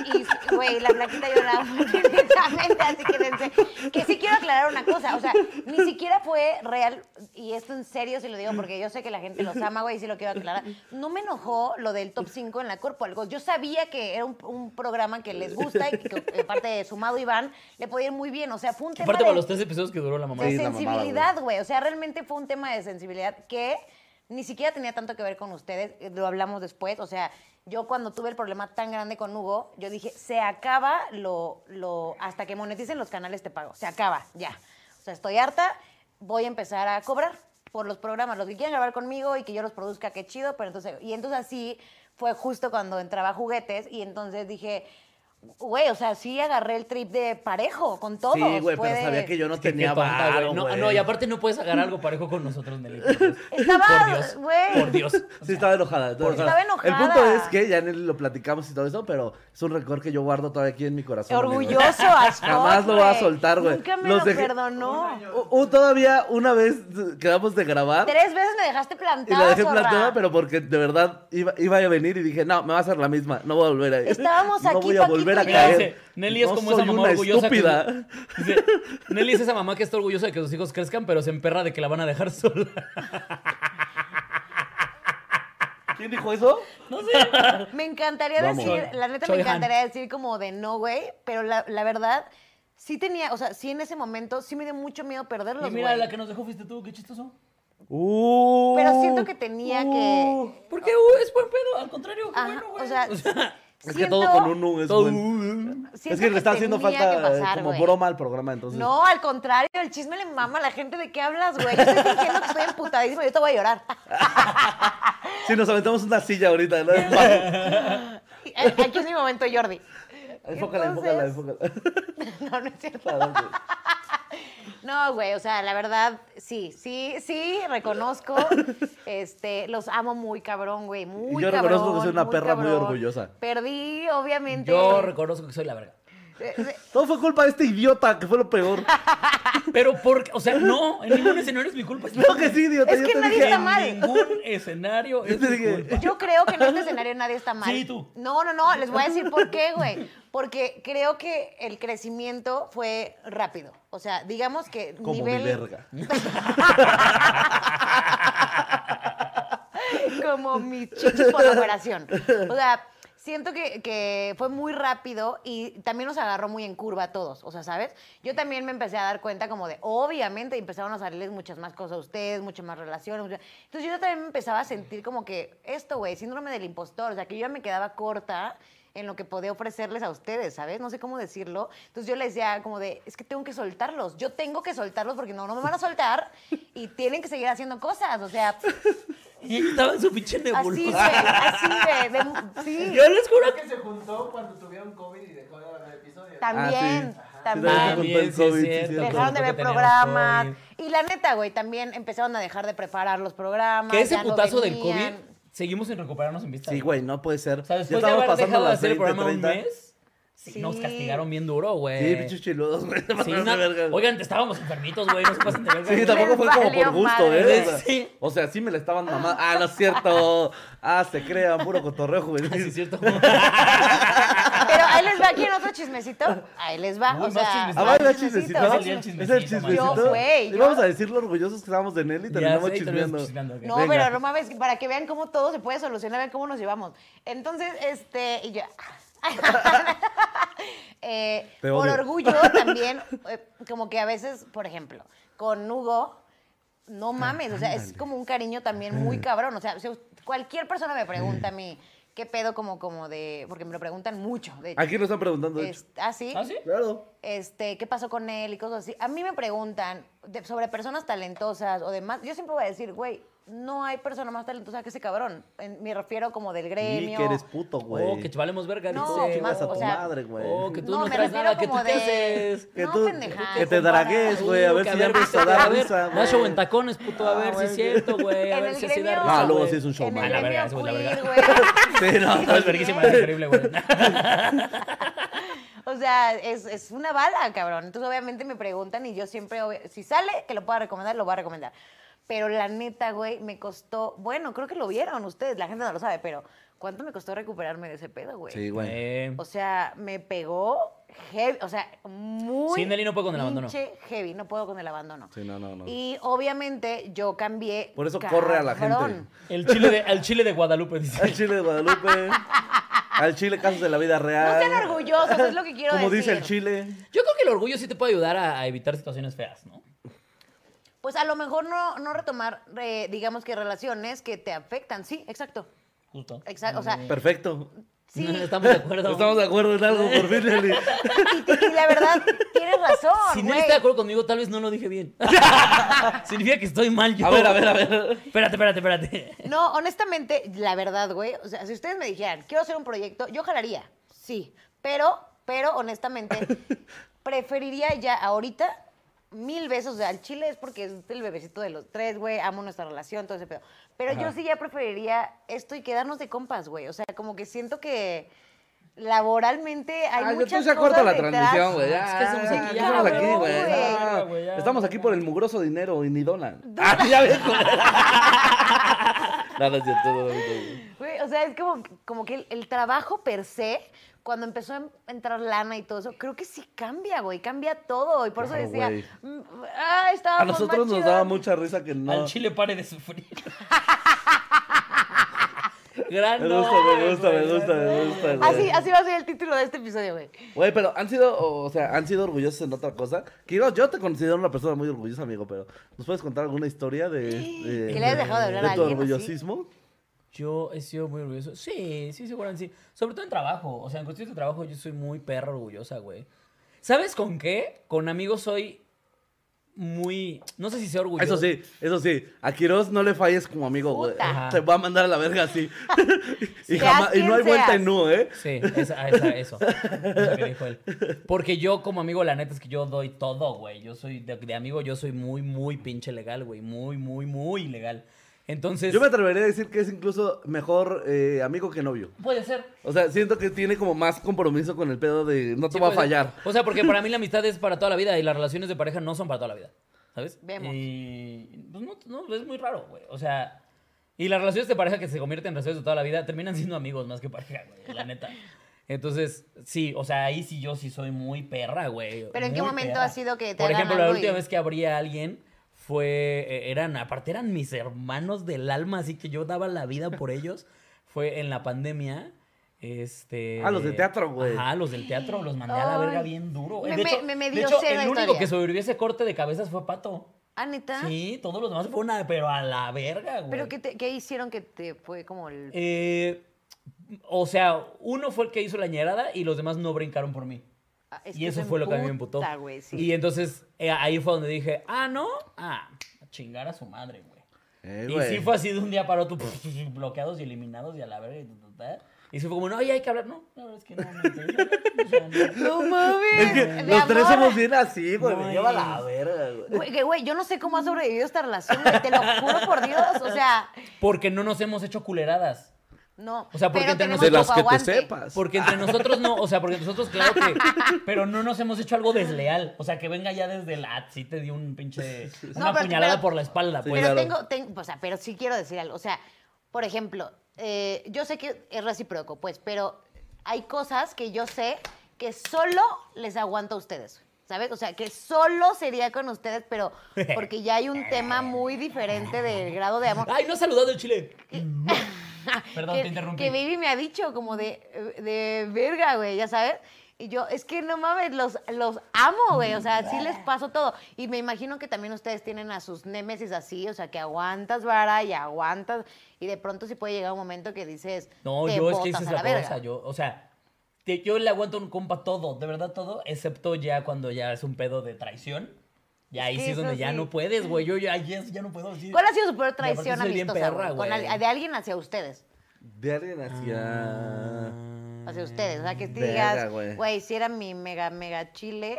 Speaker 2: Y, güey, la plaquita lloraba directamente, así que dense. Que sí quiero aclarar una cosa, o sea, ni siquiera fue real, y esto en serio si lo digo, porque yo sé que la gente los ama, güey, y sí lo quiero aclarar. No me enojó lo del top 5 en la Corpo algo. Yo sabía que era un, un programa que les gusta y que, que aparte de sumado Iván, le podía ir muy bien, o sea, fue un tema
Speaker 1: Aparte, para
Speaker 2: de-
Speaker 1: los tres episodios que duró la mamá.
Speaker 2: de
Speaker 3: Sí, la mamada, güey.
Speaker 2: sensibilidad, güey. O sea, realmente fue un tema de sensibilidad que ni siquiera tenía tanto que ver con ustedes. eh, Lo hablamos después. O sea, yo cuando tuve el problema tan grande con Hugo, yo dije, se acaba lo, lo hasta que moneticen los canales te pago. Se acaba, ya. O sea, estoy harta, voy a empezar a cobrar por los programas, los que quieran grabar conmigo y que yo los produzca, qué chido, pero entonces, y entonces así fue justo cuando entraba juguetes y entonces dije, güey, o sea, sí agarré el trip de parejo con todos.
Speaker 3: Sí, güey, pero
Speaker 2: puede-
Speaker 3: sabía que yo no
Speaker 1: Qué- qué
Speaker 3: tenía
Speaker 1: tonta, güey.
Speaker 3: varo,
Speaker 1: no,
Speaker 3: güey.
Speaker 1: no, y aparte no puedes agarrar algo parejo con nosotros, Nelly. por Dios.
Speaker 2: Estaba,
Speaker 1: Por Dios,
Speaker 2: güey.
Speaker 1: Por Dios. O
Speaker 3: Sí,
Speaker 1: sea,
Speaker 3: estaba enojada. Estaba
Speaker 2: Estaba
Speaker 3: enojada.
Speaker 2: enojada.
Speaker 3: El punto es que ya Nelly lo platicamos y todo eso, pero es un rencor que yo guardo todavía aquí en mi corazón. amigo.
Speaker 2: Orgulloso, asco.
Speaker 3: Jamás lo va a soltar, güey.
Speaker 2: Nunca me
Speaker 3: Los
Speaker 2: lo
Speaker 3: dejé-
Speaker 2: perdonó.
Speaker 3: U- u- todavía una vez eh, quedamos de grabar.
Speaker 2: Tres veces me dejaste
Speaker 3: Y la
Speaker 2: plantada,
Speaker 3: dejé
Speaker 2: zorra.
Speaker 3: plantada, pero porque de verdad iba, iba a venir y dije, no, me va a hacer la misma, no voy a volver a ir.
Speaker 2: Estábamos
Speaker 3: no
Speaker 2: aquí,
Speaker 3: voy a
Speaker 2: Paquito,
Speaker 3: volver a
Speaker 2: y yo.
Speaker 1: Mira,
Speaker 2: Caer.
Speaker 1: dice,
Speaker 3: caer.
Speaker 1: Nelly es
Speaker 3: No
Speaker 1: como esa
Speaker 3: soy
Speaker 1: mamá
Speaker 3: una
Speaker 1: orgullosa. que-
Speaker 3: estúpida.
Speaker 1: dice, Nelly es esa mamá que está orgullosa de que sus hijos crezcan, pero se emperra de que la van a dejar sola.
Speaker 3: ¿Quién dijo eso?
Speaker 2: Me encantaría
Speaker 3: Vamos.
Speaker 2: decir, la neta
Speaker 1: Soy
Speaker 2: me
Speaker 1: Han.
Speaker 2: encantaría decir como de no, güey, pero la, la verdad sí tenía, o sea, sí en ese momento sí me dio mucho miedo perderlos,
Speaker 1: Y mira,
Speaker 2: güey.
Speaker 1: la que nos dejó fuiste tú, qué chistoso.
Speaker 3: Uh,
Speaker 2: Pero siento que tenía que...
Speaker 1: Porque uh, es buen pedo, al contrario, qué
Speaker 2: Ajá,
Speaker 1: bueno, güey.
Speaker 2: o sea,
Speaker 3: Es que
Speaker 2: siento-
Speaker 3: todo con un U es
Speaker 1: todo-
Speaker 3: buen-
Speaker 2: siento
Speaker 3: Es que
Speaker 2: que
Speaker 3: le está haciendo
Speaker 2: tenía
Speaker 3: falta
Speaker 2: que pasar,
Speaker 3: eh, como
Speaker 2: güey.
Speaker 3: broma al programa, entonces.
Speaker 2: No, al contrario, el chisme le mama a la gente de qué hablas, güey. Yo estoy fingiendo que estoy emputadísima, yo te voy a llorar.
Speaker 3: Si nos aventamos una silla ahorita. ¿no? Enfócala,
Speaker 2: Aquí es mi momento, Jordi.
Speaker 3: enfócala,
Speaker 2: Entonces-
Speaker 3: enfócala.
Speaker 2: No, no es cierto.
Speaker 3: Claro, güey.
Speaker 2: No, güey, o sea, la verdad, sí, sí, sí, reconozco. Este, los amo muy cabrón, güey, muy
Speaker 3: Yo
Speaker 2: cabrón.
Speaker 3: reconozco que soy una perra muy
Speaker 2: cabrón.
Speaker 3: orgullosa.
Speaker 2: Perdí, obviamente.
Speaker 1: Yo reconozco que soy la verga.
Speaker 2: Eh, eh,
Speaker 3: Todo fue culpa de este idiota, que fue lo peor.
Speaker 1: Pero porque, o sea, no, en ningún escenario es mi culpa.
Speaker 3: No, que sí, idiota.
Speaker 2: Es
Speaker 3: yo
Speaker 2: que
Speaker 3: te
Speaker 2: nadie
Speaker 3: dije-
Speaker 2: está mal.
Speaker 1: En ningún escenario
Speaker 3: Yo
Speaker 1: es
Speaker 3: te
Speaker 1: mi
Speaker 3: dije-
Speaker 1: culpa.
Speaker 2: Yo creo que en este escenario nadie está mal.
Speaker 1: Sí, tú.
Speaker 2: No, no, no, les voy a decir por qué, güey. Porque creo que el crecimiento fue rápido. O sea, digamos que
Speaker 3: Como
Speaker 2: nivel...
Speaker 3: mi verga.
Speaker 2: como mis chichis por operación. O sea, siento que, que fue muy rápido y también nos agarró muy en curva a todos. O sea, ¿sabes? Yo también me empecé a dar cuenta como de, obviamente, empezaron a salirles muchas más cosas a ustedes, muchas más relaciones. mucha- Entonces yo también me empezaba a sentir como que esto, güey, síndrome del impostor. O sea, que yo ya me quedaba corta en lo que podía ofrecerles a ustedes, ¿sabes? No sé cómo decirlo. Entonces yo les decía como de, es que tengo que soltarlos, yo tengo que soltarlos porque no, no me van a soltar y tienen que seguir haciendo cosas, o sea,
Speaker 1: Y ella estaba en su pinche
Speaker 2: así, güey,
Speaker 1: nebulosa.
Speaker 2: así, güey, de- sí.
Speaker 3: ah,
Speaker 1: Yo les juro que.
Speaker 4: que se juntó cuando tuvieron COVID y dejó de grabar episodios.
Speaker 2: También,
Speaker 3: Ah, sí. Sí,
Speaker 2: también.
Speaker 3: también.
Speaker 1: También, sí, es
Speaker 3: COVID, sí,
Speaker 1: cierto,
Speaker 3: cierto.
Speaker 2: Dejaron de
Speaker 1: porque
Speaker 2: ver
Speaker 1: teníamos
Speaker 2: programas.
Speaker 1: COVID.
Speaker 2: Y la neta, güey, también empezaron a dejar de preparar los programas.
Speaker 1: Que ese
Speaker 2: ya no
Speaker 1: putazo del COVID,
Speaker 2: venían.
Speaker 1: seguimos sin recuperarnos en vista.
Speaker 3: Sí, güey, no puede ser.
Speaker 1: O sea,
Speaker 3: Ya
Speaker 1: después de
Speaker 3: estamos
Speaker 1: haber
Speaker 3: pasando
Speaker 1: dejado de
Speaker 3: las
Speaker 1: hacer el
Speaker 3: 20,
Speaker 1: programa un
Speaker 3: 30.
Speaker 1: mes, sí,
Speaker 2: Sí.
Speaker 1: nos castigaron bien duro,
Speaker 3: Sí,
Speaker 1: güey.
Speaker 3: pinches chiludos, güey. te
Speaker 1: Sí,
Speaker 3: pasaron
Speaker 1: una-
Speaker 3: de verga.
Speaker 1: Oigan, estábamos enfermitos, güey, no se pasen de verga.
Speaker 3: Sí,
Speaker 1: güey.
Speaker 3: tampoco fue
Speaker 2: Les
Speaker 3: como por
Speaker 2: valió
Speaker 3: gusto,
Speaker 2: madre.
Speaker 3: ¿eh? O sea,
Speaker 1: Sí.
Speaker 3: o sea, sí me la estaban mamando. Ah, no es cierto. Ah, se crean, puro cotorreo juvenil.
Speaker 1: Sí, es cierto.
Speaker 2: Pero ahí les va, ¿quieren otro chismecito? Ahí les va.
Speaker 1: Uy,
Speaker 2: o
Speaker 1: más
Speaker 2: sea,
Speaker 1: chismecito.
Speaker 3: Ah, va,
Speaker 2: más
Speaker 3: era chismecito.
Speaker 1: Es
Speaker 3: ¿no?
Speaker 1: el día del
Speaker 3: Es
Speaker 1: chismecito,
Speaker 3: el chismecito.
Speaker 2: Yo, güey,
Speaker 3: Y
Speaker 2: yo-
Speaker 3: vamos a decir lo orgullosos que estábamos de Nelly y terminamos
Speaker 1: sé, y
Speaker 3: chismeando.
Speaker 1: terminamos chismeando, ok.
Speaker 2: No,
Speaker 3: Venga.
Speaker 2: pero no mames, para que vean cómo todo se puede solucionar, vean cómo nos llevamos. Entonces, este, y ya. Eh,
Speaker 3: Te
Speaker 2: por
Speaker 3: odio.
Speaker 2: orgullo también, eh, como que a veces, por ejemplo, con Hugo, no mames, o sea, es como un cariño también muy cabrón. O sea, si cualquier persona me pregunta a mí, qué pedo como, como de, porque me lo preguntan mucho, de hecho.
Speaker 3: Aquí lo están preguntando, de hecho.
Speaker 2: Es- ¿Ah, sí?
Speaker 1: ¿Ah, sí?
Speaker 3: Claro.
Speaker 2: Este, ¿Qué pasó con él? Y cosas así. A mí me preguntan de- sobre personas talentosas o demás. Yo siempre voy a decir, güey, no hay persona más talentosa que ese cabrón. En- me refiero como del gremio.
Speaker 3: Y que eres puto, güey.
Speaker 1: Oh, que chavalemos verga,
Speaker 2: No,
Speaker 1: dice.
Speaker 2: chingas
Speaker 3: Chingas a
Speaker 2: o
Speaker 3: tu
Speaker 2: sea,
Speaker 3: madre, güey.
Speaker 1: Oh, que tú no,
Speaker 2: me
Speaker 1: traes
Speaker 2: refiero
Speaker 1: nada, que tú
Speaker 2: como
Speaker 1: te
Speaker 2: de-
Speaker 1: haces.
Speaker 3: Que
Speaker 2: no,
Speaker 3: tú-
Speaker 2: pendejadas.
Speaker 3: que te dragues, güey, a ver
Speaker 1: Que
Speaker 3: si ya empiezas a
Speaker 1: vete,
Speaker 3: dar
Speaker 1: ver,
Speaker 3: risa,
Speaker 1: Da show
Speaker 3: güey.
Speaker 1: en tacones, puto, a ver si es cierto, güey. A
Speaker 2: En
Speaker 1: ver
Speaker 2: el
Speaker 1: si así da
Speaker 2: gremio.
Speaker 1: risa.
Speaker 3: Ah, luego
Speaker 1: güey.
Speaker 3: sí es un show,
Speaker 2: En
Speaker 3: man.
Speaker 2: el
Speaker 1: Ah, la
Speaker 2: gremio
Speaker 1: verga, eso es la
Speaker 2: queer,
Speaker 1: verga.
Speaker 2: güey.
Speaker 3: Sí, no.
Speaker 1: No, es verguísima, es increíble, güey.
Speaker 2: O sea, es, es una bala, cabrón. Entonces, obviamente me preguntan y yo siempre, obvia- si sale, que lo pueda recomendar, lo voy a recomendar. Pero la neta, güey, me costó, bueno, creo que lo vieron ustedes, la gente no lo sabe, pero ¿cuánto me costó recuperarme de ese pedo, güey?
Speaker 3: Sí, güey.
Speaker 1: Eh,
Speaker 2: O sea, me pegó heavy, o sea, muy...
Speaker 1: Sí, Nelly no puede con el abandono.
Speaker 2: pinche heavy, no puedo con el abandono.
Speaker 3: Sí, no, no, no.
Speaker 2: Y obviamente yo cambié...
Speaker 3: Por eso corre a la gente.
Speaker 2: cabrón.
Speaker 1: El chile de, el chile de Guadalupe, dice.
Speaker 3: Al Chile de Guadalupe. al Chile casos de la vida real.
Speaker 2: No sean orgullosos, es lo que quiero
Speaker 3: Como
Speaker 2: decir.
Speaker 3: dice el Chile.
Speaker 1: Yo creo que el orgullo sí te puede ayudar a, a evitar situaciones feas, ¿no?
Speaker 2: Pues a lo mejor no, no retomar, eh, digamos que relaciones que te afectan. Sí, exacto.
Speaker 1: Justo.
Speaker 2: Exacto. O sea,
Speaker 3: Perfecto.
Speaker 2: sí.
Speaker 1: Estamos de acuerdo.
Speaker 3: Estamos de acuerdo en algo, por fin, Leli.
Speaker 2: Y la verdad, tienes razón.
Speaker 1: Si no
Speaker 2: güey.
Speaker 1: está de acuerdo conmigo, tal vez no lo dije bien. Significa que estoy mal yo.
Speaker 3: A ver, a ver, a ver.
Speaker 1: Espérate, espérate, espérate.
Speaker 2: No, honestamente, la verdad, güey. O sea, si ustedes me dijeran, quiero hacer un proyecto, yo jalaría. Sí. Pero, pero, honestamente, preferiría ya ahorita mil besos al chile. Es porque es el bebecito de los tres, güey. Amo nuestra relación, todo ese pedo. Pero yo sí ya preferiría esto y quedarnos de compas, güey. O sea, como que siento que laboralmente hay
Speaker 3: Ah, yo
Speaker 2: muchas
Speaker 3: estoy se acorta la
Speaker 2: cosas detrás.
Speaker 3: transmisión, güey. Ah,
Speaker 1: Es que estamos
Speaker 3: Ya,
Speaker 1: aquí,
Speaker 3: ¿qué
Speaker 1: ya,
Speaker 3: estamos aquí,
Speaker 2: cabrón,
Speaker 3: güey.
Speaker 2: güey.
Speaker 3: Ah,
Speaker 1: güey, ya,
Speaker 3: Estamos aquí
Speaker 1: ya.
Speaker 3: por el mugroso dinero y ni donan. Ah, ya ves. No, no es cierto, no, no, no.
Speaker 2: Güey, o sea, es como, como que el, el trabajo per se, cuando empezó a en- entrar lana y todo eso, creo que sí cambia, güey, cambia todo. Y por
Speaker 3: Claro,
Speaker 2: eso decía,
Speaker 3: güey.
Speaker 2: mm, ah, estábamos
Speaker 3: A nosotros
Speaker 2: más
Speaker 3: nos daba
Speaker 2: chidos".
Speaker 3: mucha risa que no.
Speaker 1: Al chile pare de sufrir. Gran
Speaker 3: Me gusta,
Speaker 1: nombre,
Speaker 3: me gusta,
Speaker 1: güey,
Speaker 3: me gusta,
Speaker 1: gran
Speaker 3: me gusta. güey.
Speaker 2: Así, así va a ser el título de este episodio, güey.
Speaker 3: Güey, pero han sido, o sea, han sido orgullosos en otra cosa. Quiero, yo te considero una persona muy orgullosa, amigo, pero ¿nos puedes contar alguna historia de, de-
Speaker 2: Que le hayas dejado de hablar a
Speaker 3: tu
Speaker 2: alguien,
Speaker 3: orgullosismo?
Speaker 1: Yo he sido muy orgulloso. Sí, sí, seguramente sí. Sobre todo en trabajo. O sea, en cuestión de trabajo yo soy muy perra orgullosa, güey. ¿Sabes con qué? Con amigos soy muy... No sé si sea orgulloso.
Speaker 3: Eso sí, eso sí, a Quiroz no le falles como amigo, güey.
Speaker 2: Puta.
Speaker 3: Te va a mandar a la verga así. y,
Speaker 2: Seas
Speaker 3: jamás- y
Speaker 2: quien
Speaker 3: no hay vuelta
Speaker 2: seas.
Speaker 3: en no, ¿eh?
Speaker 1: Sí, esa, ah, esa- eso. Eso que dijo él. Porque yo, como amigo, la neta es que yo doy todo, güey. Yo soy, de, de amigo, yo soy muy, muy pinche legal, güey. Muy, muy, muy legal. Entonces,
Speaker 3: Yo me atrevería a decir que es incluso mejor eh, amigo que novio.
Speaker 1: puede ser.
Speaker 3: O sea, siento que tiene como más compromiso con el pedo de no te
Speaker 1: Sí,
Speaker 3: va
Speaker 1: pues,
Speaker 3: a
Speaker 1: puede ser.
Speaker 3: fallar.
Speaker 1: O sea, porque para mí la amistad es para toda la vida y las relaciones de pareja no son para toda la vida. ¿Sabes?
Speaker 2: Vemos.
Speaker 1: Y pues no, no, es muy raro, güey. O sea, y las relaciones de pareja que se convierten en relaciones de toda la vida terminan siendo amigos más que pareja, güey. La neta. Entonces, sí, o sea, ahí sí yo sí soy muy perra, güey.
Speaker 2: Pero ¿en qué
Speaker 1: muy
Speaker 2: momento
Speaker 1: perra.
Speaker 2: ha sido que te
Speaker 1: Por
Speaker 2: hagan
Speaker 1: ejemplo, la
Speaker 2: algo y-
Speaker 1: última vez que abrí a alguien fue, eh, eran, aparte eran mis hermanos del alma, así que yo daba la vida por ellos. Fue en la pandemia. Este...
Speaker 3: Ah, los de teatro, güey.
Speaker 1: Ajá, los del teatro los mandé a la
Speaker 2: Ay.
Speaker 1: verga bien duro.
Speaker 2: Me-
Speaker 1: de
Speaker 2: me-
Speaker 1: hecho,
Speaker 2: me- me
Speaker 1: de
Speaker 2: dio
Speaker 1: hecho,
Speaker 2: cero
Speaker 1: el único
Speaker 2: historia.
Speaker 1: que sobrevivió a ese corte de cabezas fue Pato.
Speaker 2: Ah, neta.
Speaker 1: Sí, todos los demás se fueron a, pero a la verga, güey.
Speaker 2: Pero ¿qué, te- qué hicieron que te fue como el.
Speaker 1: Eh, o sea, uno fue el que hizo la ñerada y los demás no brincaron por mí.
Speaker 2: Ah, es
Speaker 1: y
Speaker 2: que
Speaker 1: eso
Speaker 2: se
Speaker 1: fue lo que a mí me emputó.
Speaker 2: emputa, güey, sí.
Speaker 1: Y entonces eh, ahí fue donde dije, ah, no, ah, a chingar a su madre, güey.
Speaker 3: Eh,
Speaker 1: Y
Speaker 3: güey.
Speaker 1: sí fue así de un día para otro, bloqueados y eliminados y a la verga. Y, ta, ta, ta. Y sí fue como, no, oye, hay que hablar. No, la verdad es que no me interesa. O sea, no.
Speaker 2: No mames.
Speaker 3: Es que
Speaker 2: de
Speaker 3: los tres
Speaker 2: amor.
Speaker 3: somos bien así, güey.
Speaker 1: No
Speaker 3: me lleva
Speaker 1: es.
Speaker 3: la verga, güey.
Speaker 2: Güey, que, güey, yo no sé cómo ha sobrevivido esta relación, güey, te lo juro por Dios. O sea,
Speaker 1: Porque no nos hemos hecho culeradas.
Speaker 2: no.
Speaker 1: O sea, porque
Speaker 2: pero
Speaker 1: te-
Speaker 2: tenemos
Speaker 3: De las
Speaker 2: poco
Speaker 3: que te
Speaker 2: aguante.
Speaker 3: sepas.
Speaker 1: Porque entre nosotros no, o sea, porque nosotros, claro que. Pero no nos hemos hecho algo desleal. O sea, que venga ya desde el. Ah, sí te dio un pinche. Una
Speaker 2: pero-
Speaker 1: puñalada
Speaker 2: pero-
Speaker 1: por la espalda, pues.
Speaker 2: Pero
Speaker 3: claro.
Speaker 2: tengo, tengo- o sea, pero sí quiero decir algo. O sea, por ejemplo, eh, yo sé que es recíproco, pues, pero hay cosas que yo sé que solo les aguanto a ustedes. ¿Sabes? O sea, que solo sería con ustedes, pero porque ya hay un tema muy diferente del grado de amor.
Speaker 1: Ay, no has saludado el chile. Perdón,
Speaker 2: que,
Speaker 1: te interrumpí.
Speaker 2: Que Baby me ha dicho como de, de verga, güey, ya sabes. Y yo, es que no mames, los, los amo, güey. O sea, sí
Speaker 1: Mm.
Speaker 2: les paso todo. Y me imagino que también ustedes tienen a sus némesis así, o sea, que aguantas vara y aguantas. Y de pronto sí puede llegar un momento que dices,
Speaker 1: No,
Speaker 2: te
Speaker 1: yo es que
Speaker 2: botas
Speaker 1: esa es
Speaker 2: a
Speaker 1: la,
Speaker 2: verga.
Speaker 1: cosa. Yo, o sea, te- yo le aguanto a un compa todo, de verdad todo, excepto ya cuando ya es un pedo de traición. Y ahí
Speaker 2: que
Speaker 1: sí es donde
Speaker 2: eso
Speaker 1: ya
Speaker 2: sí.
Speaker 1: no puedes, güey. Yo ya, ya, ya no puedo. sí.
Speaker 2: ¿Cuál ha sido su peor
Speaker 1: aparte
Speaker 2: traición
Speaker 1: soy bien
Speaker 2: amistosa,
Speaker 1: perra,
Speaker 2: güey? Con
Speaker 1: güey.
Speaker 2: al- de alguien hacia ustedes.
Speaker 3: De alguien
Speaker 1: ah.
Speaker 3: hacia.
Speaker 2: Hacia ustedes. O sea, que te
Speaker 3: Verga, güey.
Speaker 2: digas, güey, si era mi mega, mega chile.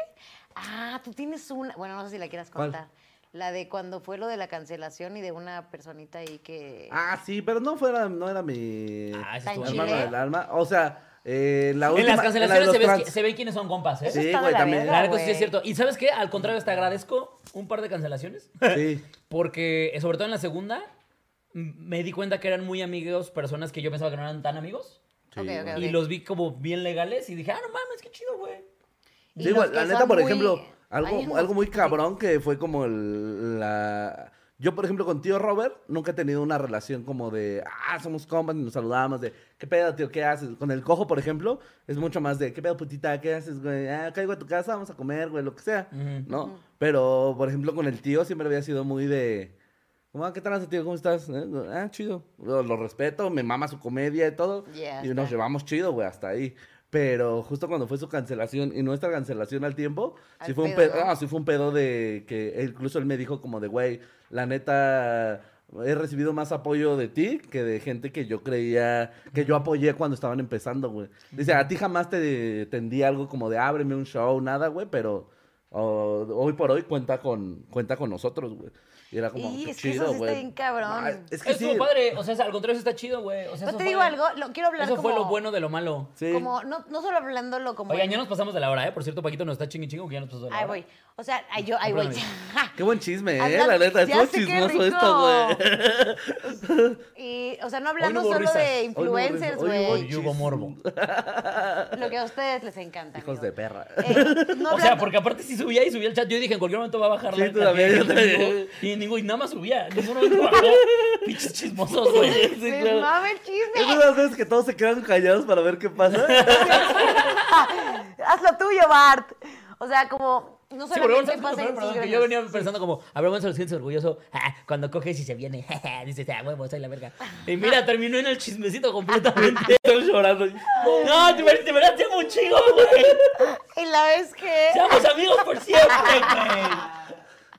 Speaker 2: Ah, tú tienes una. Bueno, no sé si la quieras
Speaker 3: ¿Cuál?
Speaker 2: contar. La de cuando fue lo de la cancelación y de una personita ahí que.
Speaker 3: Ah, sí, pero no fuera, no era mi
Speaker 1: Ah, ese
Speaker 2: Tan
Speaker 1: estuvo-
Speaker 2: chido.
Speaker 3: hermano
Speaker 2: Chile.
Speaker 3: del alma. O sea, eh, la
Speaker 1: En
Speaker 3: última.
Speaker 1: las
Speaker 3: la de
Speaker 1: cancelaciones
Speaker 3: los
Speaker 1: se, ves
Speaker 3: trans.
Speaker 1: qui- se ven quiénes son compas, ¿eh?
Speaker 2: Eso
Speaker 3: Sí,
Speaker 2: está de
Speaker 3: güey,
Speaker 2: la
Speaker 3: también.
Speaker 2: verga,
Speaker 1: La neta sí es
Speaker 2: güey.
Speaker 1: cierto. Y sabes qué? Al contrario, hasta agradezco un par de cancelaciones.
Speaker 3: Sí.
Speaker 1: Porque, eh, sobre todo en la segunda, m- me di cuenta que eran muy amigos personas que yo pensaba que no eran tan amigos.
Speaker 2: Ok, ok, ok.
Speaker 1: Y los vi como bien legales y dije, ah, no mames, qué chido, güey.
Speaker 2: Y
Speaker 3: Sí,
Speaker 2: los
Speaker 3: güey,
Speaker 2: que
Speaker 3: la neta,
Speaker 2: son
Speaker 3: por
Speaker 2: muy-
Speaker 3: ejemplo,
Speaker 2: Ay,
Speaker 3: algo,
Speaker 2: no,
Speaker 3: algo muy
Speaker 2: sí.
Speaker 3: cabrón que fue como el- la... Yo, por ejemplo, con tío Robert nunca he tenido una relación como de, ah, somos compas y nos saludamos, de, ¿qué pedo, tío? ¿Qué haces? Con el cojo, por ejemplo, es mucho más de, ¿qué pedo, putita? ¿Qué haces, güey? Ah, caigo a tu casa, vamos a comer, güey, lo que sea, ¿no? Pero, por ejemplo, con el tío siempre había sido muy de, como, ah, ¿qué tal, tío? ¿Cómo estás? Eh, Ah, chido. Lo, lo respeto, me mama su comedia y todo.
Speaker 2: Ya
Speaker 3: y nos
Speaker 2: está.
Speaker 3: llevamos chido, güey, hasta ahí. Pero justo cuando fue su cancelación y nuestra cancelación al tiempo,
Speaker 2: Al
Speaker 3: sí fue, un
Speaker 2: pedo,
Speaker 3: pedo,
Speaker 2: ¿no?
Speaker 3: ah, sí fue un pedo de que incluso él me dijo como de, güey, la neta, he recibido más apoyo de ti que de gente que yo creía, que yo apoyé cuando estaban empezando, güey. Dice, a ti jamás te tendí algo como de ábreme un show, nada, güey, pero oh, hoy por hoy cuenta con, cuenta con nosotros, güey. Y era como,
Speaker 2: Y
Speaker 3: qué
Speaker 2: es que
Speaker 3: chido,
Speaker 2: eso sí está
Speaker 3: güey.
Speaker 2: bien cabrón.
Speaker 3: Ah, es que
Speaker 1: estuvo
Speaker 3: sí.
Speaker 1: padre. O sea, al contrario, eso está chido, güey. O sea,
Speaker 2: Pero
Speaker 1: eso
Speaker 2: te
Speaker 1: fue-
Speaker 2: digo algo, lo- quiero hablar
Speaker 1: Eso
Speaker 2: como.
Speaker 1: fue lo bueno de lo malo.
Speaker 3: Sí.
Speaker 2: Como, no, no solo hablándolo como.
Speaker 1: Oigan,
Speaker 2: en-
Speaker 1: ya nos pasamos de la hora, ¿eh? Por cierto, Paquito nos está chingui chingo que ya nos pasó de la
Speaker 2: Ahí
Speaker 1: hora.
Speaker 2: voy. O sea, ahí yo, ahí voy.
Speaker 1: Ah, Perdóname.
Speaker 3: Qué buen chisme, eh,
Speaker 2: Hablando-
Speaker 3: la neta,
Speaker 2: Ah, Ya
Speaker 3: estuvo
Speaker 2: sé, qué
Speaker 3: chismoso
Speaker 2: rico.
Speaker 3: esto, güey.
Speaker 2: Y, o sea, no hablamos
Speaker 1: hubo
Speaker 2: solo de
Speaker 1: risas.
Speaker 3: Hoy no hubo risa,
Speaker 2: influencers,
Speaker 3: hoy hubo
Speaker 2: güey.
Speaker 1: Y hubo
Speaker 3: chisme.
Speaker 1: morbo.
Speaker 2: Lo que a ustedes les encanta.
Speaker 3: Hijos
Speaker 2: amigos.
Speaker 3: de perra.
Speaker 2: Eh, no
Speaker 1: O sea,
Speaker 2: hablando-
Speaker 1: porque aparte si subía y subía el chat, yo dije en cualquier momento va a bajar
Speaker 3: Sí,
Speaker 1: la
Speaker 3: tú
Speaker 1: cantidad de
Speaker 3: también, yo
Speaker 1: gente en
Speaker 3: también.
Speaker 1: vivo. Y ninguno, y nada más subía. Ninguno nunca bajó. Pinches chismosos, güey.
Speaker 3: Sí,
Speaker 2: Les
Speaker 3: claro.
Speaker 2: mama el
Speaker 3: Es
Speaker 2: chisme.
Speaker 3: de las veces que todos se quedan callados para ver qué pasa.
Speaker 2: Haz lo tuyo, Bart. O sea, como. No
Speaker 1: Sí, porque
Speaker 2: solamente
Speaker 1: ¿sabes
Speaker 2: pasa
Speaker 1: qué?
Speaker 2: en
Speaker 1: Perdón, que
Speaker 2: síncronos.
Speaker 1: yo venía pensando como, a ver, Gonzalo, sientes orgulloso Ah, cuando coges y se viene. Dices, ah, huevo, soy la verga. Y mira, terminó en el chismecito completamente.
Speaker 3: Estoy llorando.
Speaker 1: No, de ver- de verdad te amo un chingo, güey.
Speaker 2: Y la vez que.
Speaker 1: Seamos amigos por siempre, güey.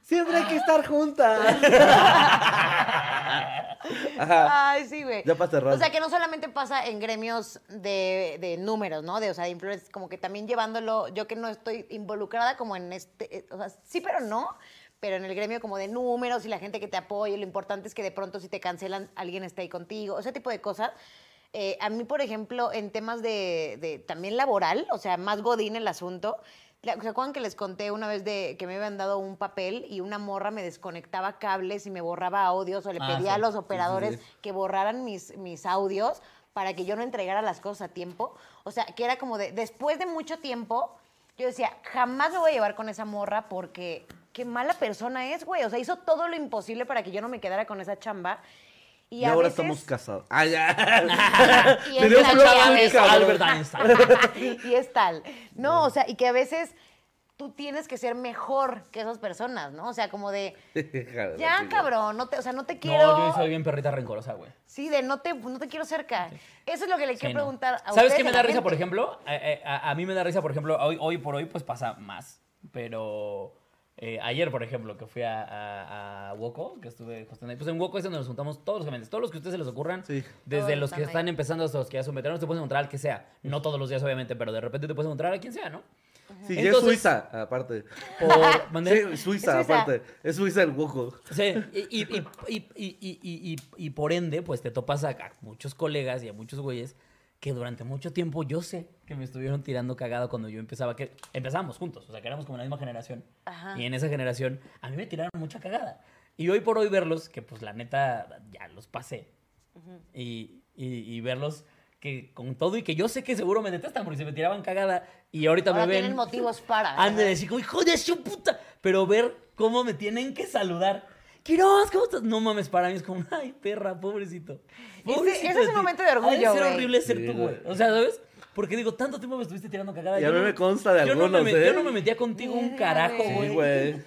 Speaker 3: Siempre hay que estar juntas. Ah, Ajá.
Speaker 2: Ay, sí, güey.
Speaker 3: Ya para cerrar.
Speaker 2: O sea, que no solamente pasa en gremios de, de números, ¿no? De, o sea, de influencers, como que también llevándolo, yo que no estoy involucrada como en este, eh, o sea, sí, pero no, pero en el gremio como de números y la gente que te apoya, lo importante es que de pronto si te cancelan, alguien está ahí contigo, ese tipo de cosas. Eh, a mí, por ejemplo, en temas de, de también laboral, o sea, más godín el asunto, ¿Se acuerdan que les conté una vez de que me habían dado un papel y una morra me desconectaba cables y me borraba audios o le
Speaker 1: Ah,
Speaker 2: pedía a
Speaker 1: sí.
Speaker 2: los operadores que borraran mis, mis audios para que yo no entregara las cosas a tiempo? O sea, que era como de, después de mucho tiempo, yo decía, jamás me voy a llevar con esa morra porque qué mala persona es, güey. O sea, hizo todo lo imposible para que yo no me quedara con esa chamba. Y,
Speaker 3: Y
Speaker 2: a
Speaker 3: ahora
Speaker 2: veces-
Speaker 3: estamos casados. Ah, ya.
Speaker 2: Y es
Speaker 3: Tenemos
Speaker 2: la
Speaker 3: un blog
Speaker 2: chava
Speaker 3: muy
Speaker 2: es
Speaker 3: cabrón.
Speaker 1: Albert Einstein.
Speaker 2: y es tal. No, o sea, y que a veces tú tienes que ser mejor que esas personas, ¿no? O sea, como de,
Speaker 3: Hija de la
Speaker 2: ya,
Speaker 3: chingada.
Speaker 2: cabrón, no te, o sea, no te quiero.
Speaker 1: No, yo soy bien perrita rencorosa, güey.
Speaker 2: Sí, de no te, no te quiero cerca. Eso es lo que le quiero
Speaker 1: Sí, no.
Speaker 2: preguntar a
Speaker 1: ¿Sabes
Speaker 2: ustedes
Speaker 1: qué me
Speaker 2: a la
Speaker 1: da risa,
Speaker 2: gente.
Speaker 1: por ejemplo? Eh, eh, A, a mí me da risa, por ejemplo, hoy, hoy por hoy pues pasa más, pero eh, ayer, por ejemplo, que fui a, a, a Woco, que estuve hosteando ahí, pues en Woco es donde nos juntamos todos los gemelos, todos los que a ustedes se les ocurran,
Speaker 3: Sí.
Speaker 1: desde
Speaker 2: Todos
Speaker 1: los que
Speaker 2: están
Speaker 1: están
Speaker 2: ahí.
Speaker 1: empezando hasta los que ya son veteranos, te puedes encontrar al que sea, no todos los días obviamente, pero de repente te puedes encontrar a quien sea, ¿no?
Speaker 3: Sí, ya es
Speaker 1: Entonces-
Speaker 3: Suiza, aparte.
Speaker 1: Por, ¿mandé?
Speaker 3: Sí, Suiza,
Speaker 2: Es Suiza.
Speaker 3: aparte. Es Suiza el hueco.
Speaker 1: Sí, y, y- y- y- y- y- y- y- y por ende, pues te topas a, a muchos colegas y a muchos güeyes que durante mucho tiempo yo sé que me estuvieron tirando cagada cuando yo empezaba, que empezábamos juntos, o sea, que éramos como la misma generación.
Speaker 2: Ajá.
Speaker 1: Y en esa generación a mí me tiraron mucha cagada. Y hoy por hoy verlos, que pues la neta ya los pasé, y, y- y verlos que con todo y que yo sé que seguro me detestan porque se me tiraban cagada y ahorita
Speaker 2: Ahora
Speaker 1: me ven.
Speaker 2: tienen motivos para,
Speaker 1: Han de
Speaker 2: ¿verdad?
Speaker 1: decir como, hijo de su puta. Pero ver cómo me tienen que saludar. Quiroz, ¿cómo estás? No mames, para mí es como, ay, perra, pobrecito.
Speaker 2: Ese-
Speaker 1: Pobrecito
Speaker 2: ese es
Speaker 1: de
Speaker 2: un
Speaker 1: ti.
Speaker 2: momento de orgullo,
Speaker 1: Ha de ser
Speaker 2: güey.
Speaker 1: horrible ser
Speaker 3: Sí,
Speaker 1: tú, güey.
Speaker 3: güey.
Speaker 1: O sea, ¿sabes? Porque digo, tanto tiempo me estuviste tirando cagada.
Speaker 3: Y
Speaker 1: yo
Speaker 3: a mí
Speaker 1: no-
Speaker 3: me consta de
Speaker 1: yo no me
Speaker 3: algunos,
Speaker 1: met-
Speaker 3: ¿eh?
Speaker 1: Yo no me metía contigo un carajo,
Speaker 2: güey.
Speaker 3: Sí,
Speaker 1: güey.
Speaker 3: güey.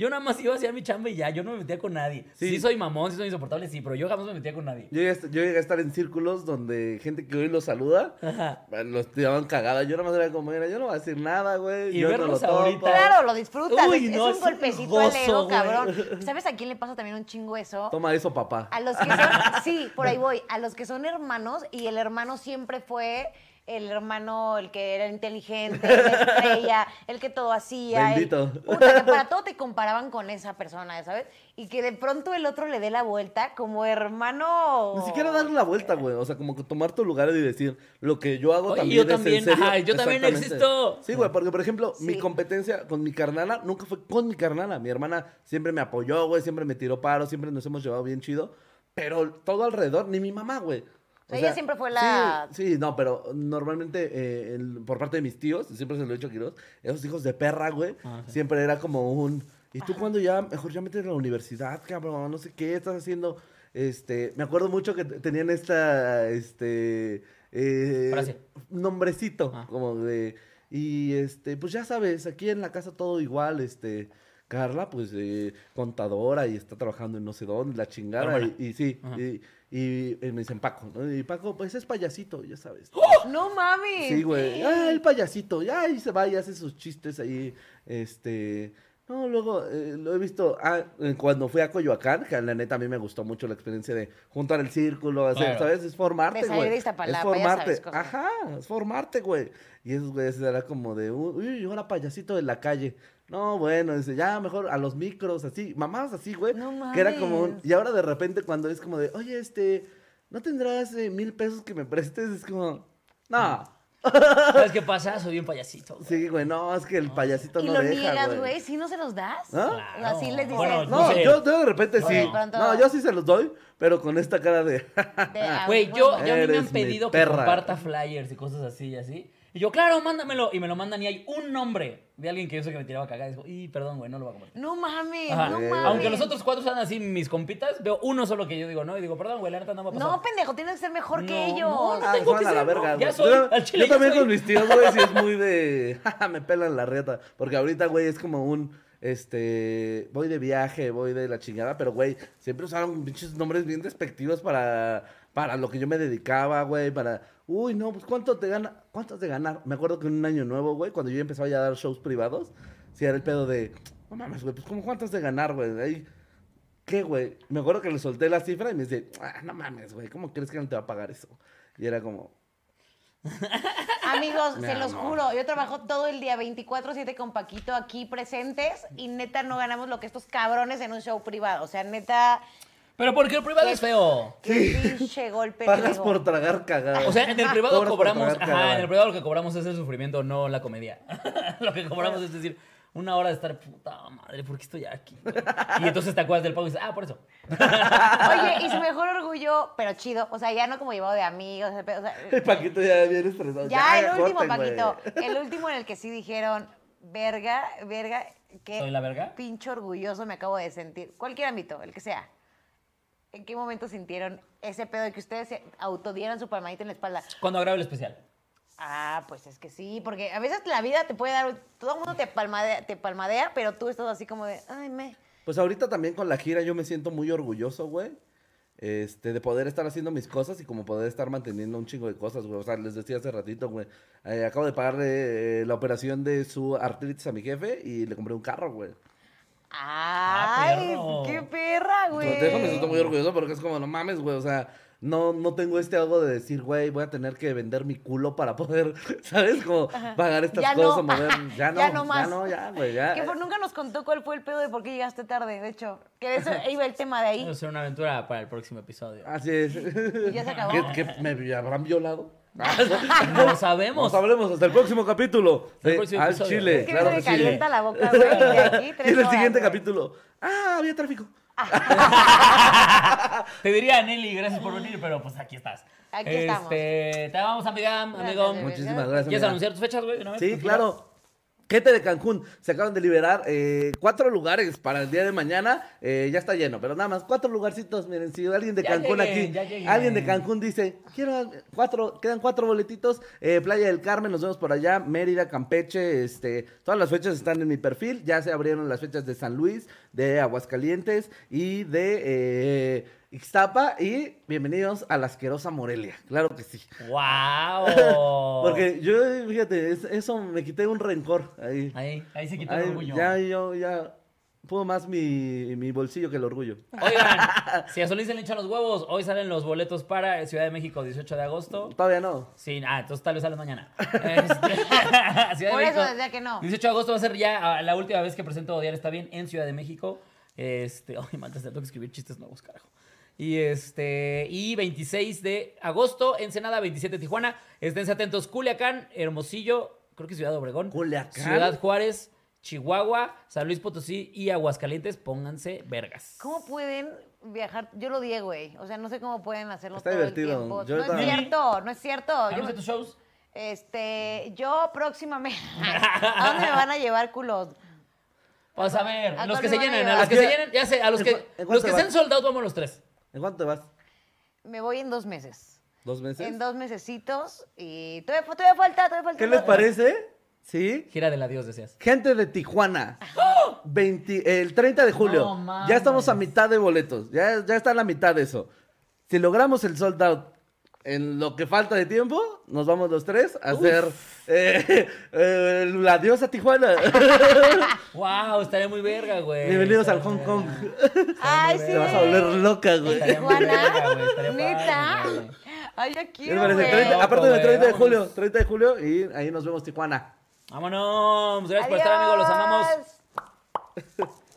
Speaker 1: Yo nada más iba hacia mi chamba y ya, yo no me metía con nadie. Sí,
Speaker 3: Sí.
Speaker 1: soy mamón, sí soy insoportable, sí, pero yo jamás me metía con nadie.
Speaker 3: Yo llegué, a est- yo llegué a estar en círculos donde gente que hoy los saluda, ah,
Speaker 1: Ajá.
Speaker 3: los tiraban cagada. Yo nada más era como, mira, yo no voy a decir nada, güey.
Speaker 1: Y
Speaker 3: yo no
Speaker 1: verlos
Speaker 3: lo topo.
Speaker 1: ahorita.
Speaker 2: Claro, lo disfrutas.
Speaker 1: Uy,
Speaker 2: es, es
Speaker 1: no,
Speaker 2: un
Speaker 1: es un
Speaker 2: golpecito al
Speaker 1: gozo,
Speaker 2: ego,
Speaker 1: güey.
Speaker 2: cabrón. ¿Sabes a quién le pasa también un chingo eso?
Speaker 3: Toma eso, papá.
Speaker 2: A los que son, sí, por ahí voy, a los que son hermanos y el hermano siempre fue el hermano, el que era inteligente, la estrella, el que todo hacía. el-
Speaker 3: Bendito.
Speaker 2: puta, que para todo te comparaban con esa persona, ¿sabes? Y que de pronto el otro le dé la vuelta como hermano.
Speaker 3: Ni siquiera darle la vuelta, güey. O sea, como que tomar tu lugar y decir, lo que yo hago
Speaker 1: Oye,
Speaker 3: también
Speaker 1: yo
Speaker 3: es en
Speaker 1: también,
Speaker 3: serio.
Speaker 1: ajá, yo también
Speaker 3: Exactamente.
Speaker 1: existo.
Speaker 3: Sí, güey, porque, por ejemplo, mi
Speaker 2: Sí.
Speaker 3: competencia con mi carnala nunca fue con mi carnala. Mi hermana siempre me apoyó, güey, siempre me tiró paro, siempre nos hemos llevado bien chido. Pero todo alrededor, ni mi mamá, güey.
Speaker 2: O sea, ella siempre fue la-
Speaker 3: Sí, sí, no, pero normalmente eh, el- por parte de mis tíos, siempre se lo he dicho a Quiroz, esos hijos de perra, güey, siempre era como un... ¿Y tú cuando ya, mejor ya metes a la universidad, cabrón? No sé qué estás haciendo. Este, me acuerdo mucho que t- tenían esta, este... eh,
Speaker 1: Frase.
Speaker 3: Nombrecito,
Speaker 1: Ah.
Speaker 3: como de... Y este, pues ya sabes, aquí en la casa todo igual, este... Carla, pues, eh, contadora y está trabajando en no sé dónde, la chingada. Y, y sí, y, y, eh, me dicen Paco, ¿no? Y Paco, pues es payasito, ya sabes.
Speaker 2: ¡Oh! No mami.
Speaker 3: Sí, güey. Ah, el payasito. Ya ahí se va y hace sus chistes ahí. Este. No, luego eh, lo he visto ah, eh, cuando fui a Coyoacán, que la neta a mí me gustó mucho la experiencia de juntar el círculo, hacer,
Speaker 1: Claro.
Speaker 3: ¿sabes? Es formarte,
Speaker 2: De salir
Speaker 3: güey.
Speaker 2: de
Speaker 3: Es
Speaker 2: Iztapalapa, ya
Speaker 3: formarte.
Speaker 2: sabes, cosas.
Speaker 3: Ajá, es formarte, güey. Y esos güeyes era como de, uy, ahora payasito de la calle. No, bueno, dice, ya mejor a los micros, así, mamás así, güey.
Speaker 2: No
Speaker 3: que era como un,
Speaker 2: mames.
Speaker 3: y ahora de repente cuando es como de, oye, este, ¿no tendrás eh, mil pesos que me prestes? Es como, no.
Speaker 1: ¿Sabes qué pasa? Soy un payasito. güey.
Speaker 3: Sí, güey, no, es que el payasito
Speaker 2: Y
Speaker 3: no
Speaker 2: lo
Speaker 3: deja,
Speaker 2: niegas, güey. ¿Sí no se los das?
Speaker 3: ¿Ah?
Speaker 2: O sea, Así les dices.
Speaker 1: Bueno,
Speaker 3: No,
Speaker 1: No sé.
Speaker 3: yo de repente
Speaker 2: Bueno,
Speaker 3: sí.
Speaker 2: de pronto-
Speaker 3: No, yo sí se los doy, pero con esta cara de...
Speaker 2: de, ah,
Speaker 1: Güey, yo, yo a mí me
Speaker 3: Eres
Speaker 1: han
Speaker 3: mi
Speaker 1: pedido que
Speaker 3: perra.
Speaker 1: comparta flyers y cosas así y así. Y yo, claro, mándamelo. Y me lo mandan y hay un nombre de alguien que yo sé que me tiraba cagada. Y digo, y perdón, güey, no lo voy a compartir.
Speaker 2: No mames,
Speaker 1: Ajá.
Speaker 2: no
Speaker 3: Eh,
Speaker 2: mames.
Speaker 1: Aunque los otros cuatro sean así, mis compitas, veo uno solo que yo digo, no. Y digo, perdón, güey, la neta no va a pasar.
Speaker 2: No, pendejo, tienes que ser mejor
Speaker 1: No,
Speaker 2: que ellos.
Speaker 1: no, no.
Speaker 3: Ah,
Speaker 1: tengo
Speaker 3: Juan,
Speaker 1: que
Speaker 3: a la
Speaker 1: ser, no,
Speaker 3: verga,
Speaker 1: ya
Speaker 3: güey.
Speaker 1: soy,
Speaker 3: Yo,
Speaker 1: al chile
Speaker 3: yo
Speaker 1: ya
Speaker 3: también
Speaker 1: soy.
Speaker 3: con mis tíos, güey, sí es muy de... "Ja, ja, me pelan la reta. Porque ahorita, güey, es como un... Este... Voy de viaje, voy de la chingada. Pero, güey, siempre usaron pinches nombres bien despectivos para... Para lo que yo me dedicaba, güey, para... Uy, no, pues ¿cuánto te gana? ¿Cuánto te ganar? Me acuerdo que en un año nuevo, güey, cuando yo empezaba ya a dar shows privados, sí era el pedo de... No mames, güey, pues ¿cómo cuántas de ganar, güey? Ahí... ¿Qué, güey? Me acuerdo que le solté la cifra y me dice, "Ah, no mames, güey, ¿cómo crees que no te va a pagar eso? Y era como,
Speaker 2: Amigos,
Speaker 3: Mi
Speaker 2: se los
Speaker 3: amor.
Speaker 2: juro, yo trabajo todo el día 24/7 con Paquito aquí presentes y neta no ganamos lo que estos cabrones en un show privado. O sea, neta,
Speaker 1: Pero porque el privado es feo.
Speaker 2: qué pinche golpe.
Speaker 3: Pagas
Speaker 2: luego.
Speaker 3: por tragar cagada.
Speaker 1: O sea, en el privado
Speaker 3: Cobras por
Speaker 1: cobramos.
Speaker 3: tragar
Speaker 1: Ajá,
Speaker 3: cagada.
Speaker 1: en el privado lo que cobramos es el sufrimiento, no la comedia. lo que cobramos es decir, una hora de estar puta madre, ¿por qué estoy aquí? güey?" Y entonces te acuerdas del pago y dices, ah, por eso.
Speaker 2: Oye, y su mejor orgullo, pero chido. O sea, ya no como llevado de amigos. O sea,
Speaker 3: El Paquito ya bien estresado.
Speaker 2: ya el último,
Speaker 3: corten, güey.
Speaker 2: Paquito. El último en el que sí dijeron, verga, verga, qué
Speaker 1: ¿Soy la verga?
Speaker 2: pinche orgulloso me acabo de sentir. Cualquier ámbito, el que sea. ¿En qué momento sintieron ese pedo de que ustedes se autodieran su palmadita en la espalda?
Speaker 1: Cuando grabo el especial.
Speaker 2: Ah, pues es que sí, porque a veces la vida te puede dar, todo el mundo te palmadea, te palmadea pero tú estás así como de, ay, me...
Speaker 3: Pues ahorita también con la gira yo me siento muy orgulloso, güey. Este, de poder estar haciendo mis cosas y como poder estar manteniendo un chingo de cosas, güey. O sea, les decía hace ratito, güey. eh, acabo de pagarle eh, la operación de su artritis a mi jefe y le compré un carro, güey.
Speaker 1: Ah,
Speaker 2: Ay,
Speaker 1: perro.
Speaker 2: qué perra, güey.
Speaker 3: Entonces, de eso me siento muy orgulloso porque es como, no mames, güey, o sea, no, no tengo este algo de decir, güey, voy a tener que vender mi culo para poder, ¿sabes? Como pagar estas
Speaker 2: Ya
Speaker 3: cosas,
Speaker 2: no.
Speaker 3: mover, ya no,
Speaker 2: Ya no más.
Speaker 3: ya no, ya, güey, ya.
Speaker 2: Que por- nunca nos contó cuál fue el pedo de por qué llegaste tarde, de hecho. Que de eso iba el tema de
Speaker 1: Va a
Speaker 2: ahí.
Speaker 1: ser una aventura para el próximo episodio.
Speaker 3: Así es.
Speaker 2: Ya se acabó.
Speaker 3: ¿Que, que me habrán violado?
Speaker 1: No lo
Speaker 3: Nos
Speaker 1: sabemos.
Speaker 3: hablemos hasta el próximo capítulo de
Speaker 1: El próximo
Speaker 3: Al
Speaker 1: episodio.
Speaker 3: Chile,
Speaker 2: Es que
Speaker 3: claro
Speaker 2: se
Speaker 3: que
Speaker 2: me
Speaker 3: sí.
Speaker 2: calienta la boca, güey. de aquí tres
Speaker 3: Y en el
Speaker 2: horas,
Speaker 3: siguiente
Speaker 2: güey.
Speaker 3: capítulo, ah, había tráfico.
Speaker 1: Te diría, Nelly, gracias por venir, pero pues aquí estás.
Speaker 2: Aquí
Speaker 1: Este,
Speaker 2: estamos.
Speaker 1: Te vamos, amiga, amigo.
Speaker 2: Gracias,
Speaker 3: Muchísimas gracias.
Speaker 1: ¿Quieres
Speaker 3: amiga.
Speaker 1: anunciar tus fechas, güey? de una vez?
Speaker 3: Sí,
Speaker 1: Pues,
Speaker 3: claro. Gente de Cancún, se acaban de liberar eh, cuatro lugares para el día de mañana. Eh, ya está lleno, pero nada más cuatro lugarcitos. Miren, si alguien de
Speaker 1: Ya
Speaker 3: Cancún
Speaker 1: lleguen, ya
Speaker 3: aquí,
Speaker 1: lleguen.
Speaker 3: alguien de Cancún dice, quiero cuatro, quedan cuatro boletitos. eh, Playa del Carmen, nos vemos por allá. Mérida, Campeche, este, todas las fechas están en mi perfil. Ya se abrieron las fechas de San Luis, de Aguascalientes y de eh, Ixtapa. Y bienvenidos a la asquerosa Morelia. Claro que sí.
Speaker 1: ¡Wow!
Speaker 3: Porque yo, fíjate, es- eso me quité un rencor ahí.
Speaker 1: Ahí, ahí se quitó
Speaker 3: Ay,
Speaker 1: el orgullo.
Speaker 3: Ya, yo, ya. Pudo más mi, mi bolsillo que el orgullo.
Speaker 1: Oigan, si a Solís se le echan los huevos, hoy salen los boletos para Ciudad de México, 18 de agosto.
Speaker 3: Todavía no.
Speaker 1: Sí, ah, entonces tal vez salen mañana. Este, Ciudad de
Speaker 2: Por eso
Speaker 1: México,
Speaker 2: decía que no.
Speaker 1: 18 de agosto va a ser ya ah, la última vez que presento Odiar está bien en Ciudad de México. Este, ay, maldita sea, tengo que escribir chistes nuevos, carajo. Y este, y 26 de agosto, Ensenada, 27 Tijuana. Esténse atentos, Culiacán, Hermosillo, creo que Ciudad Obregón.
Speaker 3: Culiacán.
Speaker 1: Ciudad Juárez, Chihuahua, San Luis Potosí y Aguascalientes, pónganse vergas.
Speaker 2: ¿Cómo pueden viajar? Yo lo di, güey. O sea, no sé cómo pueden hacerlo
Speaker 3: Está
Speaker 2: todo
Speaker 3: divertido.
Speaker 2: el tiempo.
Speaker 3: Yo
Speaker 2: no es
Speaker 3: también.
Speaker 2: cierto, no es cierto. Yo,
Speaker 1: ¿Hablamos de tus shows?
Speaker 2: este, yo próximamente. ¿A dónde me van a llevar culos?
Speaker 1: Pues a ver,
Speaker 2: ¿A
Speaker 1: los
Speaker 2: cuál
Speaker 1: que
Speaker 2: le
Speaker 1: se
Speaker 2: van a
Speaker 1: llenen, a
Speaker 2: llevar?
Speaker 1: los que
Speaker 3: Aquí-
Speaker 1: se llenen, ya sé, a los
Speaker 3: ¿En
Speaker 1: que,
Speaker 3: cu- en
Speaker 1: los
Speaker 3: cuánto
Speaker 1: que
Speaker 3: vas?
Speaker 1: sean soldados, vamos los tres.
Speaker 3: ¿En cuánto te vas?
Speaker 2: Me voy en dos meses.
Speaker 3: ¿Dos meses?
Speaker 2: En dos mesecitos y todavía, fu- todavía falta, todavía falta.
Speaker 3: ¿Qué les
Speaker 2: todavía-
Speaker 3: parece? ¿Sí?
Speaker 1: Gira del adiós, decías.
Speaker 3: Gente de Tijuana.
Speaker 2: ¡Ah!
Speaker 3: 20 el 30 de julio. ya estamos a mitad de boletos. Ya, ya está la mitad de eso. Si logramos el sold out en lo que falta de tiempo, nos vamos los tres a hacer eh, eh, la diosa Tijuana.
Speaker 1: Wow, estaría muy verga, güey.
Speaker 3: Bienvenidos al
Speaker 1: Estaría
Speaker 3: Hong
Speaker 1: muy
Speaker 3: Kong.
Speaker 1: verga.
Speaker 2: Ay, sí.
Speaker 3: Te vas a volver loca, güey.
Speaker 1: Estaría muy
Speaker 2: Tijuana.
Speaker 1: verga, güey, estaría padre,
Speaker 2: Neta.
Speaker 1: güey.
Speaker 2: Ay, yo
Speaker 3: ¿Qué les
Speaker 2: quiero,
Speaker 3: parece? 30
Speaker 2: güey.
Speaker 3: aparte del
Speaker 1: güey,
Speaker 3: 30 de julio,
Speaker 1: vámonos.
Speaker 3: 30 de julio y ahí nos vemos Tijuana.
Speaker 1: Vámonos. Gracias por estar, amigos. Los amamos.
Speaker 2: Adiós.